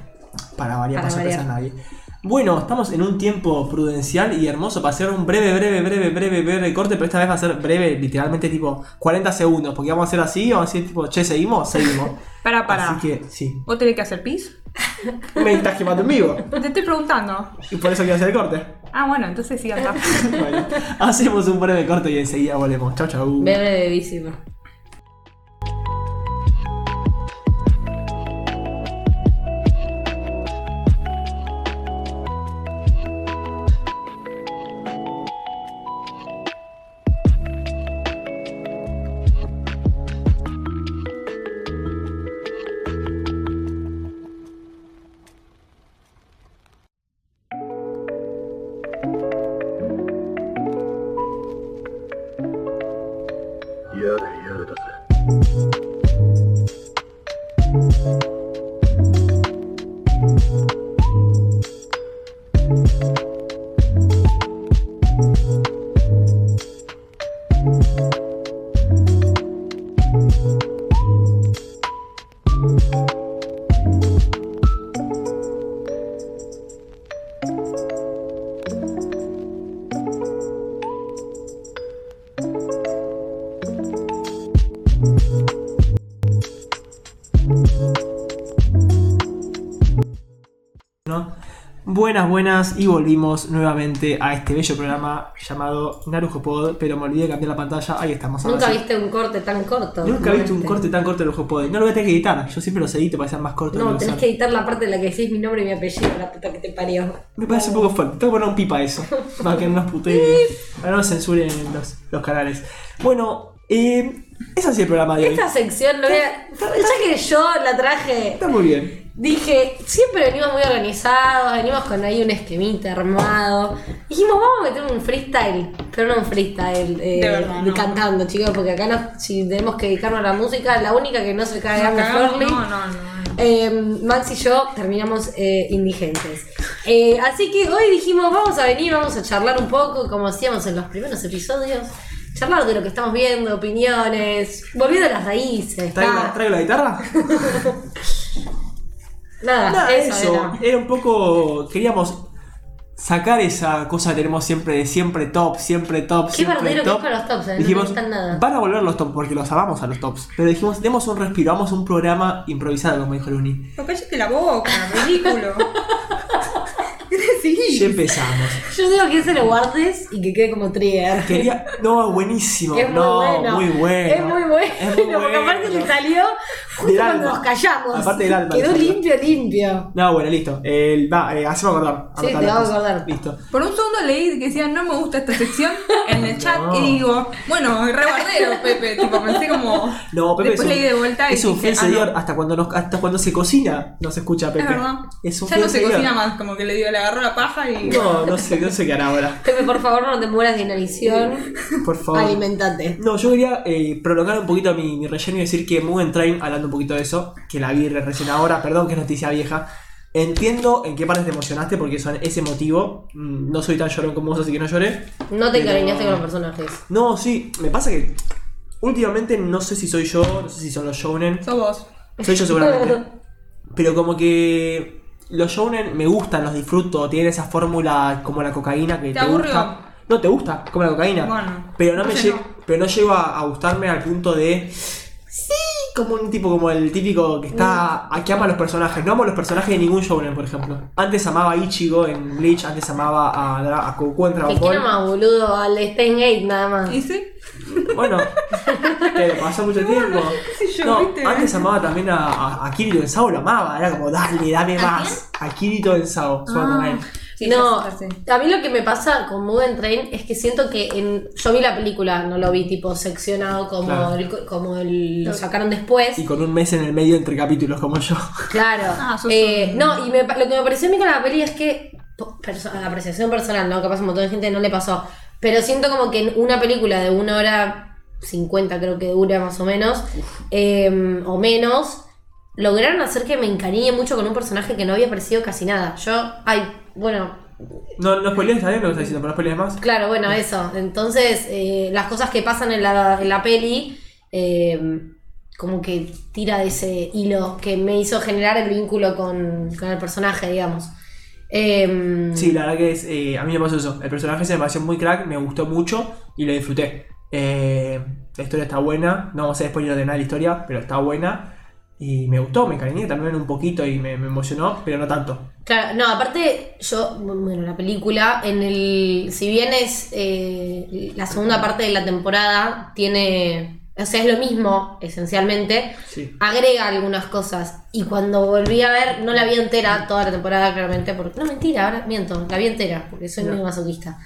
A: Para variar,
C: Para
A: para sorpresa a
C: variar.
A: nadie. Bueno, estamos en un tiempo prudencial y hermoso para hacer un breve, breve, breve, breve, breve corte, pero esta vez va a ser breve, literalmente tipo 40 segundos, porque vamos a hacer así, vamos a decir tipo, che, seguimos, seguimos.
B: Para, para.
A: Así que, sí.
B: ¿Vos tenés que hacer pis?
A: Me estás quemando en vivo.
B: Te estoy preguntando.
A: Y por eso quiero hacer el corte.
B: Ah, bueno, entonces sí, anda.
A: Bueno, hacemos un breve corte y enseguida volvemos. Chau, chau.
C: Verde bebísimo.
A: Ah,
E: Yada yada.
A: ¿no? Buenas, buenas, y volvimos nuevamente a este bello programa llamado Narujo Pod, pero me olvidé de cambiar la pantalla, ahí estamos. ahora
C: Nunca
A: sí.
C: viste un corte tan corto.
A: Nunca
C: como
A: he visto un
C: este.
A: corte tan corto de Narujo Pod, no lo voy a tener que editar, yo siempre los edito para que sean más cortos. de
C: No,
A: lo
C: tenés
A: son.
C: que editar la parte en la que decís mi nombre y mi apellido, la puta que te parió.
A: Me parece un poco fuerte, tengo que poner un pipa a eso, para que no nos puteen, para no nos censuren los, los canales. Bueno, eh, es así el programa de hoy.
C: Esta sección lo voy a. Ya que yo la traje,
A: Está muy bien.
C: dije, siempre venimos muy organizados, venimos con ahí un esquemita armado. Dijimos, vamos a meter un freestyle, pero no un freestyle, eh,
B: De verdad, no.
C: cantando, chicos, porque acá no- si tenemos que dedicarnos a la música, la única que no se cae
B: Nos
C: Ana
B: cagamos.
C: Forley.
B: No, no, no.
C: Eh, Max y yo terminamos eh, indigentes. Eh, así que hoy dijimos, vamos a venir, vamos a charlar un poco, como hacíamos en los primeros episodios. Charlar de lo que estamos viendo, opiniones, volviendo a las raíces.
A: ¿Traigo, la-
C: ta.
A: traigo la guitarra?
C: Nada,
A: Nada,
C: eso,
A: eso.
C: era.
A: Era un poco. Queríamos sacar esa cosa que tenemos siempre de siempre top, siempre top,
C: Qué
A: siempre
C: bardero que
A: top.
C: es para los tops, eh, no
A: dijimos,
C: necesitan nada.
A: van a volver los tops porque los amamos a los tops. Pero dijimos, demos un respiro, vamos a un programa improvisado, como dijo Luni.
B: No cállate la boca, ridículo.
A: Ya empezamos.
C: Yo digo que se lo guardes y que quede como trigger.
A: Quería. No, buenísimo.
C: Es muy
A: no,
C: bueno.
A: muy bueno.
C: Es muy bueno.
A: Es muy
C: Porque aparte
A: bueno.
C: le salió
A: Del
C: justo cuando
A: alma.
C: nos callamos.
A: Aparte del alma
C: Quedó
A: le salió.
C: limpio, limpio.
A: No, bueno, listo. El, va, eh, hacemos acordar.
C: Sí,
A: Anotar
C: te
A: las
C: vamos a
A: cosas.
C: acordar.
A: Listo.
B: Por un segundo leí que decía no me gusta esta sección en el chat
A: No.
B: y digo, bueno, rebardero, Pepe. Tipo, pensé como.
A: No, Pepe
B: Después
A: es un,
B: leí de vuelta y
A: es un
B: dije,
A: fiel
B: ah,
A: seguidor.
B: no.
A: Hasta, cuando nos, hasta cuando se cocina nos escucha Pepe.
B: Es verdad.
A: Es un
B: ya
A: fiel
B: no se
A: seguidor.
B: cocina más, como que le dio, le agarró la paja y.
A: No, no sé, no sé qué hará ahora.
C: Pepe, por favor, no te mueras de inanición.
A: Por favor.
C: Alimentate.
A: No, yo quería eh, prolongar un poquito mi, mi relleno y decir que Mugen Train, hablando un poquito de eso, que la vi recién ahora, perdón que es noticia vieja. Entiendo en qué partes te emocionaste porque son ese motivo. Mm, No soy tan llorón como vos, así que no lloré.
C: No te
A: Pero-
C: encariñaste con los personajes.
A: No, sí, me pasa que últimamente no sé si soy yo, no sé si son los shounen.
B: Sos vos.
A: Soy yo seguramente. Pero como que los shounen me gustan, los disfruto, tienen esa fórmula como la cocaína que te,
B: ¿Te aburrió?
A: gusta. No te gusta, como la cocaína.
B: Bueno,
A: pero no me
B: entonces
A: lle-
B: no.
A: pero no llego a, a gustarme al punto de sí, como un tipo como el típico que está a que ama a los personajes. No amo a los personajes de ningún shounen, por ejemplo. Antes amaba a Ichigo en Bleach, antes amaba a, Dra- a Goku en Dragon
C: Que
A: Ball.
C: quiero más, boludo, al Stein Gate nada más.
B: ¿Y sí?
A: Bueno, pero pasó mucho tiempo.
B: yo,
A: No,
B: ¿viste?
A: antes amaba también a, a, a Kirito en Sao, lo amaba. Era como, dale, dame más. A Kirito en Sao, Sword Online.
B: Sí,
C: no,
B: ya sé, ya
C: a mí lo que me pasa con Mugen Train es que siento que en, yo vi la película, no lo vi tipo seccionado como,
A: Claro.
C: el- como el- lo sacaron después.
A: Y con un mes en el medio entre capítulos, como yo.
C: Claro.
B: Ah, sos
C: Eh,
B: un-
C: No, y me pa- lo que me pareció a mí con la peli es que, po- perso- apreciación personal, ¿no? Capaz un montón de gente no le pasó, pero siento como que en una película de una hora 50 creo que dura más o menos, eh, o menos, lograron hacer que me encariñe mucho con un personaje que no había aparecido casi nada. Yo, ay, bueno,
A: No, no spoilees, está bien lo que estás diciendo, pero no spoilees más.
C: Claro, bueno, eso. Entonces, eh, las cosas que pasan en la, en la peli, eh, como que tira de ese hilo que me hizo generar el vínculo con, con el personaje, digamos. Eh,
A: Mm. Sí, la verdad que es, eh, a mí me pasó eso. El personaje se me pareció muy crack, me gustó mucho y lo disfruté. Eh, la historia está buena, no vamos a spoiler de nada de la historia, pero está buena. Y me gustó, me encariñé también un poquito y me, me emocionó, pero no tanto.
C: Claro, no, aparte, yo, bueno, la película, en el. Si bien es eh, la segunda parte de la temporada, tiene. O sea, es lo mismo, esencialmente.
A: Sí.
C: agrega algunas cosas. Y cuando volví a ver, no la vi entera toda la temporada, claramente, porque. No, mentira, ahora miento, la vi entera, porque soy
A: No.
C: muy masoquista.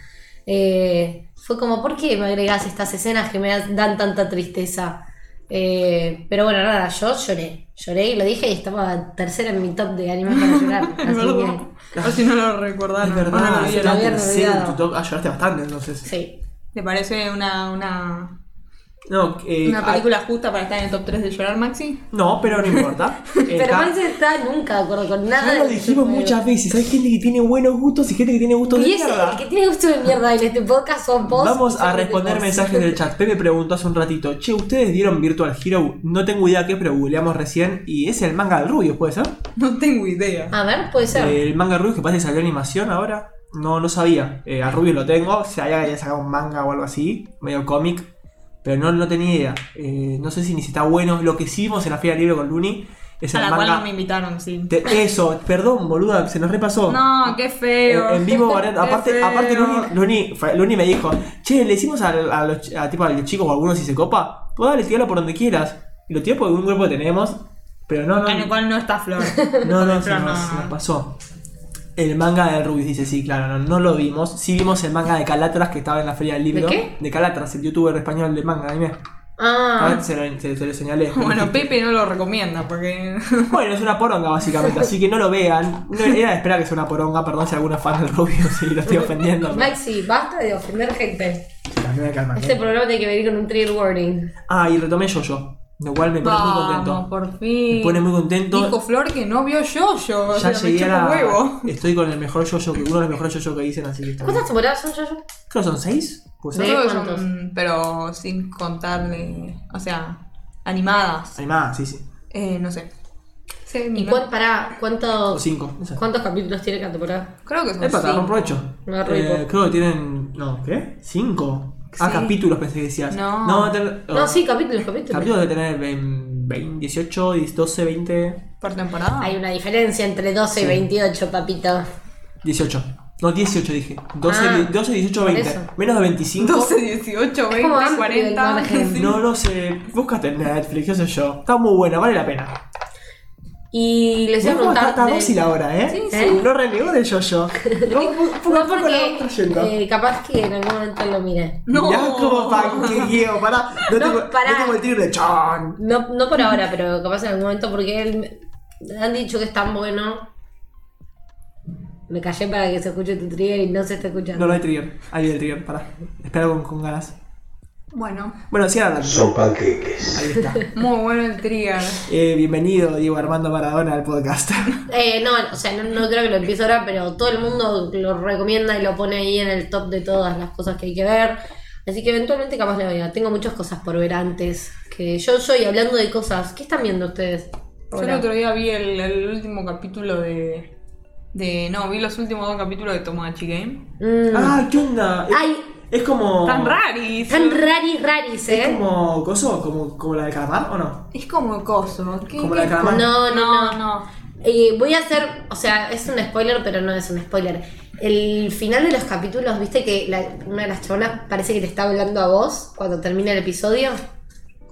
C: Eh, fue como, ¿por qué me agregas estas escenas que me das- dan tanta tristeza? Eh, pero bueno, nada, yo lloré. Lloré y lo dije y estaba tercera en mi top de animes para llorar.
B: sé. Es
C: así
B: verdad. O si no lo recordaron.
A: Ah, Es
B: no lo
A: verdad,
B: vieron.
A: la
C: había
A: tercera en
C: olvidado.
A: tu top. Ah, lloraste bastante entonces.
C: que, sí.
B: ¿Te parece una, una,
A: No, eh,
B: una
A: ah,
B: película justa para estar en el top 3 de llorar, Maxi?
A: no, pero no importa.
C: Pero
A: Está-
C: Marce está nunca de acuerdo con nada.
A: ya
C: de
A: lo
C: que
A: dijimos
C: yo digo.
A: muchas veces. Hay gente que tiene buenos gustos y gente que tiene gustos de
C: Y ese,
A: mierda.
C: el que tiene gusto de mierda en este podcast son vos.
A: Vamos a
C: solamente
A: responder
C: vos.
A: mensajes del chat. Pepe preguntó hace un ratito, che, ¿ustedes dieron Virtual Hero? No tengo idea qué, pero googleamos recién. Y es el manga del Rubius, ¿puede ser?
B: No tengo idea.
C: A ver, puede ser.
A: El manga del Rubius que parece que salió animación ahora. No, no sabía. Eh, a Rubius lo tengo. Se había había sacado un manga o algo así, medio cómic. Pero no, no tenía idea. Eh, no sé si ni si está bueno. Lo que hicimos en la Feria Libre con Luni es
B: A
A: el
B: la
A: manga.
B: cual no me invitaron, sí.
A: Te- eso, perdón, boluda, se nos repasó. Eh,
B: No, qué feo.
A: En, en vivo, Baret-
B: Qué
A: aparte,
B: feo.
A: aparte Luni, Luni, fue- Luni me dijo, che, le hicimos a, a los ch- a tipo, a los chicos o a algunos si se copa, pues dale, tíralo por donde quieras. Y lo tiró por un grupo que tenemos, pero no, no,
B: En el
A: no,
B: cual no está Flor.
A: no,
B: Flor
A: se, nos, se nos
B: no.
A: pasó. El manga del Rubius dice, sí, claro, no, no lo vimos. Sí vimos el manga de Calatras que estaba en la feria del libro.
C: ¿De qué?
A: Calatras, el youtuber español de manga, dime. A
C: Ah,
A: ver, se lo, se- se lo señalé.
B: Bueno, Pepe no lo recomienda porque.
A: Bueno, es una poronga básicamente, así que no lo vean. No, era de esperar que sea una poronga, perdón si alguna fan del Rubius si lo estoy ofendiendo. pero-
C: Maxi, basta de ofender gente.
A: También hay que calmarlo.
C: Este programa tiene que venir con un trigger warning.
A: Ah, y retomé yo-yo, lo cual me pone muy
B: Vamos,
A: contento.
B: por
A: Me
B: fin.
A: pone muy contento.
B: Dijo Flor que no vio yo yo. o
A: ya
B: sea, me
A: llegué a
B: chupa
A: la...
B: huevo.
A: Estoy con el mejor yo-yo, que- uno de los mejores yo-yo que dicen, así que está bien.
C: ¿Cuántas temporadas son yo? yo?
A: Creo que son seis. Pues
C: Sí.
B: Yo creo que
C: ¿Cuántos?
B: son- pero sin contarle. O sea, animadas.
A: Hay más, sí, sí.
B: Eh, no sé. Sí, Sí,
C: ¿Y
B: no.
C: cuán- pará,
A: O
C: cuántos,
A: cinco. no sé.
C: cuántos capítulos tiene cada temporada?
B: Creo que son
A: Epa, te agarró
B: cinco.
A: provecho.
C: Me agarró hipo.
A: creo que tienen. No, ¿qué? ¿Cinco? Ah,
B: Sí.
A: capítulos pensé que decías.
B: No.
A: No, ten-
C: No,
A: oh,
C: sí, capítulos, capítulos.
A: Capítulos debe tener em, 20, 18, 12, 20.
B: ¿Por temporada?
C: Hay una diferencia entre 12 y
A: Sí.
C: 28, papito.
A: 18. No, 18 dije. 12,
C: Ah,
A: 12 18,
C: por
A: 20.
C: eso.
A: Menos de 25.
B: 12, 18,
C: Es como
B: 20,
C: amplio el
B: 40.
C: margen.
B: sí.
A: No lo sé. Búscate en Netflix, qué sé yo. Está muy buena, vale la pena.
C: Y les voy a
A: Mirá cómo está
C: preguntar.
A: está
C: de-
A: dócil ahora, ¿eh?
C: Sí, sí.
A: No renegó de yo-yo. No, poco a
C: No,
A: poco la vamos trayendo.
C: porque eh, capaz que en algún momento lo miré.
A: No. Mirá cómo panquequeo, pará. No,
C: No,
A: tengo,
C: pará.
A: no tengo el tiro de chon.
C: No, no por ahora, pero capaz en algún momento porque él, me- han dicho que es tan bueno. Me callé para que se escuche tu trigger y no se está
A: No,
C: escuchando.
A: no hay trigger. Ahí el trigger, pará. Espera con, con ganas.
B: Bueno,
A: Bueno, sigan hablando.
E: Son panqueques.
A: Ahí está.
B: muy bueno el trigger.
A: Eh, bienvenido, Diego Armando Maradona, al podcast.
C: Eh, no, o sea, no, no creo que lo empiece ahora, pero todo el mundo lo recomienda y lo pone ahí en el top de todas las cosas que hay que ver. Así que eventualmente capaz la vea. Tengo muchas cosas por ver antes. Que yo soy hablando de cosas. ¿Qué están viendo ustedes?
B: Yo el otro día vi el, el último capítulo de, de. No, vi los últimos dos capítulos de Tomodachi Game.
C: Mm.
A: ah, ¿qué onda? Es,
C: Ay,
A: es como.
B: Tan raris.
C: Oh. tan raris
A: Es
C: raris, eh.
A: como. ¿Coso? ¿Como, como la de Calamar o no?
B: Es como coso. ¿Qué,
A: Como la
B: qué-
A: de Calamar.
C: No, no,
B: No,
C: no.
B: no.
C: Eh, voy a hacer, o sea, es un spoiler, pero no es un spoiler. El final de los capítulos, viste que la- una de las chabonas parece que te está hablando a vos cuando termina el episodio.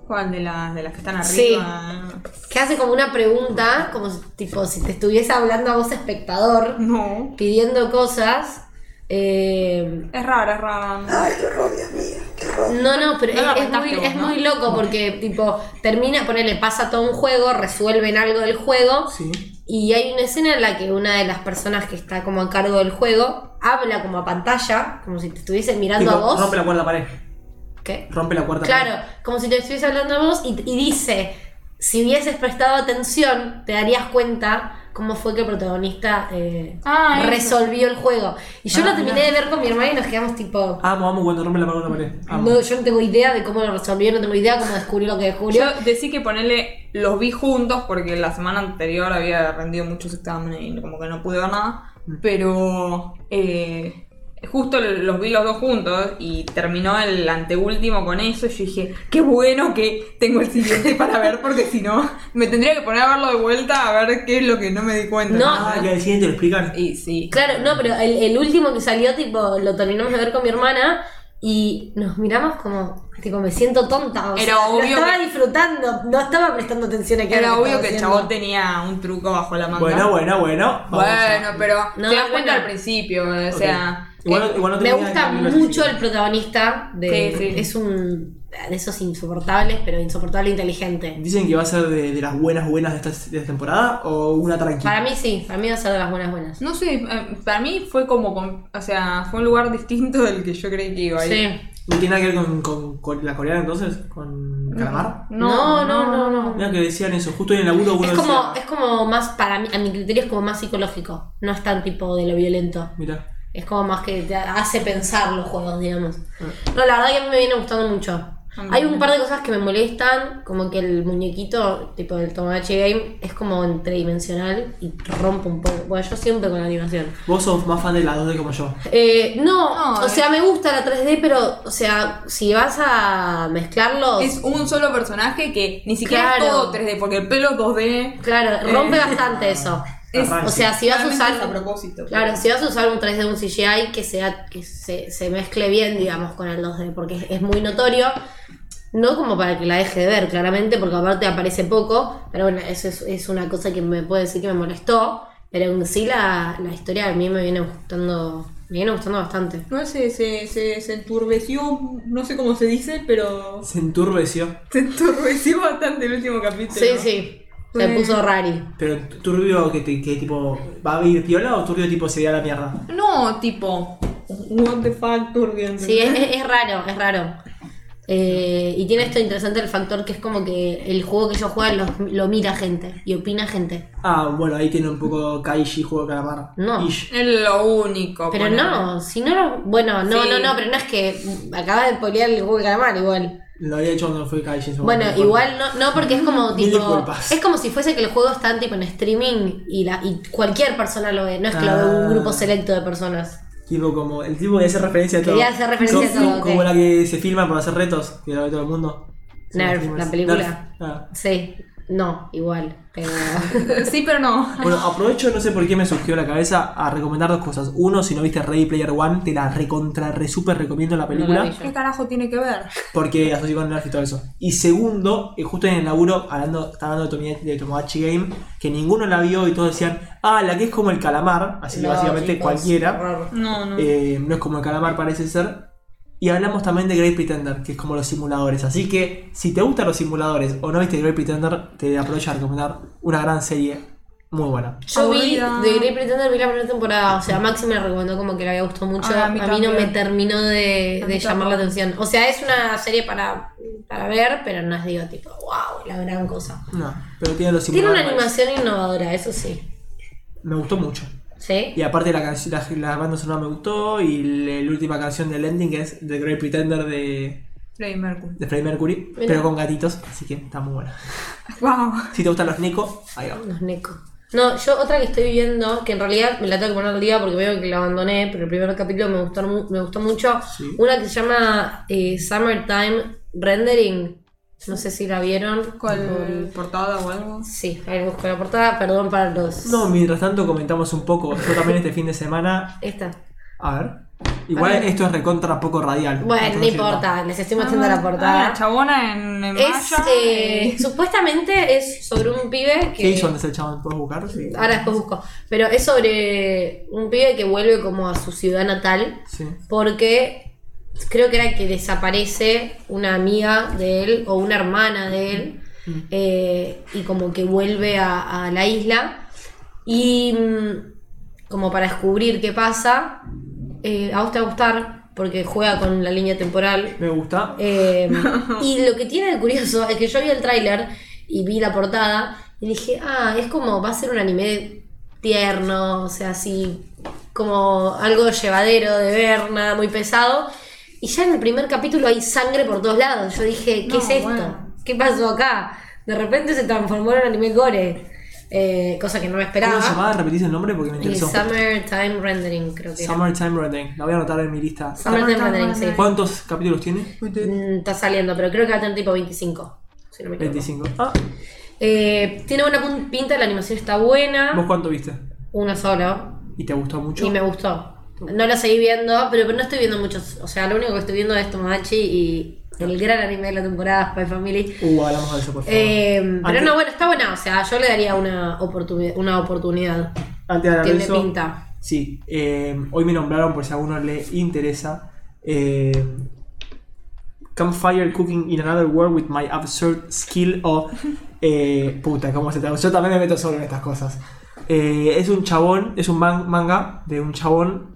B: ¿Cuál de las, de las que están
C: Sí.
B: arriba?
C: Que hace como una pregunta, como si- tipo si te estuviese hablando a vos espectador,
B: No.
C: pidiendo cosas. Eh,
B: Es rara, es rara.
C: no, no, pero
B: No la
C: es- es,
B: contaste
C: muy,
B: vos,
C: es
B: ¿no?
C: muy loco porque tipo termina, ponele, pasa todo un juego, resuelven algo del juego
A: Sí.
C: Y hay una escena en la que una de las personas que está como a cargo del juego habla como a pantalla, como si te estuviese mirando
A: Tipo,
C: a vos.
A: Rompe la cuarta pared.
C: ¿Qué?
A: Rompe la cuarta pared.
C: Claro, como si te estuviese hablando a vos y, y dice, si hubieses prestado atención, te darías cuenta cómo fue que el protagonista eh,
B: Ah, eso.
C: resolvió el juego. Y yo
A: Ah,
C: lo terminé de ver con mi hermana y nos quedamos tipo...
A: Amo, amo cuando rompe la cuarta pared. Amo.
C: No, yo no tengo idea de cómo lo resolvió, no tengo idea de cómo descubrió lo que descubrió.
B: Yo decí que ponerle los vi juntos porque la semana anterior había rendido muchos exámenes y como que no pude ver nada. Pero eh, justo los vi los dos juntos y terminó el anteúltimo con eso. Y yo dije, qué bueno que tengo el siguiente para ver porque si no, me tendría que poner a verlo de vuelta a ver qué es lo que no me di cuenta.
C: No.
A: Ah, que al siguiente lo explican.
B: Y sí.
C: Claro, no, pero el, el último que salió, tipo, lo terminamos de ver con mi hermana y nos miramos como, tipo, me siento tonta. O
B: Era
C: sea, lo
B: obvio
C: estaba
B: que-
C: disfrutando, no estaba prestando atención a qué
B: Era
C: lo
B: obvio
C: estaba
B: que el
C: haciendo.
B: chabón tenía un truco bajo la manga.
A: Bueno, bueno, bueno. Vamos
B: Bueno,
A: a-
B: pero
C: No,
B: te das cuenta
C: bueno.
B: al principio, o
A: Ok.
B: sea. eh,
A: Igual, igual no
C: Me
A: tenía
C: gusta
A: que-
C: mucho el protagonista de.
B: Sí, sí.
C: Es un. de esos insoportables, pero insoportable e inteligente.
A: Dicen que va a ser de, de las buenas buenas de esta, de esta temporada o una tranquila.
C: Para mí sí, para mí va a ser de las buenas buenas.
B: No sé, eh, para mí fue como, con- o sea, fue un lugar distinto del que yo creí que iba a ir.
C: Sí.
A: ¿No tiene nada que ver con, con- con la coreana entonces? ¿Con Calamar?
C: No, no, no, no.
A: Mira que decían eso, justo en el laburo uno
C: Es como,
A: decía-
C: es como más, para mí, a mi criterio es como más psicológico. No es tan tipo de lo violento.
A: Mira,
C: Es como más que te hace pensar los juegos, digamos.
B: Ah.
C: No, la verdad que a mí me viene gustando mucho.
B: mí
C: Hay un
B: también.
C: par de cosas que me molestan, como que el muñequito, tipo del Tomodachi Game, es como tridimensional y rompe un poco. Bueno, yo siempre con la animación.
A: vos sos más fan de la 2D como yo.
C: Eh, no,
B: No,
C: o
B: eh.
C: sea, me gusta la 3D, pero, o sea, si vas a mezclarlos,
B: Es un solo personaje que ni siquiera
C: Claro.
B: es todo 3D, porque el pelo es 2D.
C: claro, rompe bastante eso.
B: Es-
A: Arranque.
C: O sea, si vas a
B: Claramente
C: usar...
B: Eh. es a propósito.
C: Claro, si vas a usar un 3D, un CGI, que sea que se, se mezcle bien, digamos, con el 2D, porque es, es muy notorio. No como para que la deje de ver, claramente, porque aparte aparece poco, pero bueno, eso es, es una cosa que me puede decir que me molestó, pero en sí la, la historia a mí me viene gustando, me viene gustando bastante.
B: No sé, se, se, se enturbeció, no sé cómo se dice, pero
A: Se enturbeció.
B: se enturbeció bastante el último capítulo.
C: Sí, sí, se
B: Eh.
C: puso rari.
A: Pero turbio que, te- que tipo, ¿va a ir piola o turbio tipo se irá a la mierda?
B: No, tipo, what the fuck, turbio.
C: Sí, es, es- es raro, es raro. Eh, y tiene esto interesante el factor que es como que el juego que ellos juegan lo, lo mira gente y opina gente.
A: Ah, bueno, ahí tiene un poco Kaiji, juego de calamar.
C: No.
A: Ish.
B: Es lo único.
C: Pero
B: ponele.
C: no, si no, lo- bueno, no,
B: Sí.
C: no, no, pero no es que acaba de polear el juego de calamar igual.
A: Lo había hecho cuando fue Kaijin.
C: Bueno, igual no, no porque es como
A: Mil
C: tipo.
A: disculpas.
C: Es como si fuese que el juego está tipo en streaming y la y cualquier persona lo ve, no es que lo ve
A: Ah.
C: un grupo selecto de personas.
A: Tipo como, el tipo que hace referencia a todo.
C: Quería hacer
A: Como-
C: referencia a todo,
A: Como,
C: ok.
A: como la que se filma por hacer retos, que la ve todo el mundo. Sí,
C: Nerf,
A: filmas.
C: la película.
A: Nerf, ah.
C: Sí, no, igual, pero.
D: Sí, pero no.
A: Bueno, aprovecho, no sé por qué me surgió a la cabeza, a recomendar dos cosas. Uno, si no viste Ready Player One, te la recontra, re super recomiendo la película.
C: vi yo.
D: ¿Qué carajo tiene que ver?
A: porque asocio con Nerf y todo eso. Y segundo, eh, justo en el laburo, hablando, estaba hablando de, Tomi- de Tomodachi Game, que ninguno la vio y todos decían, ah, la que es como el calamar, así que
C: No,
A: básicamente
C: chicos,
A: cualquiera,
C: horror.
D: No, no.
A: eh, no es como el calamar parece ser. Y hablamos también de Great Pretender, que es como los simuladores. Así que si te gustan los simuladores o no viste Great Pretender, te aprovecho a recomendar una gran serie muy buena.
C: Yo vi
D: Aburrida.
C: The Great Pretender, vi la primera temporada, o sea, Maxi me la recomendó como que le había gustado mucho,
D: Ah,
C: a
D: a mí
C: mí, no me
D: también.
C: terminó de,
D: A
C: de
D: mí
C: llamar
D: tampoco.
C: la atención. O sea, es una serie para, para ver, pero no es digo tipo, wow, la gran cosa.
A: No, pero tiene los
C: Tiene una
A: simuladores.
C: animación innovadora, eso sí.
A: Me gustó mucho.
C: ¿Sí?
A: Y aparte la, canci- la, la banda sonora me gustó y la, la última canción del ending que es The Great Pretender de,
D: Freddie Mercury.
A: de Freddie Mercury, pero con gatitos, así que está muy buena.
D: Wow.
A: Si te gustan los Nico, ahí va.
C: Los Neko. No, yo otra que estoy viendo, que en realidad me la tengo que poner al día porque veo que la abandoné, pero el primer capítulo me gustó, mu- me gustó mucho.
A: Sí.
C: Una que se llama eh, Summertime Rendering. No sé si la vieron.
D: ¿Cuál portada o algo?
C: Sí, ahí busco la portada, perdón para los.
A: No, mientras tanto comentamos un poco, yo también este fin de semana,
C: Esta.
A: a ver, igual
C: Para-
A: esto es recontra poco radial.
C: Bueno,
A: Entonces,
C: no importa, les estoy mostrando la
D: Ah,
C: portada.
D: la chabona en, en
C: es,
D: malla.
C: eh, supuestamente es sobre un pibe
A: ¿Qué
C: que.
A: hizo es el chabón? ¿Puedes buscar? Sí.
C: Ahora después busco. Pero es sobre un pibe que vuelve como a su ciudad natal.
A: Sí.
C: porque creo que era que desaparece una amiga de él o una hermana de él eh, y como que vuelve a, a la isla y mm, como para descubrir qué pasa, eh, a vos te va a gustar porque juega con la línea temporal
A: Me gusta.
C: eh, y lo que tiene de curioso es que yo vi el tráiler y vi la portada y dije, ah, es como, va a ser un anime tierno, o sea, así, como algo llevadero de ver, nada muy pesado. Y ya en el primer capítulo hay sangre por todos lados. Yo dije, ¿qué
D: No,
C: es esto?
D: bueno.
C: ¿Qué pasó acá? De repente se transformó en un anime gore, eh, cosa que no
A: ¿Cómo
C: me
A: se
C: esperaba.
A: llamaba? ¿Repetís el nombre? Porque me
C: El
A: interesó.
C: Summertime Rendering, creo que era.
A: Summertime Rendering. La voy a anotar en mi lista.
C: Summertime Rendering, sí.
A: ¿Cuántos capítulos tiene?
C: Mm, Está saliendo, pero creo que va a tener tipo 25. Si no me equivoco.
A: 25. Ah,
C: Eh, tiene buena pun- pinta, la animación está
A: ¿vos
C: buena.
A: cuánto viste?
C: Una solo.
A: ¿Y te gustó mucho?
C: Ah. Y me gustó. No la seguí viendo, pero, pero no estoy viendo muchos. O sea, lo único que estoy viendo es Tomodachi y el gran anime de la temporada Spy Family.
A: Uh, hablamos de eso, por favor.
C: Eh, pero
A: Antes-
C: no, bueno, está buena. O sea, yo le daría una, oportuni- una oportunidad.
A: Antes de hablar de
C: Tiene
A: eso,
C: pinta.
A: Sí, eh, hoy me nombraron por si a alguno le interesa. eh, Campfire Cooking in Another World with My Absurd Skill o... eh, puta, ¿cómo se traduce? Yo también me meto solo en estas cosas. Eh, es un chabón, es un man- manga de un chabón...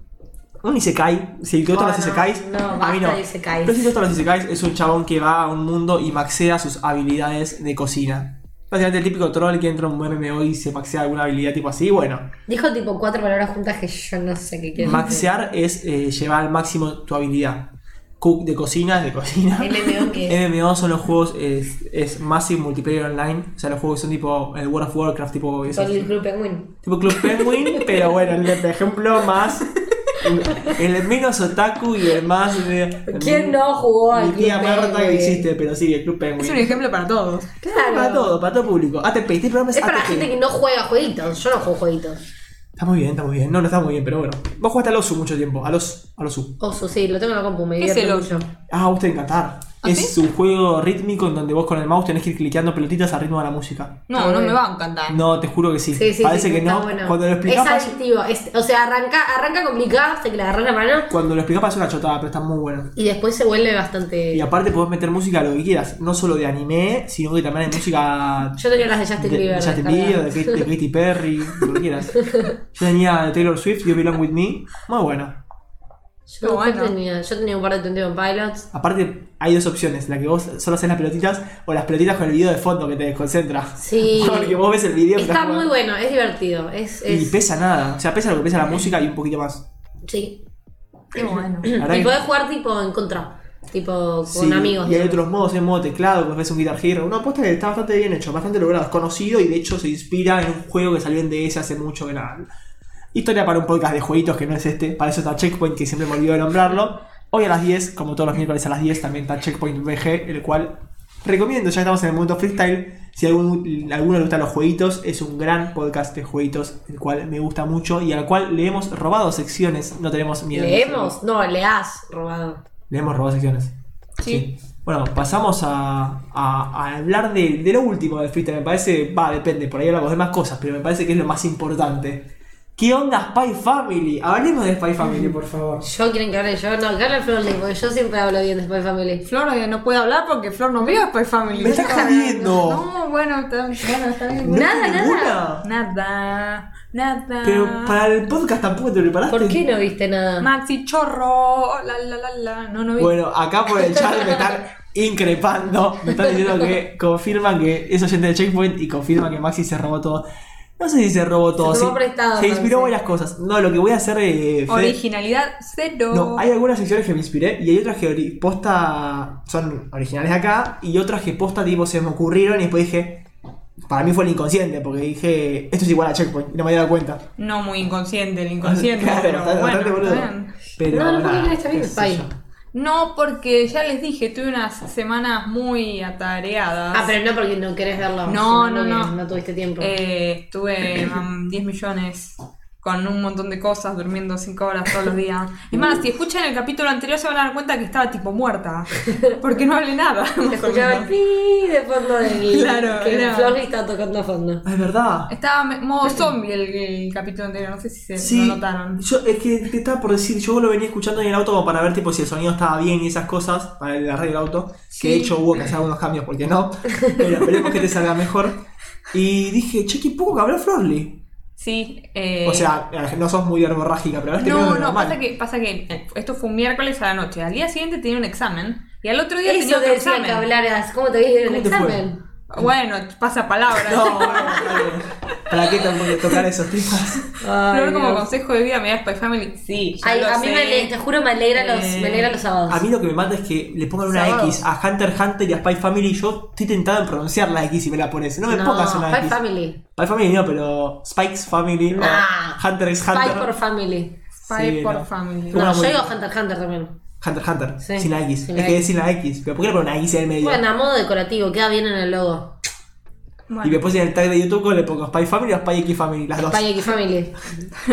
A: Un isekai, si te gustan
C: Bueno,
A: los isekais,
C: no,
A: a mí
C: basta
A: no.
C: de isekais.
A: Pero si te gustan los isekais, es un chabón que va a un mundo y maxea sus habilidades de cocina. Básicamente el típico troll que entra a un MMO y se maxea alguna habilidad tipo así, bueno.
C: Dijo tipo cuatro palabras juntas que yo no sé qué quiere decir.
A: Maxear es eh, llevar al máximo tu habilidad. Cook de cocina es de cocina.
C: LMO que es.
A: MMO son los juegos, es, es Massive Multiplayer Online. O sea, los juegos que son tipo el World of Warcraft, tipo esos-
C: Con el Club Penguin.
A: Tipo Club Penguin, pero bueno, el de por ejemplo más. El menos otaku y el más. de- eh,
C: ¿Quién no jugó al
A: Mi tía
C: Club
A: Marta que
C: Penguin?
A: existe, pero sí, el Club Penguin.
D: Es un ejemplo para todos.
C: Claro.
A: Para todo, para todo público. ATP, este programa es,
C: Es para
A: ATP.
C: gente que no juega jueguitos. Yo no juego jueguitos.
A: Está muy bien, está muy bien. No, no está muy bien, pero bueno. Vos jugaste al Osu mucho tiempo, al Osu. Al Osu.
C: Oso, sí, lo tengo en la compu, me
D: ¿Qué es
C: divierte
D: el
C: mucho.
A: Ah, a vos te va a encantar.
D: ¿Ah,
A: es un juego rítmico en donde vos con el mouse tenés que ir cliqueando pelotitas al ritmo de la música.
D: No, no me va a encantar.
A: No, te juro que sí.
C: Sí, sí,
A: Parece
C: sí,
A: que
C: está
A: no.
C: bueno.
A: Cuando lo explicás,
C: Es
A: parece-
C: adictivo. es- o sea, arranca, arranca complicado hasta que le agarras la mano
A: cuando lo explicás parece una chotada, pero está muy bueno.
C: y después se vuelve bastante.
A: Y aparte podés meter música a lo que quieras, no solo de anime, sino que también hay música
C: Yo tenía las de Justin
A: de, de
C: Bieber.
A: Justin Bieber,
C: descargadas.
A: de, Kate- de Katy Perry, de lo que quieras. Yo tenía de Taylor Swift, You Belong With Me, muy buena.
C: Yo, no
D: Pero bueno.
C: tenía, yo tenía un par de Twenty One Pilots.
A: Aparte hay dos opciones, la que vos solo haces las pelotitas o las pelotitas con el video de fondo que te desconcentra.
C: Sí.
A: Porque vos ves el video mientras
C: Está muy
A: jugás.
C: bueno, es divertido. Es,
A: Y
C: es-
A: pesa nada, o sea, pesa lo que pesa la música y un poquito más.
C: sí.
D: Qué bueno.
A: La verdad
C: Y
A: que-
C: podés jugar tipo en contra. Tipo, con
A: Sí,
C: amigos.
A: Y hay
C: digamos.
A: otros modos, hay un modo teclado, pues ves un Guitar Hero. Una apuesta que está bastante bien hecho, bastante logrado, es conocido y de hecho se inspira en un juego que salió en DS hace mucho que nada. Historia para un podcast de jueguitos que no es este, para eso está Checkpoint, que siempre me olvido de nombrarlo. Hoy a las 10, como todos los miércoles a las 10, también está Checkpoint VG, el cual recomiendo, ya estamos en el mundo freestyle. Si a algún, a alguno le gustan los jueguitos, es un gran podcast de jueguitos, el cual me gusta mucho y al cual le hemos robado secciones, no tenemos miedo. de hacerlo.
C: ¿Leemos? No, le has robado.
A: Le hemos robado secciones.
B: Sí.
A: Bueno, pasamos a, a- a hablar de, de lo último del freestyle. Me parece, va, depende, por ahí hablamos de más cosas, pero me parece que es lo más importante. ¿Qué onda Spy Family? Hablemos de Spy Family, por favor.
C: Yo quieren que hable yo. No, que hable Florley, porque yo siempre hablo bien de Spy Family.
D: Flor eh, no puede hablar porque Flor no vio Spy Family.
A: Me está jodiendo.
D: No, bueno, está, bueno, está bien.
A: ¿No
C: Nada,
A: viste
C: nada.
A: ninguna?
D: Nada, nada.
A: Pero para el podcast tampoco te preparaste.
C: Ah. ¿Por qué no viste nada?
D: Maxi Chorro, la la la la. No, no vi.
A: Bueno, acá por el chat me están increpando. Me están diciendo que confirman que es oyente de Checkpoint y confirman que Maxi se robó todo. No sé si se robó todo.
C: robó
A: sí,
C: prestado,
A: se inspiró en varias
C: parece.
A: cosas. No, lo que voy a hacer eh, Fede,
D: Originalidad cero.
A: No, hay algunas secciones que me inspiré y hay otras que ori- posta son originales de acá y otras que posta tipo se me ocurrieron y después dije, para mí fue el inconsciente porque dije, esto es igual a Checkpoint y no me había dado cuenta.
D: No muy inconsciente, el inconsciente.
A: Claro,
D: pero
A: bastante-
D: bueno,
A: bastante boludo.
D: está bien.
A: Pero
C: No, no puedo
A: nada,
C: creer que está bien
A: qué
C: el
A: sé
C: país.
A: yo.
D: No, porque ya les dije, tuve unas semanas muy atareadas.
C: Ah, pero no porque no querés verlo.
D: No,
C: sino
D: no,
C: porque
D: no.
C: No tuviste tiempo.
D: Eh, estuve mam, 10 millones con un montón de cosas, durmiendo 5 horas todos los días. Es más, si escuchan el capítulo anterior se van a dar cuenta que estaba tipo muerta. Porque no hablé nada.
C: Te escuchaba el pi de fondo del.
D: Claro,
C: que
D: era-
C: Florley está tocando a fondo.
A: Ah, Es verdad.
D: Estaba me- modo zombie el, el capítulo anterior, no sé si se
A: Sí,
D: lo notaron.
A: yo, es que te estaba por decir, yo lo venía escuchando en el auto como para ver tipo si el sonido estaba bien y esas cosas, para el arreglo del auto, que de hecho hubo que hacer algunos cambios porque no, pero esperemos que te salga mejor. Y dije, che, qué poco que habló Frosly.
D: Sí, eh,
A: O sea, no sos muy verborrágica, pero hablaste menos
D: No,
A: de
D: no,
A: lo normal.
D: pasa que, pasa que eh, esto fue un miércoles a la noche. Al día siguiente tenía un examen y al otro día tenía
C: Eso
D: otro
C: decía
D: examen.
C: que hablaras. ¿Cómo te viste en
A: ¿Cómo
C: el
A: te fue?
C: examen?
D: Bueno, pasa palabra.
A: No, bueno, está bien. ¿Para qué tan- tocar esos temas?
C: Ay,
D: Flor, como
C: Dios.
D: consejo de vida, mira Spy Family. Sí, ya
C: Ay,
D: lo
C: a mí
D: sé.
C: me ale- te juro me alegra los,
D: Eh,
C: me alegra los sábados.
A: A mí lo que me mata es que le pongan una
C: Sábado.
A: X a Hunter x Hunter y a Spy Family. Yo estoy tentado en pronunciar la X y me la pones. No me pongas una
C: Spy
A: X.
C: Family.
A: Spy Family no, pero Spike's Family. o
C: Nah.
A: Hunter x
C: Spy
A: Hunter.
C: por Family.
D: Spy
A: Sí,
D: por
A: no.
D: Family.
A: Una
C: No, yo
A: muy-
C: digo Hunter x Hunter también.
A: Hunter x Hunter.
C: Sí,
A: Sin la X.
C: sin
A: es
C: la
A: que
C: X.
A: es sin la X. ¿Pero por qué le ponen una X en el medio?
C: Bueno, a modo decorativo, queda bien en el logo.
A: Y después en el tag de YouTube le pongo Spy Family o Spy X Family. Las dos.
C: Spy X Family.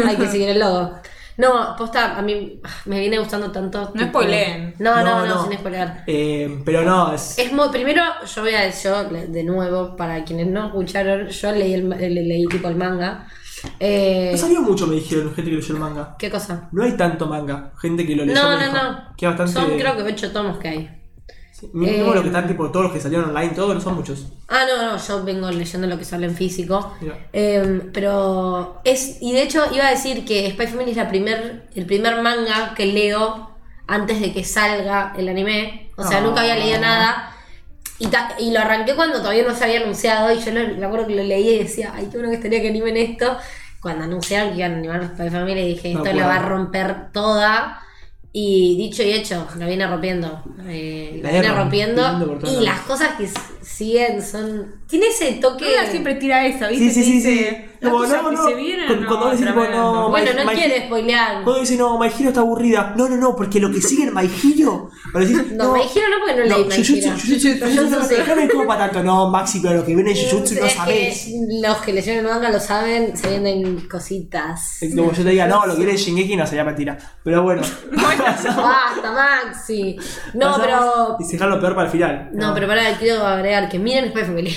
C: Hay que seguir el logo. No, posta, a mí ah, me viene gustando tanto. tipo-
D: spoileen.
C: No, no,
A: No,
C: no,
A: no.
C: sin Este- spoiler.
A: Eh, pero no, es.
C: Es muy, primero, yo voy a decir, yo, le- de nuevo, para quienes no escucharon, yo leí, el, ma- le- leí tipo el manga. Eh,
A: No salió mucho, me dijeron, gente que leyó el manga.
C: ¿Qué cosa?
A: No hay tanto manga, gente que lo leyó.
C: No,
A: me
C: no,
A: dijo.
C: no.
A: Que bastante.
C: Son creo que ocho tomos que hay.
A: Sí, Mínimo
C: eh,
A: lo que están, tipo, todos los que salieron online, todos no son muchos.
C: Ah, no, no, yo vengo leyendo lo que sale en físico.
A: Mira.
C: Eh, pero es. Y de hecho, iba a decir que Spy Family es la primer, el primer manga que leo antes de que salga el anime. O sea,
A: Ah.
C: nunca había leído nada. Y, ta- y lo arranqué cuando todavía no se había anunciado. Y yo lo, me acuerdo que lo leí y decía, ay, qué bueno que estaría que animen esto. Cuando anunciaron que iban a animar Spy Family, dije,
A: No
C: esto la va a
A: puedo.
C: romper toda. Y dicho y hecho, la viene rompiendo. Eh,
A: La
C: la viene
A: viene rompiendo
C: rompiendo.
A: por todos
C: Y
A: lados.
C: las cosas que s- siguen son. Tiene ese toque.
D: Ella siempre tira esa, ¿viste?
A: Sí, sí,
D: Te
A: sí,
D: dice,
A: sí. Como,
D: "Las cosas
A: no,
D: que
A: no,
D: se vienen,
A: con-
D: no,
A: cuando decís, tipo,
D: tremendo".
A: no,
C: Bueno, no
A: My- My-
C: quiere spoilear.
A: Cuando dicen, no, My Hero está aburrida. No, no, no, porque lo que sigue en My Hero. Pero decís,
C: No, me dijeron no porque no leí My
A: Jujutsu,
C: Hero.
A: Jujutsu, Jujutsu,
C: Jujutsu, sí.
A: No me copa tanto, no, Maxi, pero lo que viene en Jujutsu no
C: Es que
A: sabés.
C: Los que leyeron el manga lo saben, se vienen cositas.
A: Es Como yo te diga, no, lo que viene en Shingeki no sería mentira. Pero bueno.
C: Basta, Maxi. No, pero.
A: pasamos Y dejar lo peor para el final.
C: No, pero pará, quiero agregar que miren Spy Family.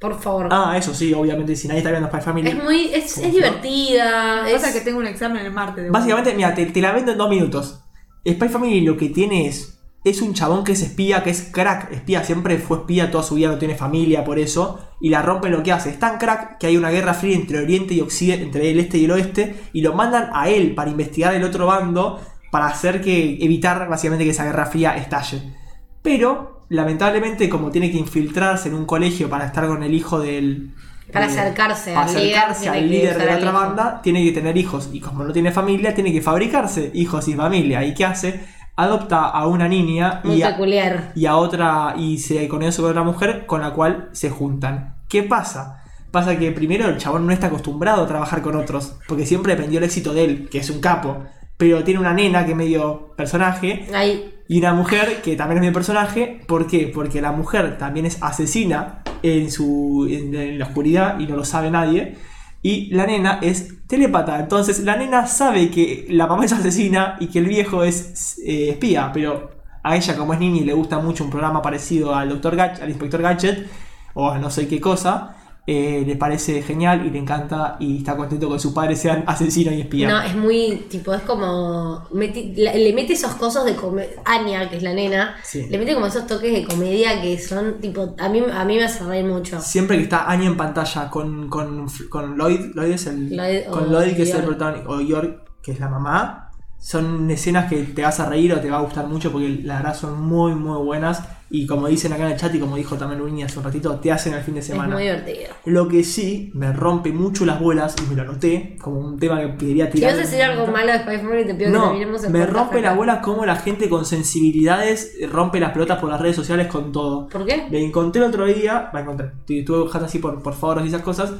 C: Por favor.
A: Ah, eso sí, obviamente, si nadie está viendo Spy Family.
C: Es muy. Es, es divertida.
D: Pasa
C: es-
D: que tengo un examen el martes. de
A: Básicamente, mira, te, te la vendo en dos minutos. Spy Family lo que tiene es. Es un chabón que es espía, que es crack. Espía siempre fue espía toda su vida, no tiene familia por eso. Y la rompe en lo que hace. Es tan crack que hay una guerra fría entre Oriente y Occidente, entre el este y el oeste. Y lo mandan a él para investigar el otro bando. Para hacer que. evitar básicamente que esa guerra fría estalle. Pero, lamentablemente, como tiene que infiltrarse en un colegio para estar con el hijo del.
C: Para
A: del-
C: acercarse
A: para
C: al líder,
A: acercarse
C: tiene
A: al
C: que
A: líder
C: usar
A: de la
C: al
A: otra
C: hijo.
A: banda, tiene que tener hijos. Y como no tiene familia, tiene que fabricarse hijos y familia. ¿Y qué hace? adopta a una niña
C: Muy
A: y a,
C: peculiar.
A: y a otra y se conoce con otra mujer con la cual se juntan. ¿Qué pasa? Pasa que primero el chabón no está acostumbrado a trabajar con otros, porque siempre dependió el éxito de él, que es un capo, pero tiene una nena que es medio personaje
C: Ahí.
A: y una mujer que también es medio personaje, ¿por qué? Porque la mujer también es asesina en su en, en la oscuridad y no lo sabe nadie. Y la nena es telépata, entonces la nena sabe que la mamá es asesina y que el viejo es eh, espía, pero a ella como es niña y le gusta mucho un programa parecido al Dr. Gatch- al Inspector Gadget o a no sé qué cosa, eh, le parece genial y le encanta y está contento con que sus padres sean asesino y espía.
C: No, es muy tipo, es como. meti- la- le mete esos cosos de comedia. Anya, que es la nena,
A: Sí.
C: le mete como esos toques de comedia que son tipo. A mí, a mí me hace reír mucho.
A: Siempre que está Anya en pantalla con, con, con Lloyd, Lloyd es el,
C: Lloyd o
A: con Lloyd que es el
C: York.
A: protagonista, o York que es la mamá, son escenas que te vas a reír o te va a gustar mucho porque la verdad son muy muy buenas y como dicen acá en el chat y como dijo también Luña hace un ratito, te hacen el fin de
C: Es
A: semana.
C: muy divertido.
A: Lo que sí me rompe mucho las bolas y me lo anoté como un tema que quería
C: Si
A: tirar.
C: vas a decir algo malo de Spy Family, te pido que
A: No,
C: terminemos el
A: me
C: podcast
A: rompe
C: acá.
A: las bolas cómo la gente con sensibilidades rompe las pelotas por las redes sociales con todo.
C: ¿Por qué?
A: Me encontré el otro día, la encontré, estuve buscando así por, por favor y esas cosas,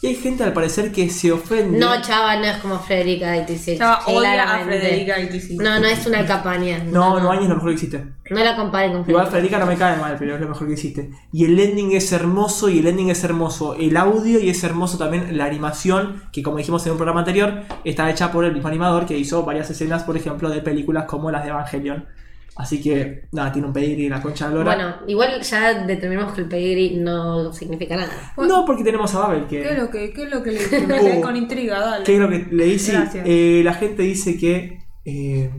A: y hay gente al parecer que se ofende.
C: No, Chava no es como Federica de TC.
D: Chava odia a
C: claramente.
D: Federica y Kissy.
C: No, no es una campaña.
A: no, no, Aña es lo mejor que existe.
C: No la comparen con
A: Igual Federica
C: Federica.
A: no me cae mal, pero es lo mejor que existe. Y el ending es hermoso, y el ending es hermoso. El audio y es hermoso también la animación, que como dijimos en un programa anterior, está hecha por el mismo animador que hizo varias escenas, por ejemplo, de películas como las de Evangelion. Así que, nada, tiene un pedigrí la concha de la lora.
C: Bueno, igual ya determinamos que el pedigree no significa nada.
A: no, porque tenemos a Babel, que...
D: ¿Qué es lo que, qué es lo que le dije? Me quedé
A: Oh.
D: con intriga, dale.
A: ¿Qué es lo que le dice?
D: Gracias.
A: Eh, la gente dice que eh,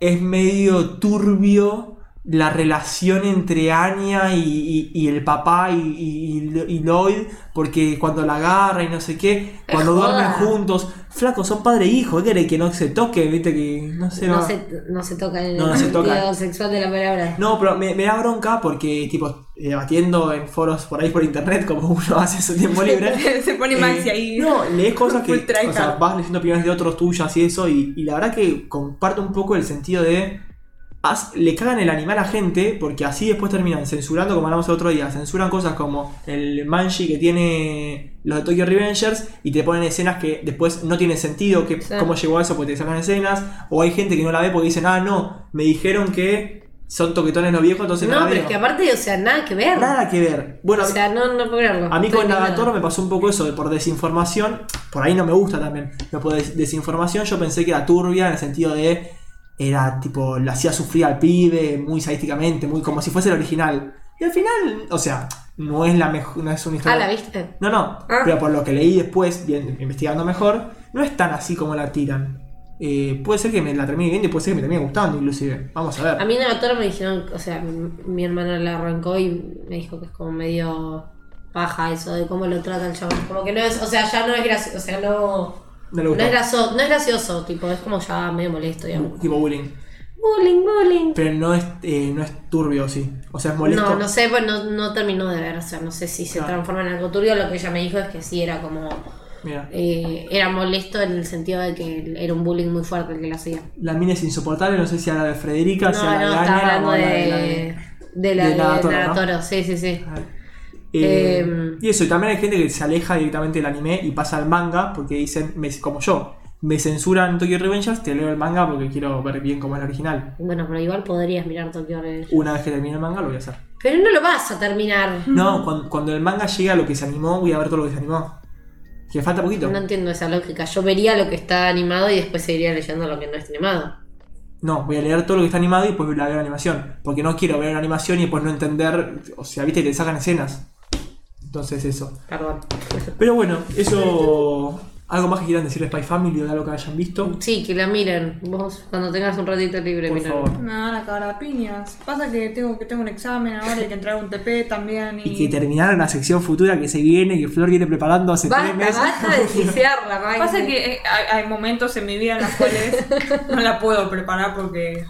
A: es medio turbio la relación entre Anya y, y- y el papá y, y- y- y Lloyd, porque cuando la agarra y no sé qué,
C: Es
A: cuando duermen
C: joda.
A: juntos, flacos, son padre e hijo, ¿qué querés? Que no se toque, viste que no sé.
C: no,
A: va.
C: se, no se toca en
A: No, no
C: el
A: se
C: sentido
A: toca.
C: sexual de la palabra.
A: No, pero me, me da bronca porque, tipo, debatiendo en foros por ahí por internet, como uno hace en su tiempo libre,
D: Se pone Maxi
A: Eh,
D: ahí.
A: No, lees cosas que.
D: Full tryhard.
A: O sea, vas leyendo opiniones de otros tuyas y eso. Y, y la verdad que comparto un poco el sentido de. haz- le cagan el animal a gente porque así después terminan censurando, como hablamos el otro día. Censuran cosas como el Manji que tiene los de Tokyo Revengers y te ponen escenas que después no tienen sentido. Que,
C: Sí.
A: ¿Cómo llegó a eso? Porque te sacan escenas. O hay gente que no la ve porque dicen, ah, no, me dijeron que son toquetones los viejos, entonces no,
C: No,
A: la
C: pero
A: veo".
C: es que aparte, o sea, nada que ver.
A: Nada que ver. Bueno,
C: O sea, no, no puedo verlo.
A: a mí
C: Estoy
A: con
C: entendiendo.
A: Nagatoro me pasó un poco eso, de por desinformación, por ahí no me gusta también, pero por des- desinformación yo pensé que era turbia en el sentido de, era tipo, lo hacía sufrir al pibe muy sadísticamente, muy como si fuese el original. Y al final, o sea, no es la mejor, no es una
C: Ah,
A: historia...
C: ¿la viste?
A: No, no,
C: Ah.
A: pero por lo que leí después, bien, investigando mejor, no es tan así como la tiran. Eh, puede ser que me la termine viendo y puede ser que me termine gustando inclusive, vamos a
C: A
A: ver.
C: mí Nagatoro me dijeron, o sea, mi, mi hermana la arrancó y me dijo que es como medio paja eso de cómo lo trata el chabón. Como que no es, o sea, ya no es gracioso, o sea, no...
A: No le
C: No
A: gustó.
C: es, gracioso, no es gracioso, tipo, es como ya medio molesto, digamos.
A: Tipo bullying.
C: Bullying, bullying.
A: Pero no es, eh, no es turbio, sí. O sea, es molesto.
C: No, no sé, pues no, no terminó de ver, o sea, no sé si se
A: Claro.
C: transforma en algo turbio, lo que ella me dijo es que sí, era como,
A: Mira.
C: eh, era molesto en el sentido de que era un bullying muy fuerte el que la hacía.
A: La mina es insoportable, no sé si habla de Frederica,
C: No,
A: si habla
C: no,
A: de
C: estaba
A: Anya
C: hablando
A: o habla de la
C: de, de la
A: de
C: de
A: Nagatoro, ¿no?
C: Nagatoro, sí, sí, sí.
A: Eh,
C: Em.
A: y eso, y también hay gente que se aleja directamente del anime y pasa al manga porque dicen, me- como yo, me censuran Tokyo Revengers, te leo el manga porque quiero ver bien cómo es el original.
C: Bueno, pero igual podrías mirar Tokyo Revengers.
A: Una vez que termine el manga lo voy a hacer.
C: Pero no lo vas a terminar.
A: No, cuando, cuando el manga llegue a lo que se animó, voy a ver todo lo que se animó. Que falta poquito.
C: No entiendo esa lógica. Yo vería lo que está animado y después seguiría leyendo lo que no está animado.
A: No, voy a leer todo lo que está animado y después voy a ver la animación. Porque no quiero ver la animación y después no entender. O sea, viste, te sacan escenas. Entonces, eso.
C: Perdón.
A: Pero bueno, eso. ¿Algo más que quieran decir de Spy Family o de algo que hayan visto?
C: Sí, que la miren. Vos, cuando tengas un ratito libre,
A: Por
C: miren.
A: favor.
D: Me van a cagar a piñas. Pasa que tengo que tengo un examen ahora y que entrar a un TP también. Y,
A: Y que terminaron la sección futura que se viene, que Flor viene preparando hace tres
C: Basta,
A: meses.
C: basta de cisearla, Maite.
D: Pasa que eh, hay, hay momentos en mi vida en los cuales no la puedo preparar porque,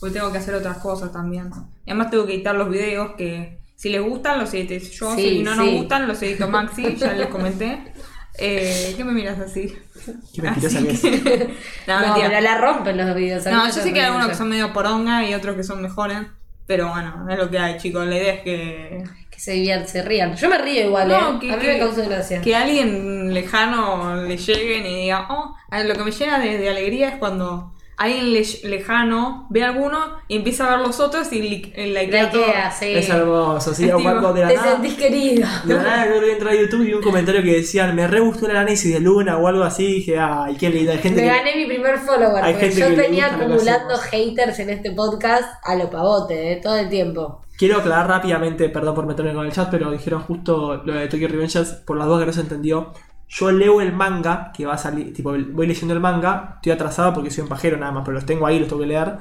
D: porque tengo que hacer otras cosas también. Y además tengo que editar los videos que si les gustan los edité yo,
C: Sí,
D: si no nos
C: sí.
D: gustan los edito Maxi, ya les comenté.
B: Eh, ¿Qué me miras así?
A: Qué mentirosa
B: Así
A: que es.
B: que- no,
C: No,
B: mentira.
C: pero la rompen los videos.
B: No, yo sé que hay algunos que son medio poronga y otros que son mejores. Pero bueno, es lo que hay, chicos. La idea es que.
C: Que se, divierten, se rían. Yo me río igual,
B: No,
C: ¿eh?
B: que-
C: a mí
B: que-
C: me causa gracia.
B: Que alguien lejano le lleguen y diga, oh, a lo que me llena de, de alegría es cuando alguien le- lejano ve a alguno y empieza a ver los otros y li- eh, likea
C: La
B: todo.
C: Ikea, sí.
A: Es hermoso, sí, o
B: Es
A: cuando de la
C: Te
A: nada-
C: sentís querido.
A: De la nada creo que entré a YouTube y vi un comentario que decían, me re gustó el análisis de Luna o algo así, y dije, ay, qué linda, hay gente
C: Me
A: que...
C: gané mi primer follower,
A: Hay
C: porque
A: gente
C: yo
A: que le
C: venía
A: gustan
C: acumulando
A: las
C: haters en este podcast a lo pavote, eh, todo el tiempo.
A: Quiero aclarar rápidamente, perdón por meterme con el chat, pero dijeron justo lo de Tokyo Revengers, por las dos que no se entendió. Yo leo el manga, que va a salir, tipo, voy leyendo el manga, estoy atrasado porque soy un pajero nada más, pero los tengo ahí, los tengo que leer.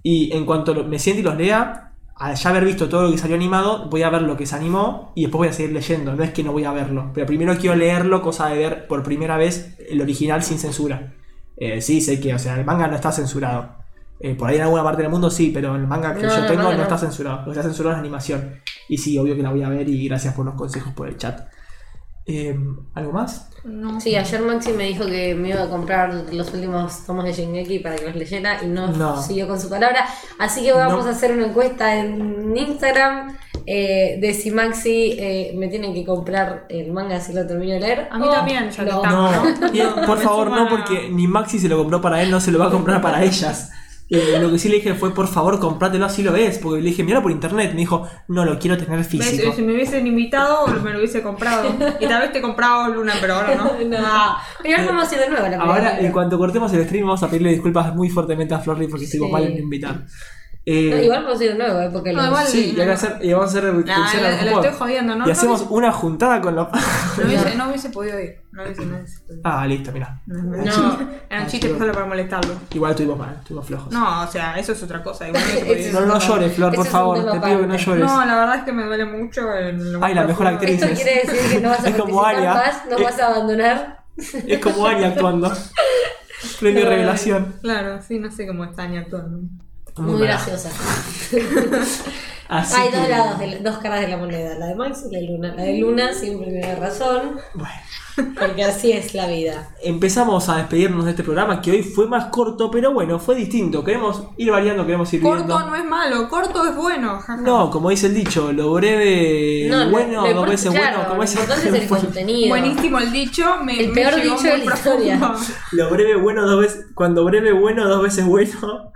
A: Y en cuanto lo- me siente y los lea, al ya haber visto todo lo que salió animado, voy a ver lo que se animó y después voy a seguir leyendo. No es que no voy a verlo, pero primero quiero leerlo, cosa de ver por primera vez el original sin censura. Eh, sí, sé que, o sea, el manga no está censurado. Eh, por ahí en alguna parte del mundo sí, pero el manga que
C: No,
A: yo
C: no,
A: tengo
C: manga
A: no,
C: no.
A: está censurado. Lo que está censurado es la animación. Y sí, obvio que la voy a ver y gracias por los consejos por el chat. Eh, ¿Algo más?
B: No.
C: Sí, ayer Maxi me dijo que me iba a comprar los últimos tomos de Shingeki para que los leyera y no,
A: No.
C: siguió con su palabra. Así que vamos
A: No.
C: a hacer una encuesta en Instagram eh, de si Maxi eh, me tienen que comprar el manga si lo termino de leer.
B: A mí
C: o
B: también, ya que
C: no.
B: estamos.
A: No,
B: No,
A: y-
B: no,
A: por
B: me
A: favor,
B: suman
A: no,
B: a-
A: porque ni Maxi se lo compró para él, no se lo va a comprar para ellas. Eh, lo que sí le dije fue, por favor, comprátelo, así lo ves. Porque le dije, míralo por internet. Me dijo, no lo quiero tener
B: ¿Ves?
A: físico.
B: Si me hubiesen invitado, me lo hubiese comprado. Y tal vez te compraba Luna, pero ahora no. Ah,
C: No. Pero ahora vamos a ir de nuevo a la
A: Ahora,
C: primera.
A: en cuanto cortemos el stream, vamos a pedirle disculpas muy fuertemente a Florry porque estuvimos
C: Sí.
A: mal en invitar. Eh,
C: No, igual vamos a ir de nuevo, eh, porque
B: No,
C: los-
B: igual-
A: Sí, y, hay que hacer- y vamos a hacer
B: Nah,
A: reducción
B: lo,
A: a los
B: lo
A: juegos.
B: estoy jodiendo, ¿no?
A: Y
B: No
A: hacemos
B: hubiese-
A: una juntada con los.
B: No hubiese, no hubiese podido ir. No hubiese, no hubiese podido ir.
A: ah, listo, mirá.
B: No, era un chiste
A: chido.
B: solo para molestarlo.
A: Igual estuvimos mal, estuvimos flojos.
B: No, o sea, eso es otra cosa. Igual no hubiese
C: Ese
B: podido
A: no,
C: es
A: no
C: un tema.
A: llores, Flor,
C: Ese
A: por
C: es un
A: favor. Te
C: tema
A: pido que no
C: aparte.
B: ir.
A: llores.
B: No, la verdad es que me duele mucho. en lo
A: Ay, la
B: más
A: mejor
B: profundo.
A: actriz.
C: Esto quiere decir que no vas a
A: Es como
C: participar
A: Aria. Eh,
C: más, no vas a abandonar.
A: Es como Anya actuando. Premio revelación.
B: Claro, sí, no sé cómo está ni actualmente.
C: Muy
A: buena.
C: graciosa.
A: Así
C: Hay
A: que-
C: dos lados, de la- dos caras de la moneda, la de Max y la de Luna. La de Luna siempre me da razón,
A: Bueno,
C: porque así es la vida.
A: empezamos a despedirnos de este programa que hoy fue más corto, pero bueno, fue distinto. Queremos ir variando, queremos ir
B: Corto
A: viendo.
B: no es malo, corto es bueno. jaja.
A: No, como dice el dicho, lo breve
C: No, lo-
A: Eh, bueno,
C: lo
A: dos
C: import-
A: veces
C: claro,
A: bueno, como
C: lo
A: ese-
C: importante es el
A: fue-
C: contenido.
B: Buenísimo el dicho, me,
C: El
B: me
C: peor
B: llegó
C: dicho
B: muy
C: de la historia.
B: profundo.
A: Lo breve bueno dos veces, cuando breve bueno dos veces bueno.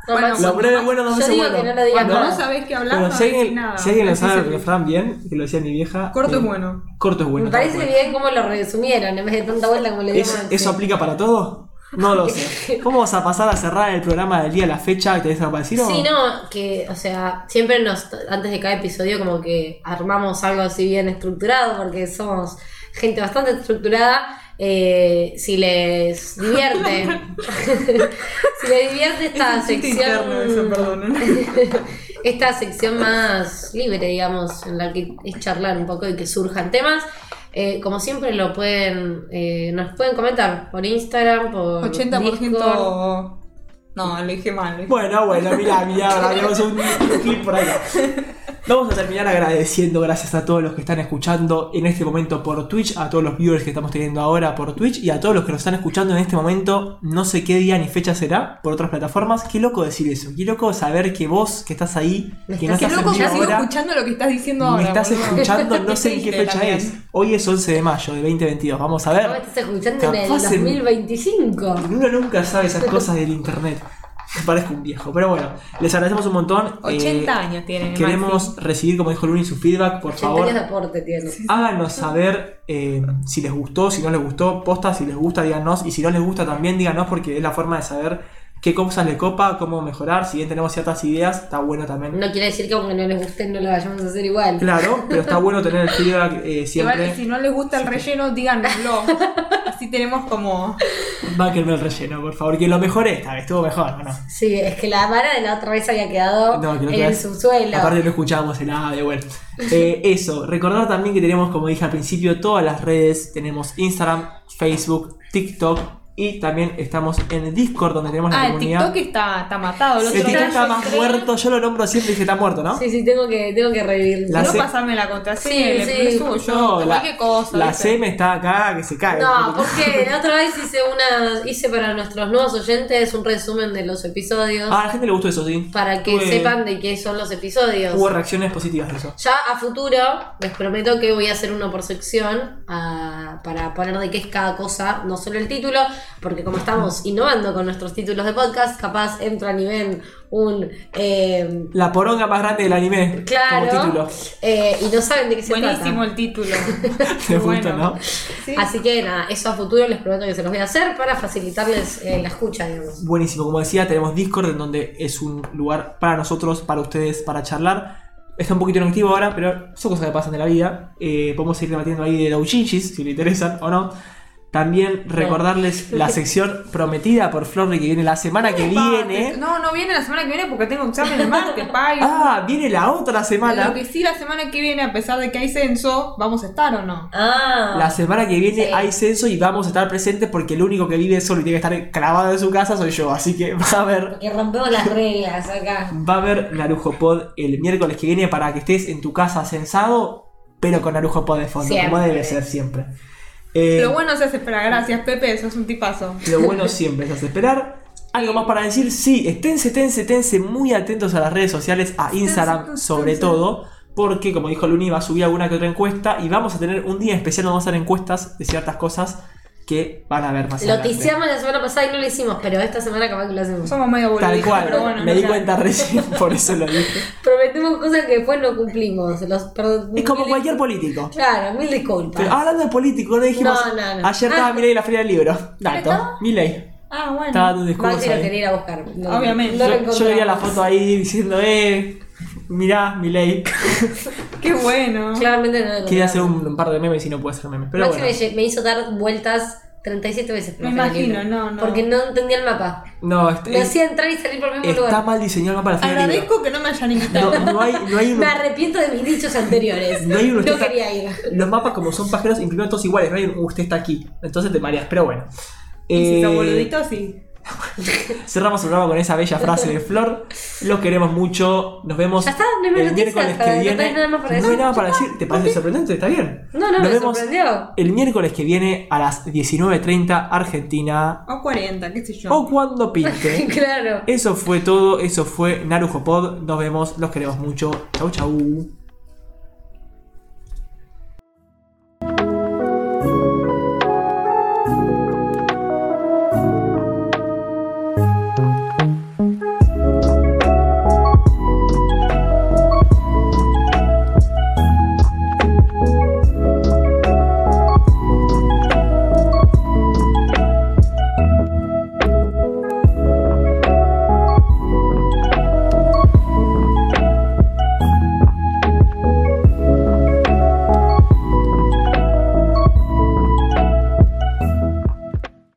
C: No,
B: Bueno,
C: Max,
A: Lo breve bueno dos
C: yo
A: veces
C: digo
A: bueno.
C: que no lo digas
A: Cuando-
B: Cuando
C: nada.
B: no sabés qué hablar,
A: Pero
B: no
A: si
B: decís
A: alguien,
B: nada.
A: si alguien lo
B: Ese es
A: sabe el
B: el-
A: refrán bien, que lo decía mi vieja.
B: Corto
A: eh,
B: es bueno.
A: Corto es bueno.
C: me parece
A: tal cual.
C: bien cómo lo resumieron, en vez de tanta vuelta como le dio
A: ¿Es-
C: Maxi.
A: ¿Eso aplica para todo? No lo sé. ¿Cómo vas a pasar a cerrar el programa del día a la fecha? ¿Te algo para decir? o-
C: Sí, no, que, o sea, siempre nos, antes de cada episodio como que armamos algo así bien estructurado, porque somos gente bastante estructurada. eh, si les divierte, si les divierte esta
B: Es un chiste
C: sección,
B: interno eso, perdón. ¿eh?
C: esta sección más libre, digamos, en la que es charlar un poco y que surjan temas. eh, como siempre lo pueden, eh, nos pueden comentar por Instagram, por
B: 80%.
C: Discord.
B: No, lo dije mal. lo dije-
A: Bueno, bueno, mirá, mirá, ahora tenemos un clip por ahí. Vamos a terminar agradeciendo gracias a todos los que están escuchando en este momento por Twitch, a todos los viewers que estamos teniendo ahora por Twitch y a todos los que nos están escuchando en este momento, no sé qué día ni fecha será, por otras plataformas. Qué loco decir eso, qué loco saber que vos que estás ahí,
C: Me
A: que no estás
C: estás-
B: Qué loco,
A: en
B: ya
A: vivo
B: sigo
A: ahora,
B: escuchando lo que estás diciendo ahora.
A: me estás
B: boludo.
A: escuchando, no sé en qué
B: Qué triste
A: fecha
B: también.
A: es. Hoy es 11 de mayo de 2022, vamos a ver.
C: Vos me estás escuchando en el
A: Capaz en-
C: 2025.
A: Uno nunca sabe esas cosas del internet. Parezco un viejo, pero bueno, les agradecemos un montón. Eh,
B: 80 años tiene.
A: Queremos recibir, como dijo Luni, su feedback, por favor.
C: Centenias de aporte tiene.
A: Háganos saber eh, si les gustó, si no les gustó, posta, si les gusta, díganos, y si no les gusta también, díganos, porque es la forma de saber qué cosas les copa, cómo mejorar, si bien tenemos ciertas ideas, está bueno también.
C: No quiere decir que aunque no les guste no lo vayamos a hacer igual.
A: Claro, pero está bueno tener el feedback eh,
B: Igual,
A: siempre.
B: si no les gusta el relleno, díganoslo. Así tenemos como.
A: Báquenme el relleno, por favor, que lo mejoré esta vez, estuvo mejor, ¿o no?
C: Sí, es que la vara de la otra vez había quedado
A: No, que no
C: Oh, en
A: queda-
C: el subsuelo.
A: Aparte no escuchábamos el audio, bueno. Eh, eso, recordar también que tenemos, como dije al principio, todas las redes. Tenemos Instagram, Facebook, TikTok, Y también estamos en Discord, donde tenemos la
D: Ah, el
A: comunidad.
D: TikTok está, está matado. El
A: El
D: otro
A: TikTok
D: día
A: está
D: yo
A: más
D: entré-
A: muerto, yo lo nombro siempre y dije está muerto, ¿no?
C: Sí, sí, tengo que, tengo que revivirlo.
A: La
D: no
A: C-
D: pasarme la contraseña,
C: Sí,
D: le-
C: sí.
D: le subo yo,
A: No, la,
D: cualquier cosa.
A: la
D: ¿viste?
A: CM está acá que se cae.
C: No, porque la otra vez hice una, hice para nuestros nuevos oyentes un resumen de los episodios
A: Ah, a la gente le gustó eso, sí.
C: para que
A: Tuve-
C: sepan de qué son los episodios.
A: Hubo reacciones positivas de eso.
C: Ya a futuro les prometo que voy a hacer uno por sección ah, para poner de qué es cada cosa, no solo el título, porque como estamos innovando con nuestros títulos de podcast, capaz entran y ven un eh,
A: La poronga más grande del anime.
C: claro
A: Como título.
C: eh, y no saben de qué se
D: Buenísimo
C: trata.
D: el título.
A: Te
D: Bueno.
A: gusta, ¿no?
C: Así que nada, eso a futuro les prometo que se los voy a hacer para facilitarles eh, la escucha, digamos.
A: Buenísimo, como decía, tenemos Discord en donde es un lugar para nosotros, para ustedes, para charlar. Está un poquito inactivo ahora, pero son cosas que pasan de la vida. Eh, podemos seguir debatiendo ahí de Dauchinchis, si le interesan o no. También recordarles la sección prometida por Florri que viene la semana que viene.
D: No, no viene la semana que viene porque tengo un examen el martes, payo.
A: Ah, viene la otra semana.
D: Lo que sí, la semana que viene, a pesar de que hay censo, ¿vamos a estar o no?
C: Ah,
A: La semana que viene
C: Sí.
A: hay censo y vamos a estar presentes porque el único que vive solo y tiene que estar clavado en su casa soy yo. Así que va a haber
C: que rompemos las reglas acá.
A: Va a haber Narujo Pod el miércoles que viene para que estés en tu casa censado, pero con Narujo Pod de fondo, como
C: Siempre.
A: debe ser siempre. Eh,
D: Lo bueno se hace esperar. Gracias, Pepe, sos un tipazo.
A: lo bueno siempre es hacer esperar. Algo más para decir, sí, esténse, esténse, esténse muy atentos a las redes sociales, a Instagram sobre todo, porque como dijo Luni, va a subir alguna que otra encuesta y vamos a tener un día especial donde vamos a hacer encuestas de ciertas cosas que van a ver más
C: Lo
A: adelante.
C: ticiamos la semana pasada y no lo hicimos, pero esta semana capaz que lo hacemos.
D: Somos medio
A: Tal
D: boluditos,
A: cual,
D: pero bueno.
A: me
D: no
A: di
D: sé.
A: cuenta recién, por eso lo dije.
C: Prometemos cosas que después no cumplimos. Los, perdón,
A: Es como
C: mil-
A: cualquier ah, político.
C: Claro, mil disculpas.
A: Pero hablando de político, no dijimos.
C: No, no, Ah. no.
A: Ayer estaba Milei en la feria del libro. Dato. Milei.
D: Ah, bueno.
A: Estaba dando un
C: Maxi
A: discurso.
C: lo
A: ahí.
C: quería ir a buscar. No,
D: Obviamente.
C: no lo
A: Yo, yo veía la
C: encontramos.
A: foto ahí diciendo, eh. Mirá, Milei.
D: Qué bueno.
C: Claramente no lo
A: Quería
C: encontramos.
A: hacer un, un par de memes y no puede hacer memes. Pero
C: Maxi
A: bueno.
C: me lle- me hizo dar vueltas 37 veces. por
D: Me
C: la
D: imagino,
C: feria.
D: no, no.
C: Porque no entendía el mapa.
A: No, este-
C: Me hacía entrar y salir por el mismo
A: está
C: lugar. Ah,
A: mal diseñado el mapa de la feria del libro.
D: Agradezco que no me hayan invitado.
A: No, no hay, no hay un-
C: Me arrepiento de mis dichos anteriores.
A: No hay un usted está-
C: quería ir.
A: Los mapas, como son pajeros, imprimen todos iguales. No hay un usted está aquí. Entonces te mareas. Pero bueno.
D: Y si sos
A: Eh,
D: boludito, sí.
A: Cerramos el programa con esa bella frase de Flor. Los queremos mucho. Nos vemos
C: Ya está, no hay más
A: el
C: noticias,
A: miércoles
C: Javi,
A: que
C: no
A: viene.
C: tenés nada más para
A: No hay
C: decir.
A: nada para decir. ¿Te parece sorprendente? Está bien.
C: No, no,
A: Nos
C: me
A: vemos
C: sorprendió.
A: el miércoles que viene a las 19.30 Argentina
D: O 40, qué sé yo.
A: o cuando pinte.
C: claro.
A: Eso fue todo. Eso fue Narujo Pod. Nos vemos. Los queremos mucho. Chau, chau.